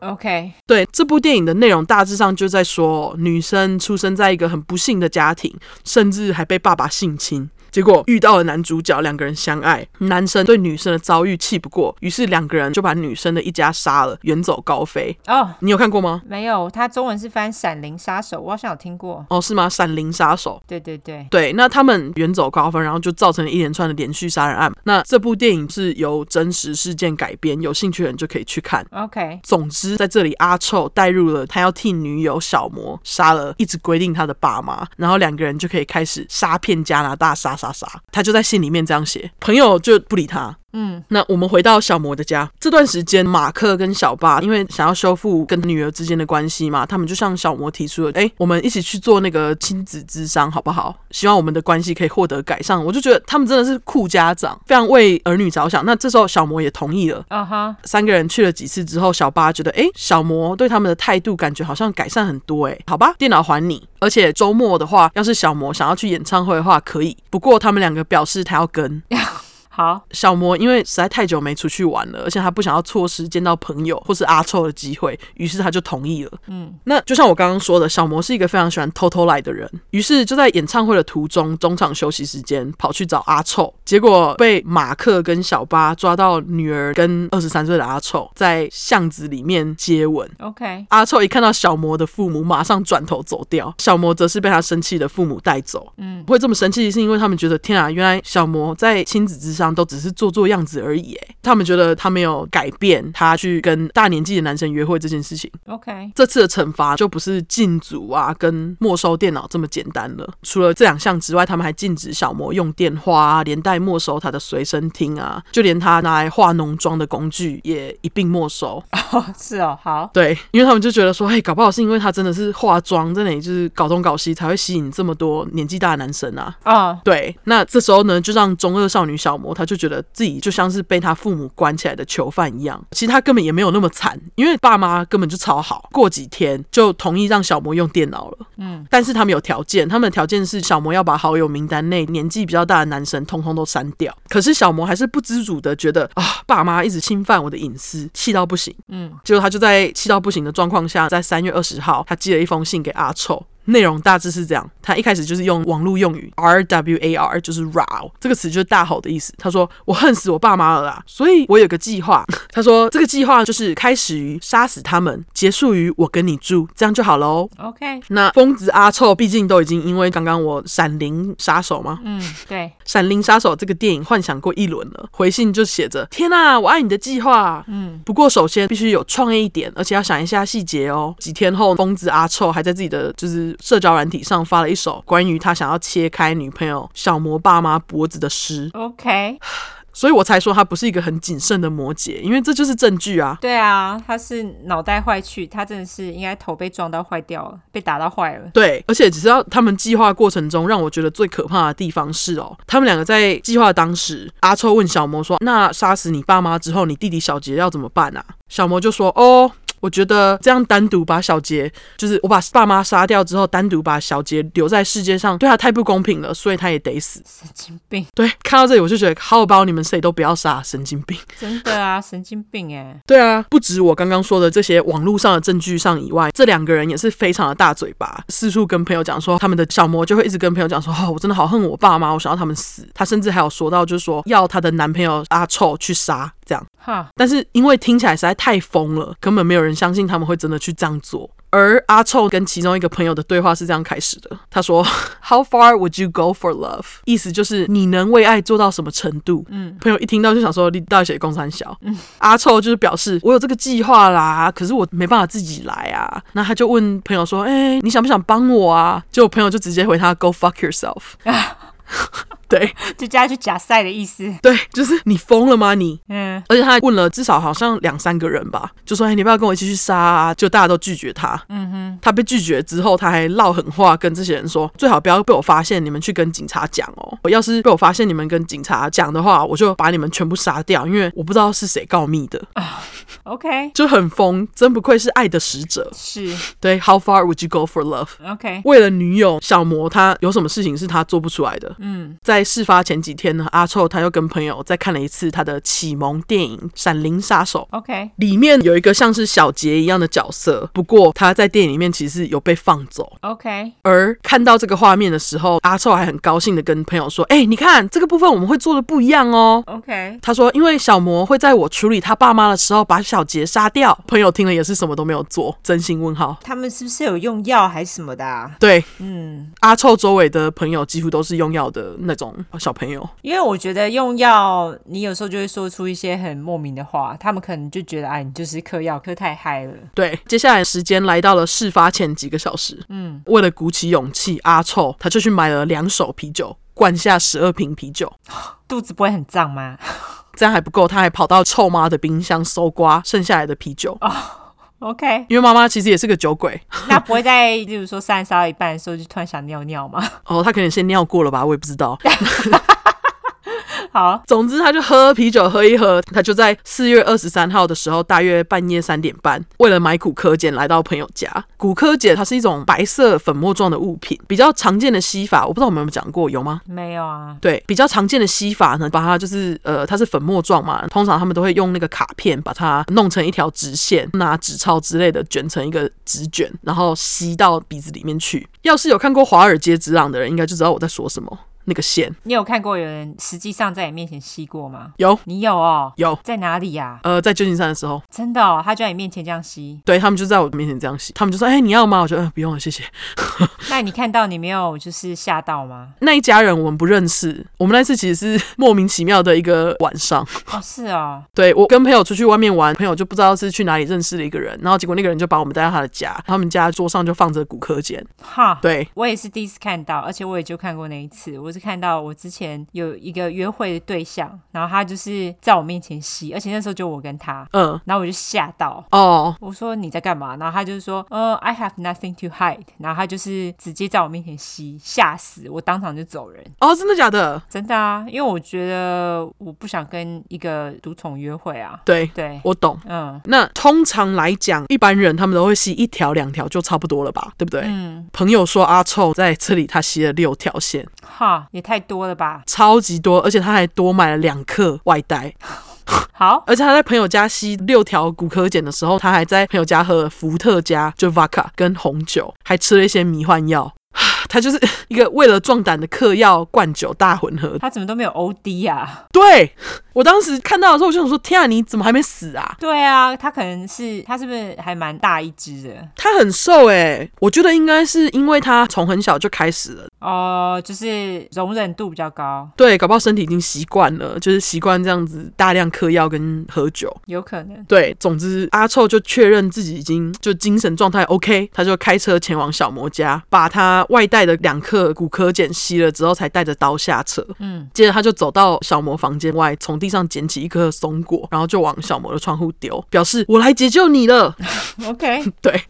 ？OK，对这部电影的内容，大致上就在说女生出生在一个很不幸的家庭，甚至还被爸爸性侵。结果遇到了男主角，两个人相爱。男生对女生的遭遇气不过，于是两个人就把女生的一家杀了，远走高飞。哦、你有看过吗？没有，他中文是翻《闪灵杀手》，我好像有听过。哦，是吗？《闪灵杀手》对对对，对，那他们远走高飞，然后就造成了一连串的连续杀人案。那这部电影是由真实事件改编，有兴趣的人就可以去看。 OK，总之，在这里，阿臭带入了他要替女友小魔杀了一直规定他的爸妈，然后两个人就可以开始杀遍加拿大，杀杀杀。他就在信里面这样写，朋友就不理他。嗯，那我们回到小魔的家，这段时间，马克跟小爸因为想要修复跟女儿之间的关系嘛，他们就向小魔提出了，哎，我们一起去做那个亲子智商好不好？希望我们的关系可以获得改善。我就觉得他们真的是酷家长，非常为儿女着想。那这时候小魔也同意了，啊哈，三个人去了几次之后，小巴觉得，诶，小魔对他们的态度感觉好像改善很多，诶，好吧，电脑还你。而且周末的话，要是小魔想要去演唱会的话，可以。不过他们两个表示他要跟，好，小魔因为实在太久没出去玩了，而且他不想要错失见到朋友或是阿臭的机会，于是他就同意了。嗯，那就像我刚刚说的，小魔是一个非常喜欢偷偷来的人，于是就在演唱会的途中，中场休息时间跑去找阿臭，结果被马克跟小巴抓到女儿跟二十三岁的阿臭在巷子里面接吻。 OK，阿臭一看到小魔的父母，马上转头走掉。小魔则是被他生气的父母带走。嗯，会这么生气，是因为他们觉得天啊，原来小魔在亲子之上都只是做做样子而已。哎，他们觉得他没有改变他去跟大年纪的男生约会这件事情。 OK，这次的惩罚就不是禁足啊，跟没收电脑这么简单了。除了这两项之外，他们还禁止小魔用电话啊，连带没收他的随身听啊，就连他拿来化浓妆的工具也一并没收。哦， <laughs> 是哦，好，对，因为他们就觉得说，嘿，哎搞不好是因为他真的是化妆在那里就是搞东搞西，才会吸引这么多年纪大的男生啊。哦，对，那这时候呢，就让中二少女小魔，她就觉得自己就像是被她父母关起来的囚犯一样。其实她根本也没有那么惨，因为爸妈根本就超好。过几天就同意让小魔用电脑了。嗯，但是他们有条件，他们的条件是小魔要把好友名单内年纪比较大的男生通通都删掉。可是小魔还是不知主的觉得啊，爸妈一直侵犯我的隐私，气到不行。结果他就在气到不行的状况下，在三月二十号，他寄了一封信给阿臭。内容大致是这样，他一开始就是用网络用语 R W A R，就是 row 这个词就是大吼的意思。他说：“我恨死我爸妈了啦，所以我有个计划。” <laughs> 他说：“这个计划就是开始于杀死他们，结束于我跟你住，这样就好喽。 OK，” 那疯子阿臭毕竟都已经因为刚刚我闪灵杀手嘛，嗯，对， 《闪灵杀手》这个电影幻想过一轮了，回信就写着：“天啊，我爱你的计划。”嗯，不过首先必须有创意一点，而且要想一下细节哦。几天后，疯子阿臭还在自己的就是社交软体上发了一首关于他想要切开女朋友小魔爸妈脖子的诗， OK，所以我才说他不是一个很谨慎的摩羯，因为这就是证据啊。对啊，他是脑袋坏去，他真的是应该头被撞到坏掉了，被打到坏了。 <laughs> 对，而且只是要他们计划过程中，让我觉得最可怕的地方是哦，他们两个在计划当时，阿臭问小魔说：“那杀死你爸妈之后，你弟弟小杰要怎么办啊？”小魔就说：“哦。”我觉得这样单独把小杰，就是我把爸妈杀掉之后，单独把小杰留在世界上，对他太不公平了，所以他也得死。神经病，对，看到这里我就觉得，好包你们谁都不要杀，神经病。真的啊，神经病哎！对啊，不止我刚刚说的这些网络上的证据上以外，这两个人也是非常的大嘴巴，四处跟朋友讲说他们的小魔就会一直跟朋友讲说，哦，我真的好恨我爸妈，我想要他们死。她甚至还有说到，就是说要她的男朋友阿臭去杀这样。哈，但是因为听起来实在太疯了，根本没有人相信他们会真的去这样做。而阿臭跟其中一个朋友的对话是这样开始的，他说：“How <laughs> far would you go for love？” 意思就是你能为爱做到什么程度？嗯，朋友一听到就想说：“你到底写共产小？”嗯，阿臭就是表示我有这个计划啦，可是我没办法自己来啊。那他就问朋友说：“哎、你想不想帮我啊？”结果朋友就直接回他：“Go fuck yourself。” <laughs> 对就加一句假赛的意思。对，就是你疯了吗你？嗯，而且他还问了至少好像两三个人吧，就说：“哎、你要不要跟我一起去杀、啊？”就大家都拒绝他。嗯哼，他被拒绝之后，他还撂狠话跟这些人说：“最好不要被我发现，你们去跟警察讲哦。我要是被我发现你们跟警察讲的话，我就把你们全部杀掉，因为我不知道是谁告密 <laughs> 的， OK，就很疯，真不愧是爱的使者。是对，How far would you go for love？” OK，为了女友小魔，他有什么事情是他做不出来的？嗯，在事发前几天呢，阿臭他又跟朋友再看了一次他的启蒙电影《闪灵杀手》。 OK，里面有一个像是小杰一样的角色，不过他在电影里面其实有被放走。 OK，而看到这个画面的时候，阿臭还很高兴的跟朋友说：“哎、你看这个部分我们会做的不一样哦。” OK，他说：“因为小魔会在我处理他爸妈的时候把小杰杀掉。”朋友听了也是什么都没有做，真心问号。他们是不是有用药还是什么的、啊？对，嗯，阿臭周围的朋友几乎都是用药的那种小朋友。因为我觉得用药，你有时候就会说出一些很莫名的话，他们可能就觉得，哎，你就是嗑药嗑太嗨了。对，接下来时间来到了事发前几个小时。嗯，为了鼓起勇气，阿臭他就去买了两手啤酒，灌下十二瓶啤酒。肚子不会很胀吗 <laughs> 这样还不够，他还跑到臭妈的冰箱搜刮剩下来的啤酒。 ？OK，因为妈妈其实也是个酒鬼， <laughs> 那不会在，例如说散沙到一半的时候就突然想尿尿吗？ <laughs> 哦，她可能先尿过了吧，我也不知道。好，总之，他就喝啤酒喝一喝，他就在四月二十三号的时候，大约半夜三点半，为了买骨科碱来到朋友家。骨科碱它是一种白色粉末状的物品，比较常见的吸法，我不知道我们有没有讲过，有吗？没有啊，对，比较常见的吸法呢，把它就是呃，它是粉末状嘛，通常他们都会用那个卡片把它弄成一条直线，拿纸钞之类的卷成一个纸卷，然后吸到鼻子里面去。要是有看过《华尔街之狼》的人，应该就知道我在说什么。那个线你有看过有人实际上在你面前吸过吗？有你有哦，有，在哪里呀、呃，在旧金山的时候，真的哦，他就在你面前这样吸。对他们就在我面前这样洗，他们就说：“哎、你要吗？”我就嗯、呃不用了，谢谢。那你看到你没有就是吓到吗？那一家人我们不认识，我们那次其实是 <laughs> 莫名其妙的一个晚上。哦，是哦，对我跟朋友出去外面玩，朋友就不知道是去哪里认识了一个人，然后结果那个人就把我们带到他的家，他们家桌上就放着骨科碱。哈。对，我也是第一次看到，而且我也就看过那一次。我是看到我之前有一个约会的对象，然后他就是在我面前吸，而且那时候就我跟他，嗯，然后我就吓到，哦，我说你在干嘛？然后他就是说，呃，I have nothing to hide。然后他就是直接在我面前吸，吓死我，当场就走人。哦，真的假的？真的啊，因为我觉得我不想跟一个毒虫约会啊。对，对，我懂。嗯那通常来讲，一般人他们都会吸一条两条就差不多了吧，对不对？嗯，朋友说阿臭在这里他吸了六条线，哈，也太多了吧？超级多，而且他还多买了两克外带。好，而且他在朋友家吸六条骨科碱的时候，他还在朋友家喝伏特加，就 vodka 跟红酒，还吃了一些迷幻药。 <sighs> 他就是一个为了壮胆的嗑药灌酒大混合。他怎么都没有 OD 啊？对我当时看到的时候，我就想说：天啊，你怎么还没死啊？对啊，他可能是他是不是还蛮大一只的？他很瘦诶、我觉得应该是因为他从很小就开始了，哦，就是容忍度比较高，对，搞不好身体已经习惯了，就是习惯这样子大量嗑药跟喝酒。有可能。 <laughs> 对，总之阿臭就确认自己已经就精神状态 OK，他就开车前往小魔家，把他外带的两克骨科碱吸了之后，才带着刀下车。嗯，接着他就走到小魔房间外，从地上捡起一颗松果，然后就往小魔的窗户丢，表示我来解救你了。 OK， <laughs> 对。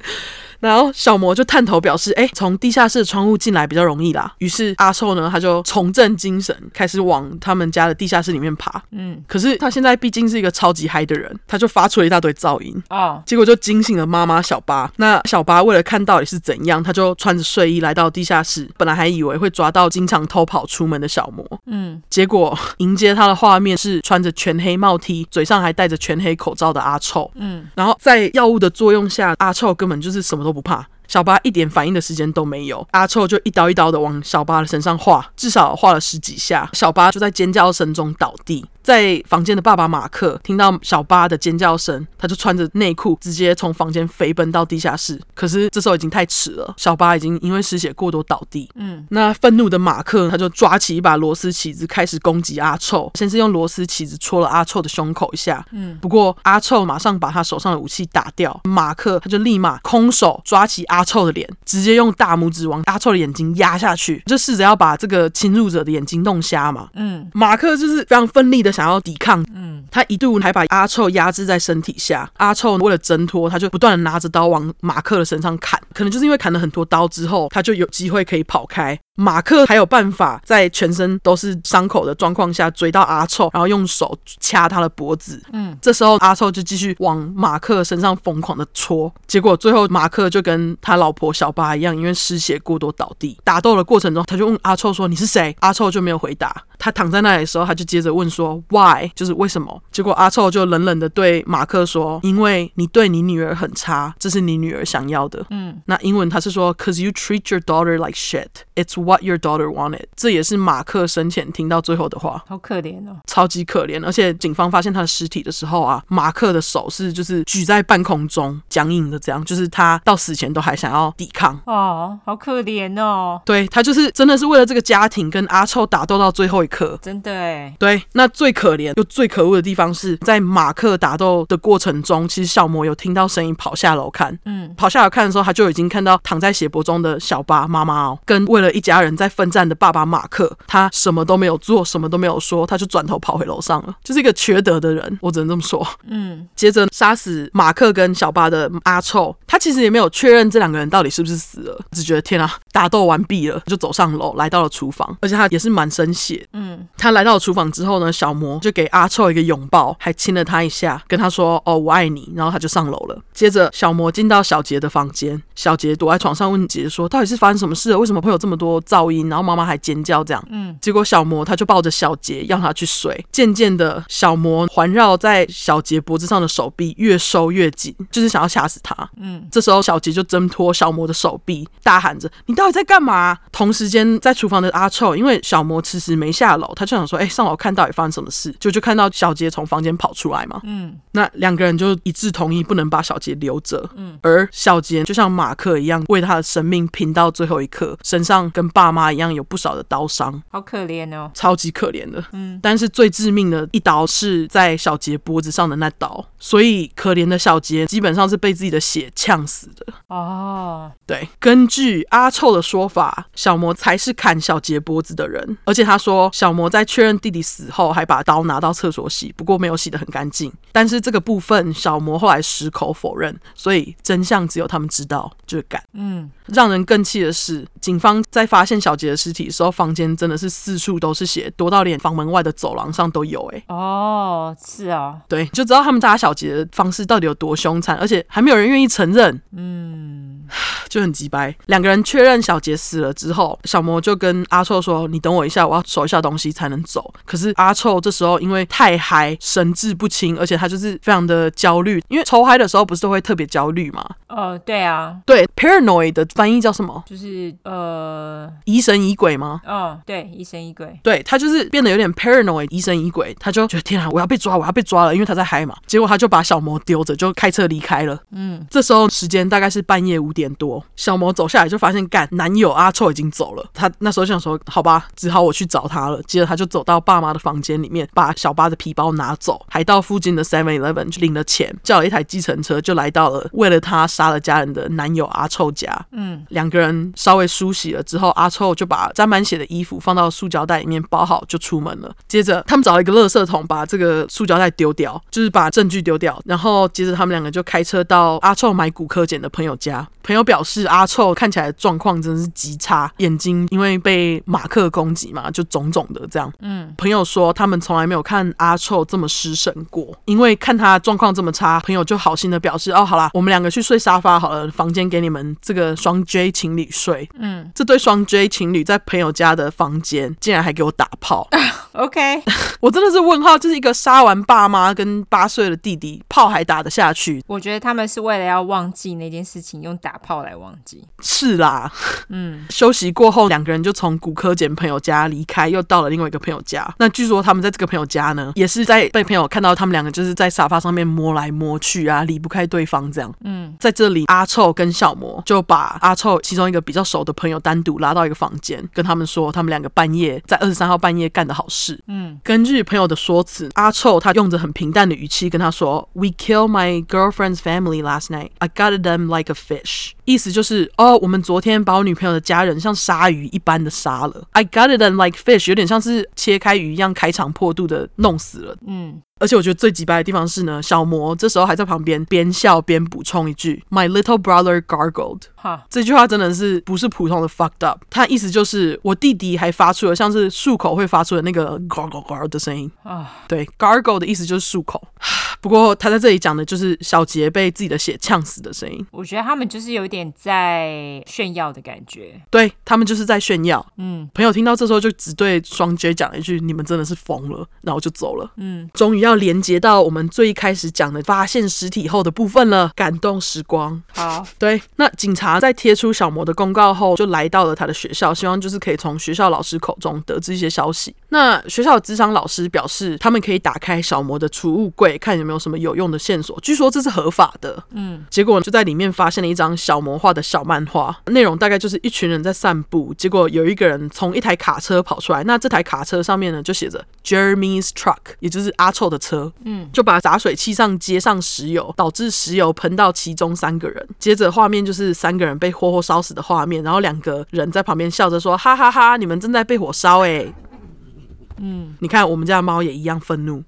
然后小魔就探头表示：“哎，从地下室的窗户进来比较容易啦。”于是阿臭呢，他就重振精神，开始往他们家的地下室里面爬。嗯，可是他现在毕竟是一个超级嗨的人，他就发出了一大堆噪音，哦，结果就惊醒了妈妈小巴。那小巴为了看到底是怎样，他就穿着睡衣来到地下室。本来还以为会抓到经常偷跑出门的小魔，嗯，结果迎接他的画面是穿着全黑帽 T，嘴上还戴着全黑口罩的阿臭。嗯，然后在药物的作用下，阿臭根本就是什么都不怕。小巴一点反应的时间都没有，阿臭就一刀一刀的往小巴的身上划，至少划了十几下。小巴就在尖叫声中倒地。在房间的爸爸马克听到小巴的尖叫声，他就穿着内裤直接从房间飞奔到地下室。可是这时候已经太迟了，小巴已经因为失血过多倒地。那愤怒的马克他就抓起一把螺丝起子，开始攻击阿臭。先是用螺丝起子戳了阿臭的胸口一下，嗯，不过阿臭马上把他手上的武器打掉。马克他就立马空手抓起阿臭的脸，直接用大拇指往阿臭的眼睛压下去，就试着要把这个侵入者的眼睛弄瞎嘛。嗯，马克就是非常奋力的想要抵抗，嗯，他一度还把阿臭压制在身体下。阿臭为了挣脱，他就不断的拿着刀往马克的身上砍，可能就是因为砍了很多刀之后，他就有机会可以跑开。马克还有办法在全身都是伤口的状况下追到阿臭，然后用手掐他的脖子。嗯，这时候阿臭就继续往马克身上疯狂的戳，结果最后马克就跟他老婆小巴一样，因为失血过多倒地。打斗的过程中，他就问阿臭说：“你是谁？”阿臭就没有回答。他躺在那里的时候，他就接着问说：“Why？” 就是为什么？结果阿臭就冷冷的对马克说：“因为你对你女儿很差，这是你女儿想要的。”嗯，那英文他是说，Cause you treat your daughter like shit, it's what your daughter wanted。这也是马克生前听到最后的话。好可怜哦。超级可怜，而且警方发现他的尸体的时候啊，马克的手是就是举在半空中僵硬的，这样就是他到死前都还想要抵抗。哦，好可怜哦，对他就是真的是为了这个家庭跟阿臭打斗到最后一刻。真的哎，对，那最可怜又最可恶的地方是在马克打斗的过程中，其实小魔有听到声音跑下楼看，嗯，跑下楼看的时候，他就已经看到躺在血泊中的小巴妈妈哦，跟为了一家人在奋战的爸爸马克，他什么都没有做，什么都没有说，他就转头跑回楼上了，就是一个缺德的人，我只能这么说。嗯，接着杀死马克跟小巴的阿臭，他其实也没有确认这两个人到底是不是死了，只觉得天啊，打斗完毕了，就走上楼，来到了厨房，而且他也是满身血。嗯，他来到了厨房之后呢，小魔就给阿臭一个拥抱，还亲了他一下，跟他说：“哦，我爱你。”然后他就上楼了。接着，小魔进到小杰的房间，小杰躲在床上问杰说：“到底是发生什么事了？为什么会有这么多噪音？”然后妈妈还尖叫这样。嗯，结果小魔他就抱着小杰，让他去睡。渐渐的，小魔环绕在小杰脖子上的手臂越收越紧，就是想要掐死他。这时候，小杰就挣脱小魔的手臂，大喊着：“你到底在干嘛？”同时间，在厨房的阿臭，因为小魔迟迟没下楼，他就想说：“哎、上楼看到底发生什么事？”就就看到小杰从房间跑出来嘛。嗯，那两个人就一致同意不能把小杰留着。嗯，而小杰就像马克一样，为他的生命拼到最后一刻，身上跟爸妈一样有不少的刀伤。好可怜哦。超级可怜的。嗯，但是最致命的一刀是在小杰脖子上的那刀，所以可怜的小杰基本上是被自己的血呛死的。哦，对，根据阿臭的说法，小魔才是砍小杰脖子的人，而且他说小魔在确认弟弟死后，还把刀拿到厕所洗，不过没有洗得很干净。但是这个部分小魔后来矢口否认，所以真相只有他们知道，就是干。嗯，让人更气的是，警方在发现小杰的尸体的时候，房间真的是四处都是血，多到连房门外的走廊上都有、欸。哎，哦，是哦，对，就知道他们打小杰的方式到底有多凶残，而且还没有人愿意承认，嗯， <sighs> 就很鸡掰。两个人确认小杰死了之后，小魔就跟阿臭说：“你等我一下，我要守一下东西才能走。”可是阿臭这时候因为太嗨，神志不清，而且他就是非常的焦虑，因为抽嗨的时候不是都会特别焦虑嘛？哦，对啊，对，paranoid 的翻译叫什么？就是呃，疑神疑鬼吗？哦，对，疑神疑鬼，对他就是变得有点 paranoid，疑神疑鬼，他就觉得天啊，我要被抓，我要被抓了，因为他在嗨嘛。结果他就把小魔丢着，就开车离开了。嗯，这时候时间大概是半夜五点多，小魔走下来就发现，干男友阿臭已经走了。他那时候就想说，好吧，只好我去找他了。接着他就走到爸妈的房间里面，把小巴的皮包拿走，还到附近的 Seven Eleven 去领了钱，叫了一台计程车，就来到了为了他杀了家人的男友阿臭家。两个人稍微梳洗了之后，阿臭就把沾满血的衣服放到塑胶袋里面包好，就出门了。接着他们找了一个垃圾桶，把这个塑胶袋丢掉，就是把证据丢掉。然后接着他们两个就开车到阿臭买骨科检的朋友家。朋友表示，阿臭看起来状况真的是极差，眼睛因为被马克攻击嘛，就肿肿的这样。朋友说他们从来没有看阿臭这么失神过，因为看他状况这么差，朋友就好心的表示，哦，好啦，我们两个去睡沙发好了，房间给你们这个双 J 情侣睡。嗯，这对双 J 情侣在朋友家的房间竟然还给我打炮， ，OK，我真的是问号，就是一个杀完爸妈跟八岁的弟弟，炮还打得下去，我觉得他们是为了要忘记那件事情，用打炮来忘记。是啦，嗯，休息过后，两个人就从骨科检朋友家离开，又到了另外一个朋友家。那据说他们在这个朋友家呢，也是在被朋友看到他们两个就是在沙发上面摸来摸去啊，离不开对方这样。嗯，在这里，阿臭跟小魔就把阿臭其中一个比较熟的朋友单独拉到一个房间，跟他们说他们两个半夜在二十三号半夜干的好事。嗯，根据朋友的说辞，阿臭他用着很平淡的语气跟他说：“We killed my girlfriend's family last night. I gutted them like a fish.” 意思就是哦，我们昨天把我女朋友的家人像鲨鱼一般的杀了。I gutted them like fish，有点像是切开鱼一样开肠破肚的弄死了。嗯，而且我觉得最鸡掰的地方是呢，小魔这时候还在旁边边笑边补充一句：“My little brother gargled。”哈，这句话真的是不是普通的 fucked up，它意思就是我弟弟还发出了像是漱口会发出的那个 gargle gargle 的声音啊对，gargle 的意思就是漱口。 <sighs> 不过他在这里讲的就是小杰被自己的血呛死的声音，我觉得他们就是有点在炫耀的感觉。对他们就是在炫耀。嗯朋友听到这时候就只对双 J 讲了一句：“你们真的是疯了。”然后就走了。嗯，终于要连接到我们最一开始讲的发现尸体后的部分了，感动时光。好，对，那警察在贴出小魔的公告后，就来到了他的学校，希望就是可以从学校老师口中得知一些消息。那学校的职场老师表示，他们可以打开小魔的储物柜，看有没有什么有用的线索。据说这是合法的。嗯，结果就在里面发现了一张小魔画的小漫画，内容大概就是一群人在散步，结果有一个人从一台卡车跑出来，那这台卡车上面呢就写着 Jeremy's Truck，也就是阿臭的车。就把洒水器上接上石油，导致石油喷到其中三个人。接着画面就是三个人被活活烧死的画面，然后两个人在旁边笑着说：“哈哈哈你们正在被火烧哎、嗯，你看我们家的猫也一样愤怒，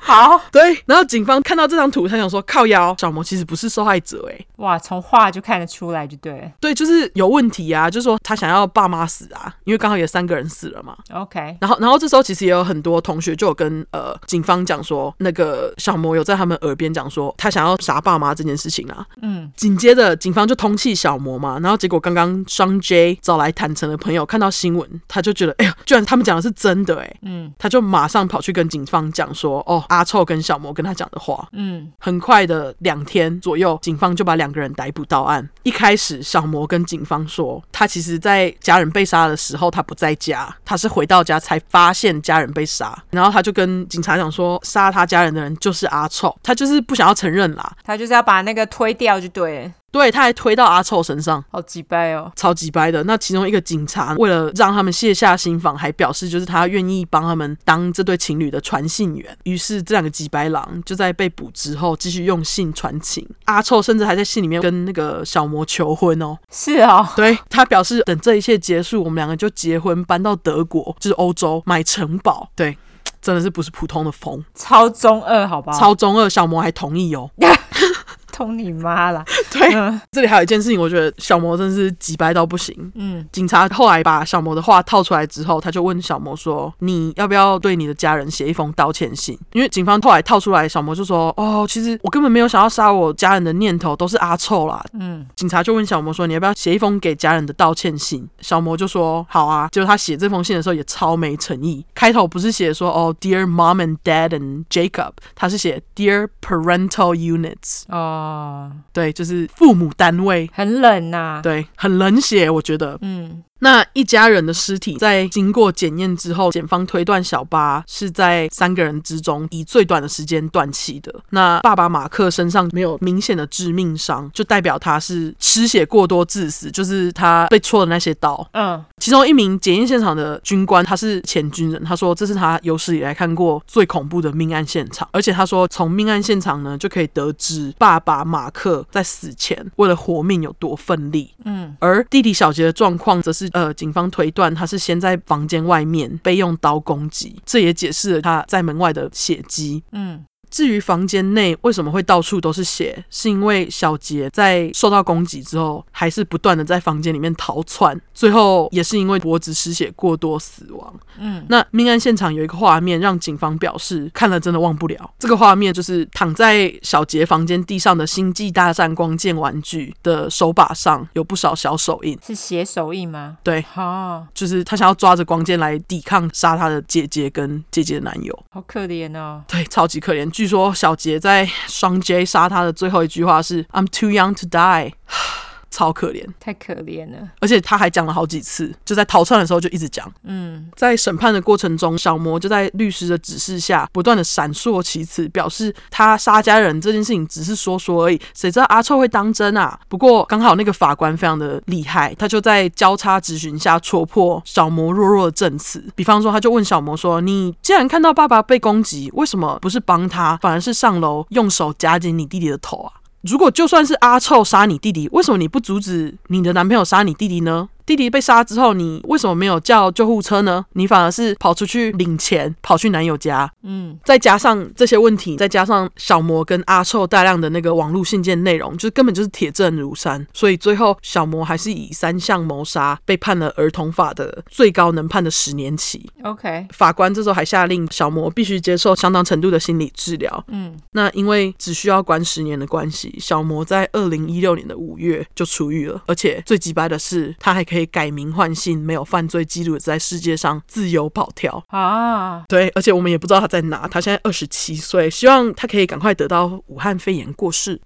好，对，然后警方看到这张图，他想说靠腰，小魔其实不是受害者诶、哇，从画就看得出来，就对了。对，就是有问题啊，就是说他想要爸妈死啊，因为刚好有三个人死了嘛。 OK，然后，然后这时候其实也有很多同学就有跟呃警方讲说，那个小魔有在他们耳边讲说他想要杀爸妈这件事情啊。嗯，紧接着警方就通气小魔嘛，然后结果刚刚双 J 找来坦诚的朋友看到新闻，他就觉得哎呀，居然他们讲的是真的哎，嗯他就马上跑去跟警方讲说，哦，阿臭跟小魔跟他讲的话。嗯，很快的两天左右，警方就把两个人逮捕到案。一开始，小魔跟警方说，他其实在家人被杀的时候，他不在家，他是回到家才发现家人被杀，然后他就跟警察讲说，杀他家人的人就是阿臭，他就是不想要承认啦，他就是要把那个推掉，就对了。对，他还推到阿臭身上。好鸡掰哦。超级掰的。那其中一个警察为了让他们卸下心防，还表示就是他愿意帮他们当这对情侣的传信员。于是这两个几白狼就在被捕之后继续用信传情。阿臭甚至还在信里面跟那个小魔求婚哦。是哦，对他表示，等这一切结束，我们两个就结婚，搬到德国，就是欧洲买城堡。对。真的是不是普通的疯，超中二，好吧？超中二小魔还同意哦。通你妈 <laughs> 啦。对，嗯这里还有一件事情，我觉得小魔真是急掰到不行。嗯，警察后来把小魔的话套出来之后，他就问小魔说：“你要不要对你的家人写一封道歉信？”因为警方后来套出来，小魔就说：“哦，其实我根本没有想要杀我家人的念头，都是阿臭啦。”嗯，警察就问小魔说：“你要不要写一封给家人的道歉信？”小魔就说：“好啊。”结果他写这封信的时候也超没诚意，开头不是写说：“哦，Dear Mom and Dad and Jacob”，他是写 “Dear Parental Units”，哦，对，就是父母单位。很冷呐、对，很冷血，我觉得。嗯，那一家人的尸体在经过检验之后，检方推断小巴是在三个人之中以最短的时间断气的。那爸爸马克身上没有明显的致命伤，就代表他是失血过多致死，就是他被戳的那些刀。嗯，其中一名检验现场的军官，他是前军人，他说这是他有史以来看过最恐怖的命案现场，而且他说从命案现场呢就可以得知爸爸马克在死前为了活命有多奋力。嗯，而弟弟小杰的状况则是呃，警方推断他是先在房间外面被用刀攻击，这也解释了他在门外的血迹。嗯，至于房间内为什么会到处都是血，是因为小杰在受到攻击之后，还是不断的在房间里面逃窜，最后也是因为脖子失血过多死亡。嗯，那命案现场有一个画面让警方表示看了真的忘不了，这个画面就是躺在小杰房间地上的《星际大战》光剑玩具的手把上有不少小手印。是写手印吗？对，哦，就是他想要抓着光剑来抵抗杀他的姐姐跟姐姐的男友。好可怜哦。对，超级可怜。据说小杰在双 J 杀他的最后一句话是 “I'm too young to die”，超 <sighs> 可怜。太可怜了，而且他还讲了好几次，就在逃窜的时候就一直讲。嗯在审判的过程中，小魔就在律师的指示下不断的闪烁其词，表示他杀家人这件事情只是说说而已，谁知道阿臭会当真啊？不过刚好那个法官非常的厉害，他就在交叉质询下戳破小魔弱弱的证词。比方说，他就问小魔说：“你既然看到爸爸被攻击，为什么不是帮他，反而是上楼用手夹紧你弟弟的头啊？”如果就算是阿臭杀你弟弟，为什么你不阻止你的男朋友杀你弟弟呢？弟弟被杀之后，你为什么没有叫救护车呢？你反而是跑出去领钱，跑去男友家。嗯再加上这些问题，再加上小魔跟阿臭大量的那个网络信件内容，就是根本就是铁证如山，所以最后小魔还是以三项谋杀被判了儿童法的最高能判的十年期。 ，OK，法官这时候还下令小魔必须接受相当程度的心理治疗，嗯，那因为只需要关十年的关系，小魔在二零一六年的五月就出狱了。而且最鸡掰的是，他还可以改名换姓，没有犯罪记录，在世界上自由跑跳。啊，对，而且我们也不知道他在哪。他现在二十七岁，希望他可以赶快得到武汉肺炎过世。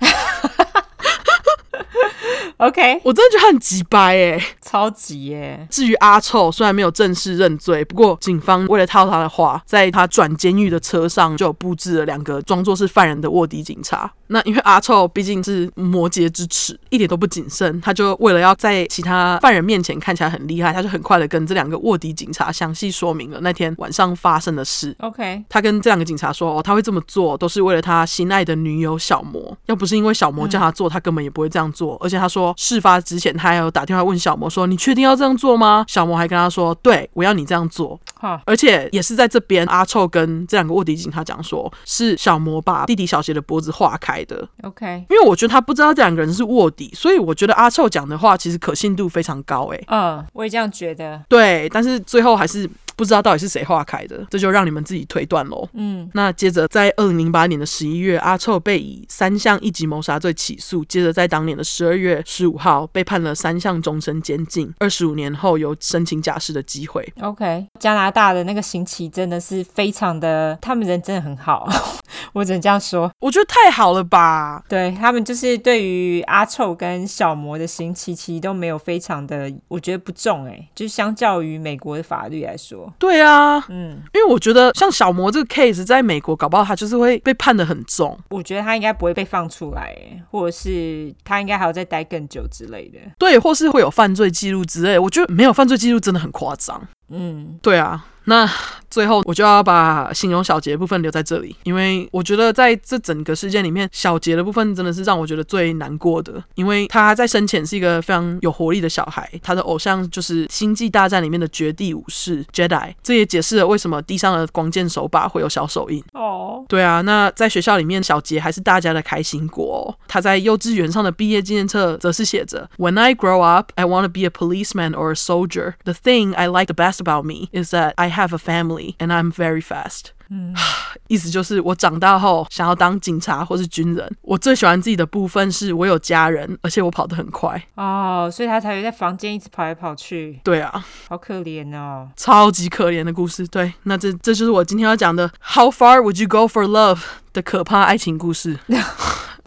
OK，我真的觉得他很鸡掰欸诶、超级耶，至于阿臭，虽然没有正式认罪，不过警方为了套他的话，在他转监狱的车上就有布置了两个装作是犯人的卧底警察。那因为阿臭毕竟是摩羯之耻，一点都不谨慎，他就为了要在其他犯人面前看起来很厉害，他就很快的跟这两个卧底警察详细说明了那天晚上发生的事。 ，OK，他跟这两个警察说，哦，他会这么做，都是为了他心爱的女友小魔。要不是因为小魔叫他做，他根本也不会这样做。而且他说，事发之前他还有打电话问小魔说：“你确定要这样做吗？”小魔还跟他说：“对，我要你这样做。”哈，而且也是在这边，阿臭跟这两个卧底警察讲说，是小魔把弟弟小杰的脖子划开的。 OK，因为我觉得他不知道这两个人是卧底，所以我觉得阿臭讲的话其实可信度非常高。诶，嗯，我也这样觉得。对，但是最后还是不知道到底是谁划开的，这就让你们自己推断喽。嗯，那接着，在二零零八年的十一月，阿臭被以三项一级谋杀罪起诉，接着在当年的十二月十五号被判了三项终身监禁，二十五年后有申请假释的机会。 OK，加拿大的那个刑期真的是非常的，他们人真的很好， <laughs> 我只能这样说。我觉得太好了吧？对他们就是对于阿臭跟小魔的刑期，其实都没有非常的，我觉得不重诶、就是相较于美国的法律来说，对啊，嗯，因为我觉得像小魔这个 case 在美国，搞不好他就是会被判的很重。我觉得他应该不会被放出来、诶或者是他应该还要再待更久之类的。对，或是会有犯罪记录之类，我觉得没有犯罪记录真的很夸张。嗯，对啊，那最后我就要把形容小杰的部分留在这里，因为我觉得在这整个事件里面，小杰的部分真的是让我觉得最难过的，因为他在生前是一个非常有活力的小孩，他的偶像就是《星际大战》里面的绝地武士 Jedi，这也解释了为什么地上的光剑手把会有小手印。哦，对啊，那在学校里面，小杰还是大家的开心果、哦。他在幼稚园上的毕业纪念册则是写着：“When I grow up, I want to be a policeman or a soldier. The thing I like the best about me is that I have a family and I'm very fast.” <sighs> 意思就是我长大后想要当警察或是军人。我最喜欢自己的部分是我有家人，而且我跑得很快。哦，所以他才会在房间一直跑来跑去，对啊，好可怜哦。超级可怜的故事。对，那这这就是我今天要讲的《How Far Would You Go for Love》的可怕爱情故事。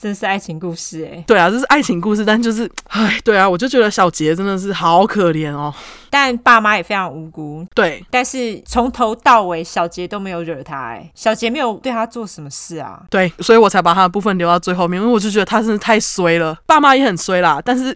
真是爱情故事欸诶、对啊，这是爱情故事，但就是，唉，对啊，我就觉得小杰真的是好可怜哦。但爸妈也非常无辜，对，但是从头到尾，小杰都没有惹他、哎，小杰没有对他做什么事啊。对，所以我才把他的部分留到最后面，因为我就觉得他真的太衰了，爸妈也很衰啦。但是，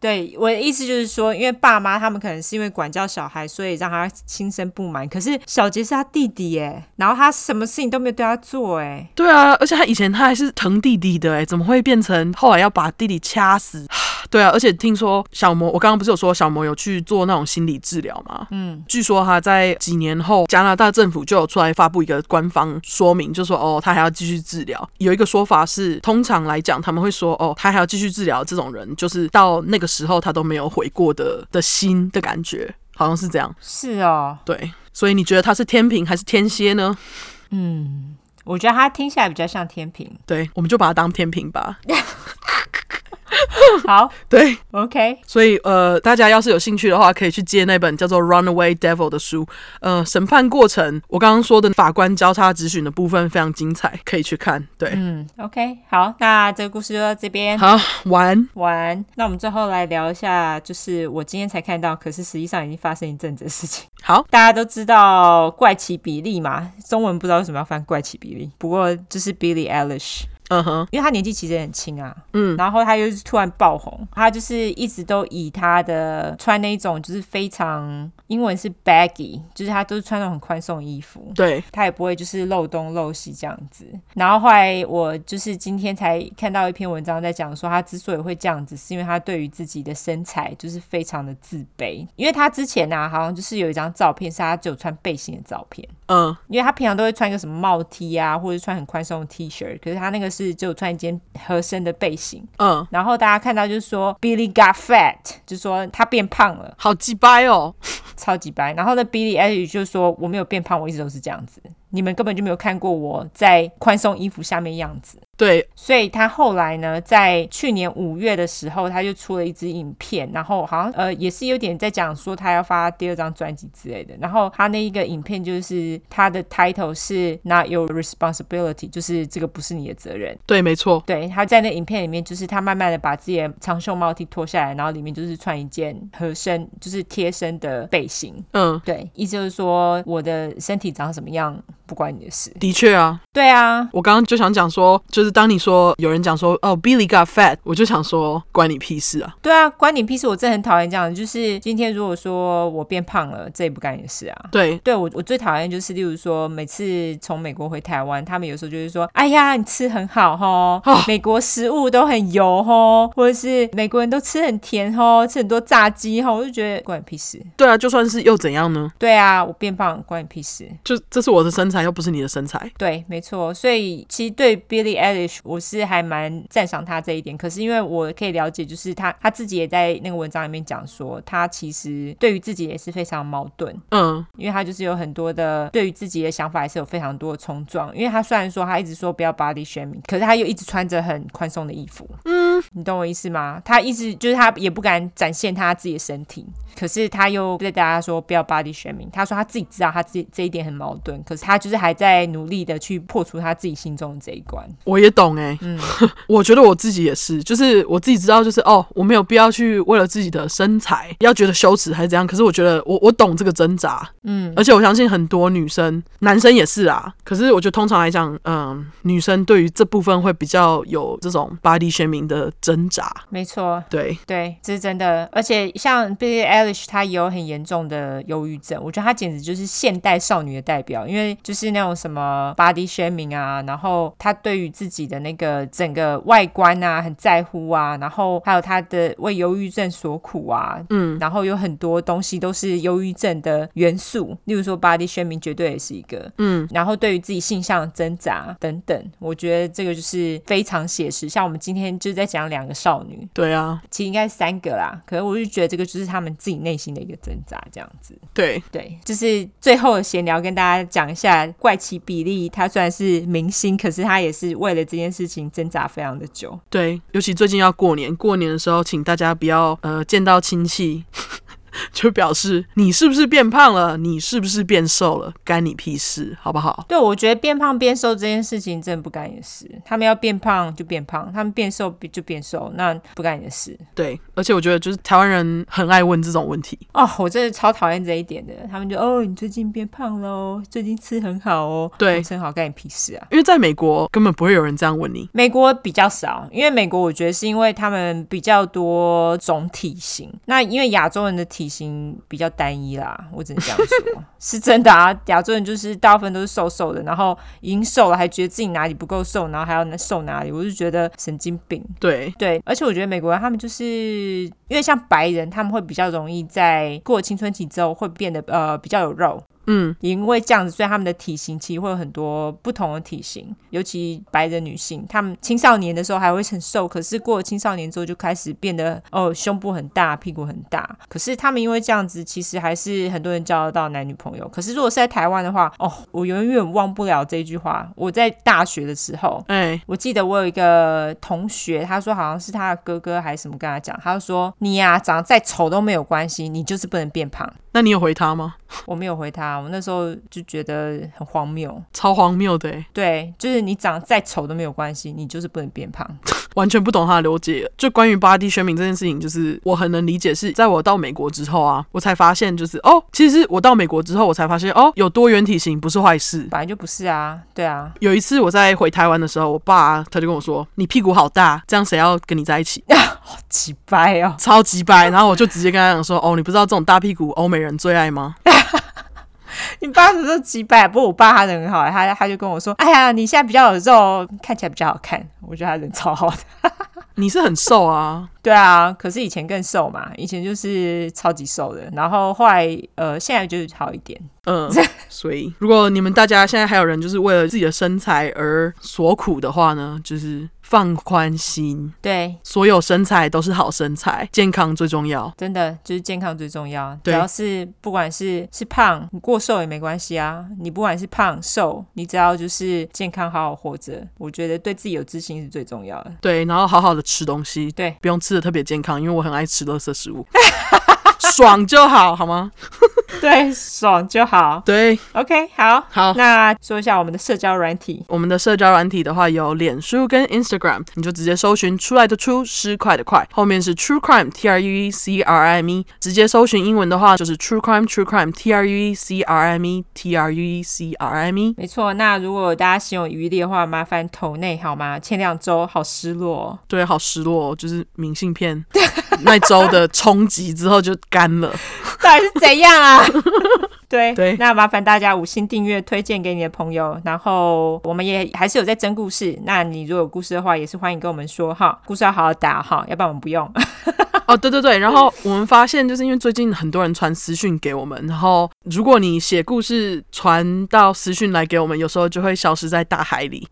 对我的意思就是说，因为爸妈他们可能是因为管教小孩，所以让他心生不满。可是小杰是他弟弟耶，然后他什么事情都没有对他做，哎，对啊，而且他以前他还是疼弟弟的，哎，怎么会变成后来要把弟弟掐死？ <sighs> 对啊，而且听说小魔，我刚刚不是有说小魔有去做那种心理治疗吗？嗯，据说他在几年后，加拿大政府就有出来发布一个官方说明，就说哦，他还要继续治疗。有一个说法是，通常来讲他们会说哦，他还要继续治疗，这种人就是到那个时候他都没有悔过的的心的感觉，好像是这样。是哦，对，所以你觉得他是天平还是天蝎呢？ <laughs> 嗯，我觉得他听起来比较像天平。对，我们就把他当天平吧。好对， ，OK，所以呃，大家要是有兴趣的话，可以去借那本叫做《Runaway Devil》的书。呃，审判过程，我刚刚说的法官交叉质询的部分非常精彩，可以去看。对，嗯，OK，好，那这个故事就到这边。好玩。完，那我们最后来聊一下，就是我今天才看到，可是实际上已经发生一阵子的事情。好，大家都知道怪奇比利嘛，中文不知道为什么要翻怪奇比利，不过就是 Billie Eilish，嗯哼，因为她年纪其实也很轻啊，嗯，然后她又突然爆红，她就是一直都以她的穿那种就是非常英文是 baggy，就是她都是穿那种很宽松的衣服，对，他也不会就是漏东漏西这样子。然后后来我就是今天才看到一篇文章在讲说，他之所以会这样子，是因为他对于自己的身材就是非常的自卑。因为他之前呢、好像就是有一张照片是他只有穿背心的照片，嗯因为他平常都会穿一个什么帽 T 啊，或者穿很宽松的 T 恤，可是他那个是只有穿一件合身的背心。嗯，然后大家看到就是说 Billy got fat，就说他变胖了，好鸡掰哦。超级白。然后呢，Billy Eilish 就说我没有变胖，我一直都是这样子，你们根本就没有看过我在宽松衣服下面样子。对，所以他后来呢，在去年五月的时候，他就出了一支影片，然后好像呃也是有点在讲说他要发第二张专辑之类的。然后他那一个影片就是他的 title 是 Not Your Responsibility，就是这个不是你的责任。对，没错，对，他在那影片里面，就是他慢慢的把自己的长袖帽 T 脱下来，然后里面就是穿一件合身，就是贴身的背心。嗯，对，意思就是说我的身体长什么样不关你的事。的确啊，对啊，我刚刚就想讲说，就是当你说有人讲说哦，Billy got fat，我就想说关你屁事啊！对啊，关你屁事！我真的很讨厌这样，就是今天如果说我变胖了，这也不干你的事啊。对，对我，我最讨厌就是，例如说，每次从美国回台湾，他们有时候就是说，哎呀，你吃很好吼，哦美国食物都很油吼，或者是美国人都吃很甜吼，吃很多炸鸡哦吼，我就觉得关你屁事。对啊，就算是又怎样呢？对啊，我变胖关你屁事。就这是我的身材，又不是你的身材。对，没错。所以其实对 Billie Eilish，我是还蛮赞赏她这一点。可是因为我可以了解，就是她她自己也在那个文章里面讲说，她其实对于自己也是非常矛盾。嗯，因为他就是有很多的对于自己的想法，还是有非常多的冲撞。因为他虽然说他一直说不要 body shaming，可是他又一直穿着很宽松的衣服。嗯，你懂我意思吗？他一直就是他也不敢展现他自己的身体，可是他又对大家说不要 body shaming。他说他自己知道他自己这一点很矛盾，可是他就是还在努力的去破除他自己心中的这一关。我也懂哎、 <laughs> 我觉得我自己也是，就是我自己知道，就是哦，我没有必要去为了自己的身材要觉得羞耻还是怎样。可是我觉得我我懂这个挣扎，嗯，而且我相信很多女生、男生也是啊。可是我觉得通常来讲，嗯，女生对于这部分会比较有这种 body shaming 的挣扎。没错。对，对，这是真的。而且像 Billie Eilish，她也有很严重的忧郁症，我觉得她简直就是现代少女的代表，因为就是那种什么 body shaming 啊，然后她对于自己的那个整个外观啊很在乎啊，然后还有她的为忧郁症所苦啊，嗯，然后有很多东西都是忧郁症的元素，例如说 body shaming 绝对也是一个，嗯，然后对于自己性向的挣扎等等，我觉得这个就是非常写实。像我们今天就是在讲两个少女，对啊，其实应该是三个啦，可是我就觉得这个就是他们自己内心的一个挣扎，这样子。对，对，就是最后的闲聊跟大家讲一下，怪奇比利他虽然是明星，可是他也是为了这件事情挣扎非常的久。对，尤其最近要过年，过年的时候，请大家不要呃见到亲戚 <laughs> 就表示你是不是变胖了，你是不是变瘦了，干你屁事，好不好？对，我觉得变胖变瘦这件事情真的不干你的事，他们要变胖就变胖，他们变瘦就变瘦，那不干你的事。对，而且我觉得就是台湾人很爱问这种问题，哦，我真的超讨厌这一点的，他们就哦，你最近变胖喽，最近吃很好哦，对我吃很好干你屁事啊。因为在美国根本不会有人这样问你。美国比较少，因为美国我觉得是因为他们比较多种体型，那因为亚洲人的体型比较单一啦，我只能这样说，是真的啊。亚洲人就是大部分都是瘦瘦的，然后已经瘦了，还觉得自己哪里不够瘦，然后还要瘦哪里，我就觉得神经病。对，对，而且我觉得美国人他们就是因为像白人，他们会比较容易在过了青春期之后会变得呃比较有肉，嗯，也因为这样子，所以他们的体型其实会有很多不同的体型，尤其白人女性，她们青少年的时候还会很瘦，可是过了青少年之后就开始变得哦，胸部很大，屁股很大。可是他们因为这样子，其实还是很多人交得到男女朋友。可是如果是在台湾的话，哦，我永远忘不了这一句话。我在大学的时候，哎、我记得我有一个同学，他说好像是他的哥哥还是什么跟他讲，他就说你呀、长得再丑都没有关系，你就是不能变胖。 <laughs> 那你有回他吗？我没有回他，我那时候就觉得很荒谬。超荒谬的、欸，对，就是你长得再丑都没有关系，你就是不能变胖。完全不懂他的逻辑。就关于 body shaming 这件事情，就是我很能理解，是在我到美国之后啊，我才发现，就是哦，其实我到美国之后，我才发现哦，有多元体型不是坏事。本来就不是啊，对啊，有一次我在回台湾的时候，我爸他就跟我说：“你屁股好大，这样谁要跟你在一起 <laughs> 几掰哦？”。超级白，然后我就直接跟他讲说：“哦，你不知道这种大屁股欧美人最爱吗你爸什么时候几掰？不过我爸他人很好，欸他他就跟我说：“哎呀，你现在比较有肉，看起来比较好看。”我觉得他人超好的。？”你是很瘦啊，对啊，可是以前更瘦嘛，以前就是超级瘦的，然后后来呃，现在就是好一点。嗯，所以如果你们大家现在还有人就是为了自己的身材而所苦的话呢，就是放宽心，对，所有身材都是好身材，健康最重要。真的就是健康最重要。只对要是不管是是胖，你过瘦也没关系啊。你不管是胖瘦，你只要就是健康好好活着，我觉得对自己有自信是最重要的。对，然后好好的吃东西，对不用吃的特别健康，因为我很爱吃垃圾食物。 <laughs> 爽就好，好吗？对，爽就好。对， OK，好，好那说一下我们的社交软体。我们的社交软体的话有脸书跟 Instagram，你就直接搜寻出来的出失快的快，后面是 True Crime T R U E C R I M E，直接搜寻英文的话就是 True Crime True Crime T R U E C R I M E T R U E C R I M E。没错，那如果大家心有余力的话，麻烦投内好吗？前两周好失落哦、对，好失落、哦，就是明信片那周的冲击之后就干了。 <laughs> 到底是怎样啊？对对那麻烦大家五星订阅，推荐给你的朋友。然后我们也还是有在征故事，那你如果有故事的话，也是欢迎跟我们说哈。故事要好好打哈，要不然我们不用。 <laughs> 哦，对对对，然后我们发现，就是因为最近很多人传私讯给我们，然后如果你写故事传到私讯来给我们，有时候就会消失在大海里。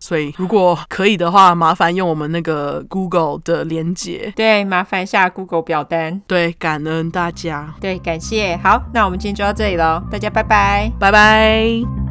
所以如果可以的话，麻烦用我们那个 Google 的连接。对，麻烦下 Google 表单。对，感恩大家，对，感谢。好，那我们今天就到这里喽，大家拜拜。拜拜。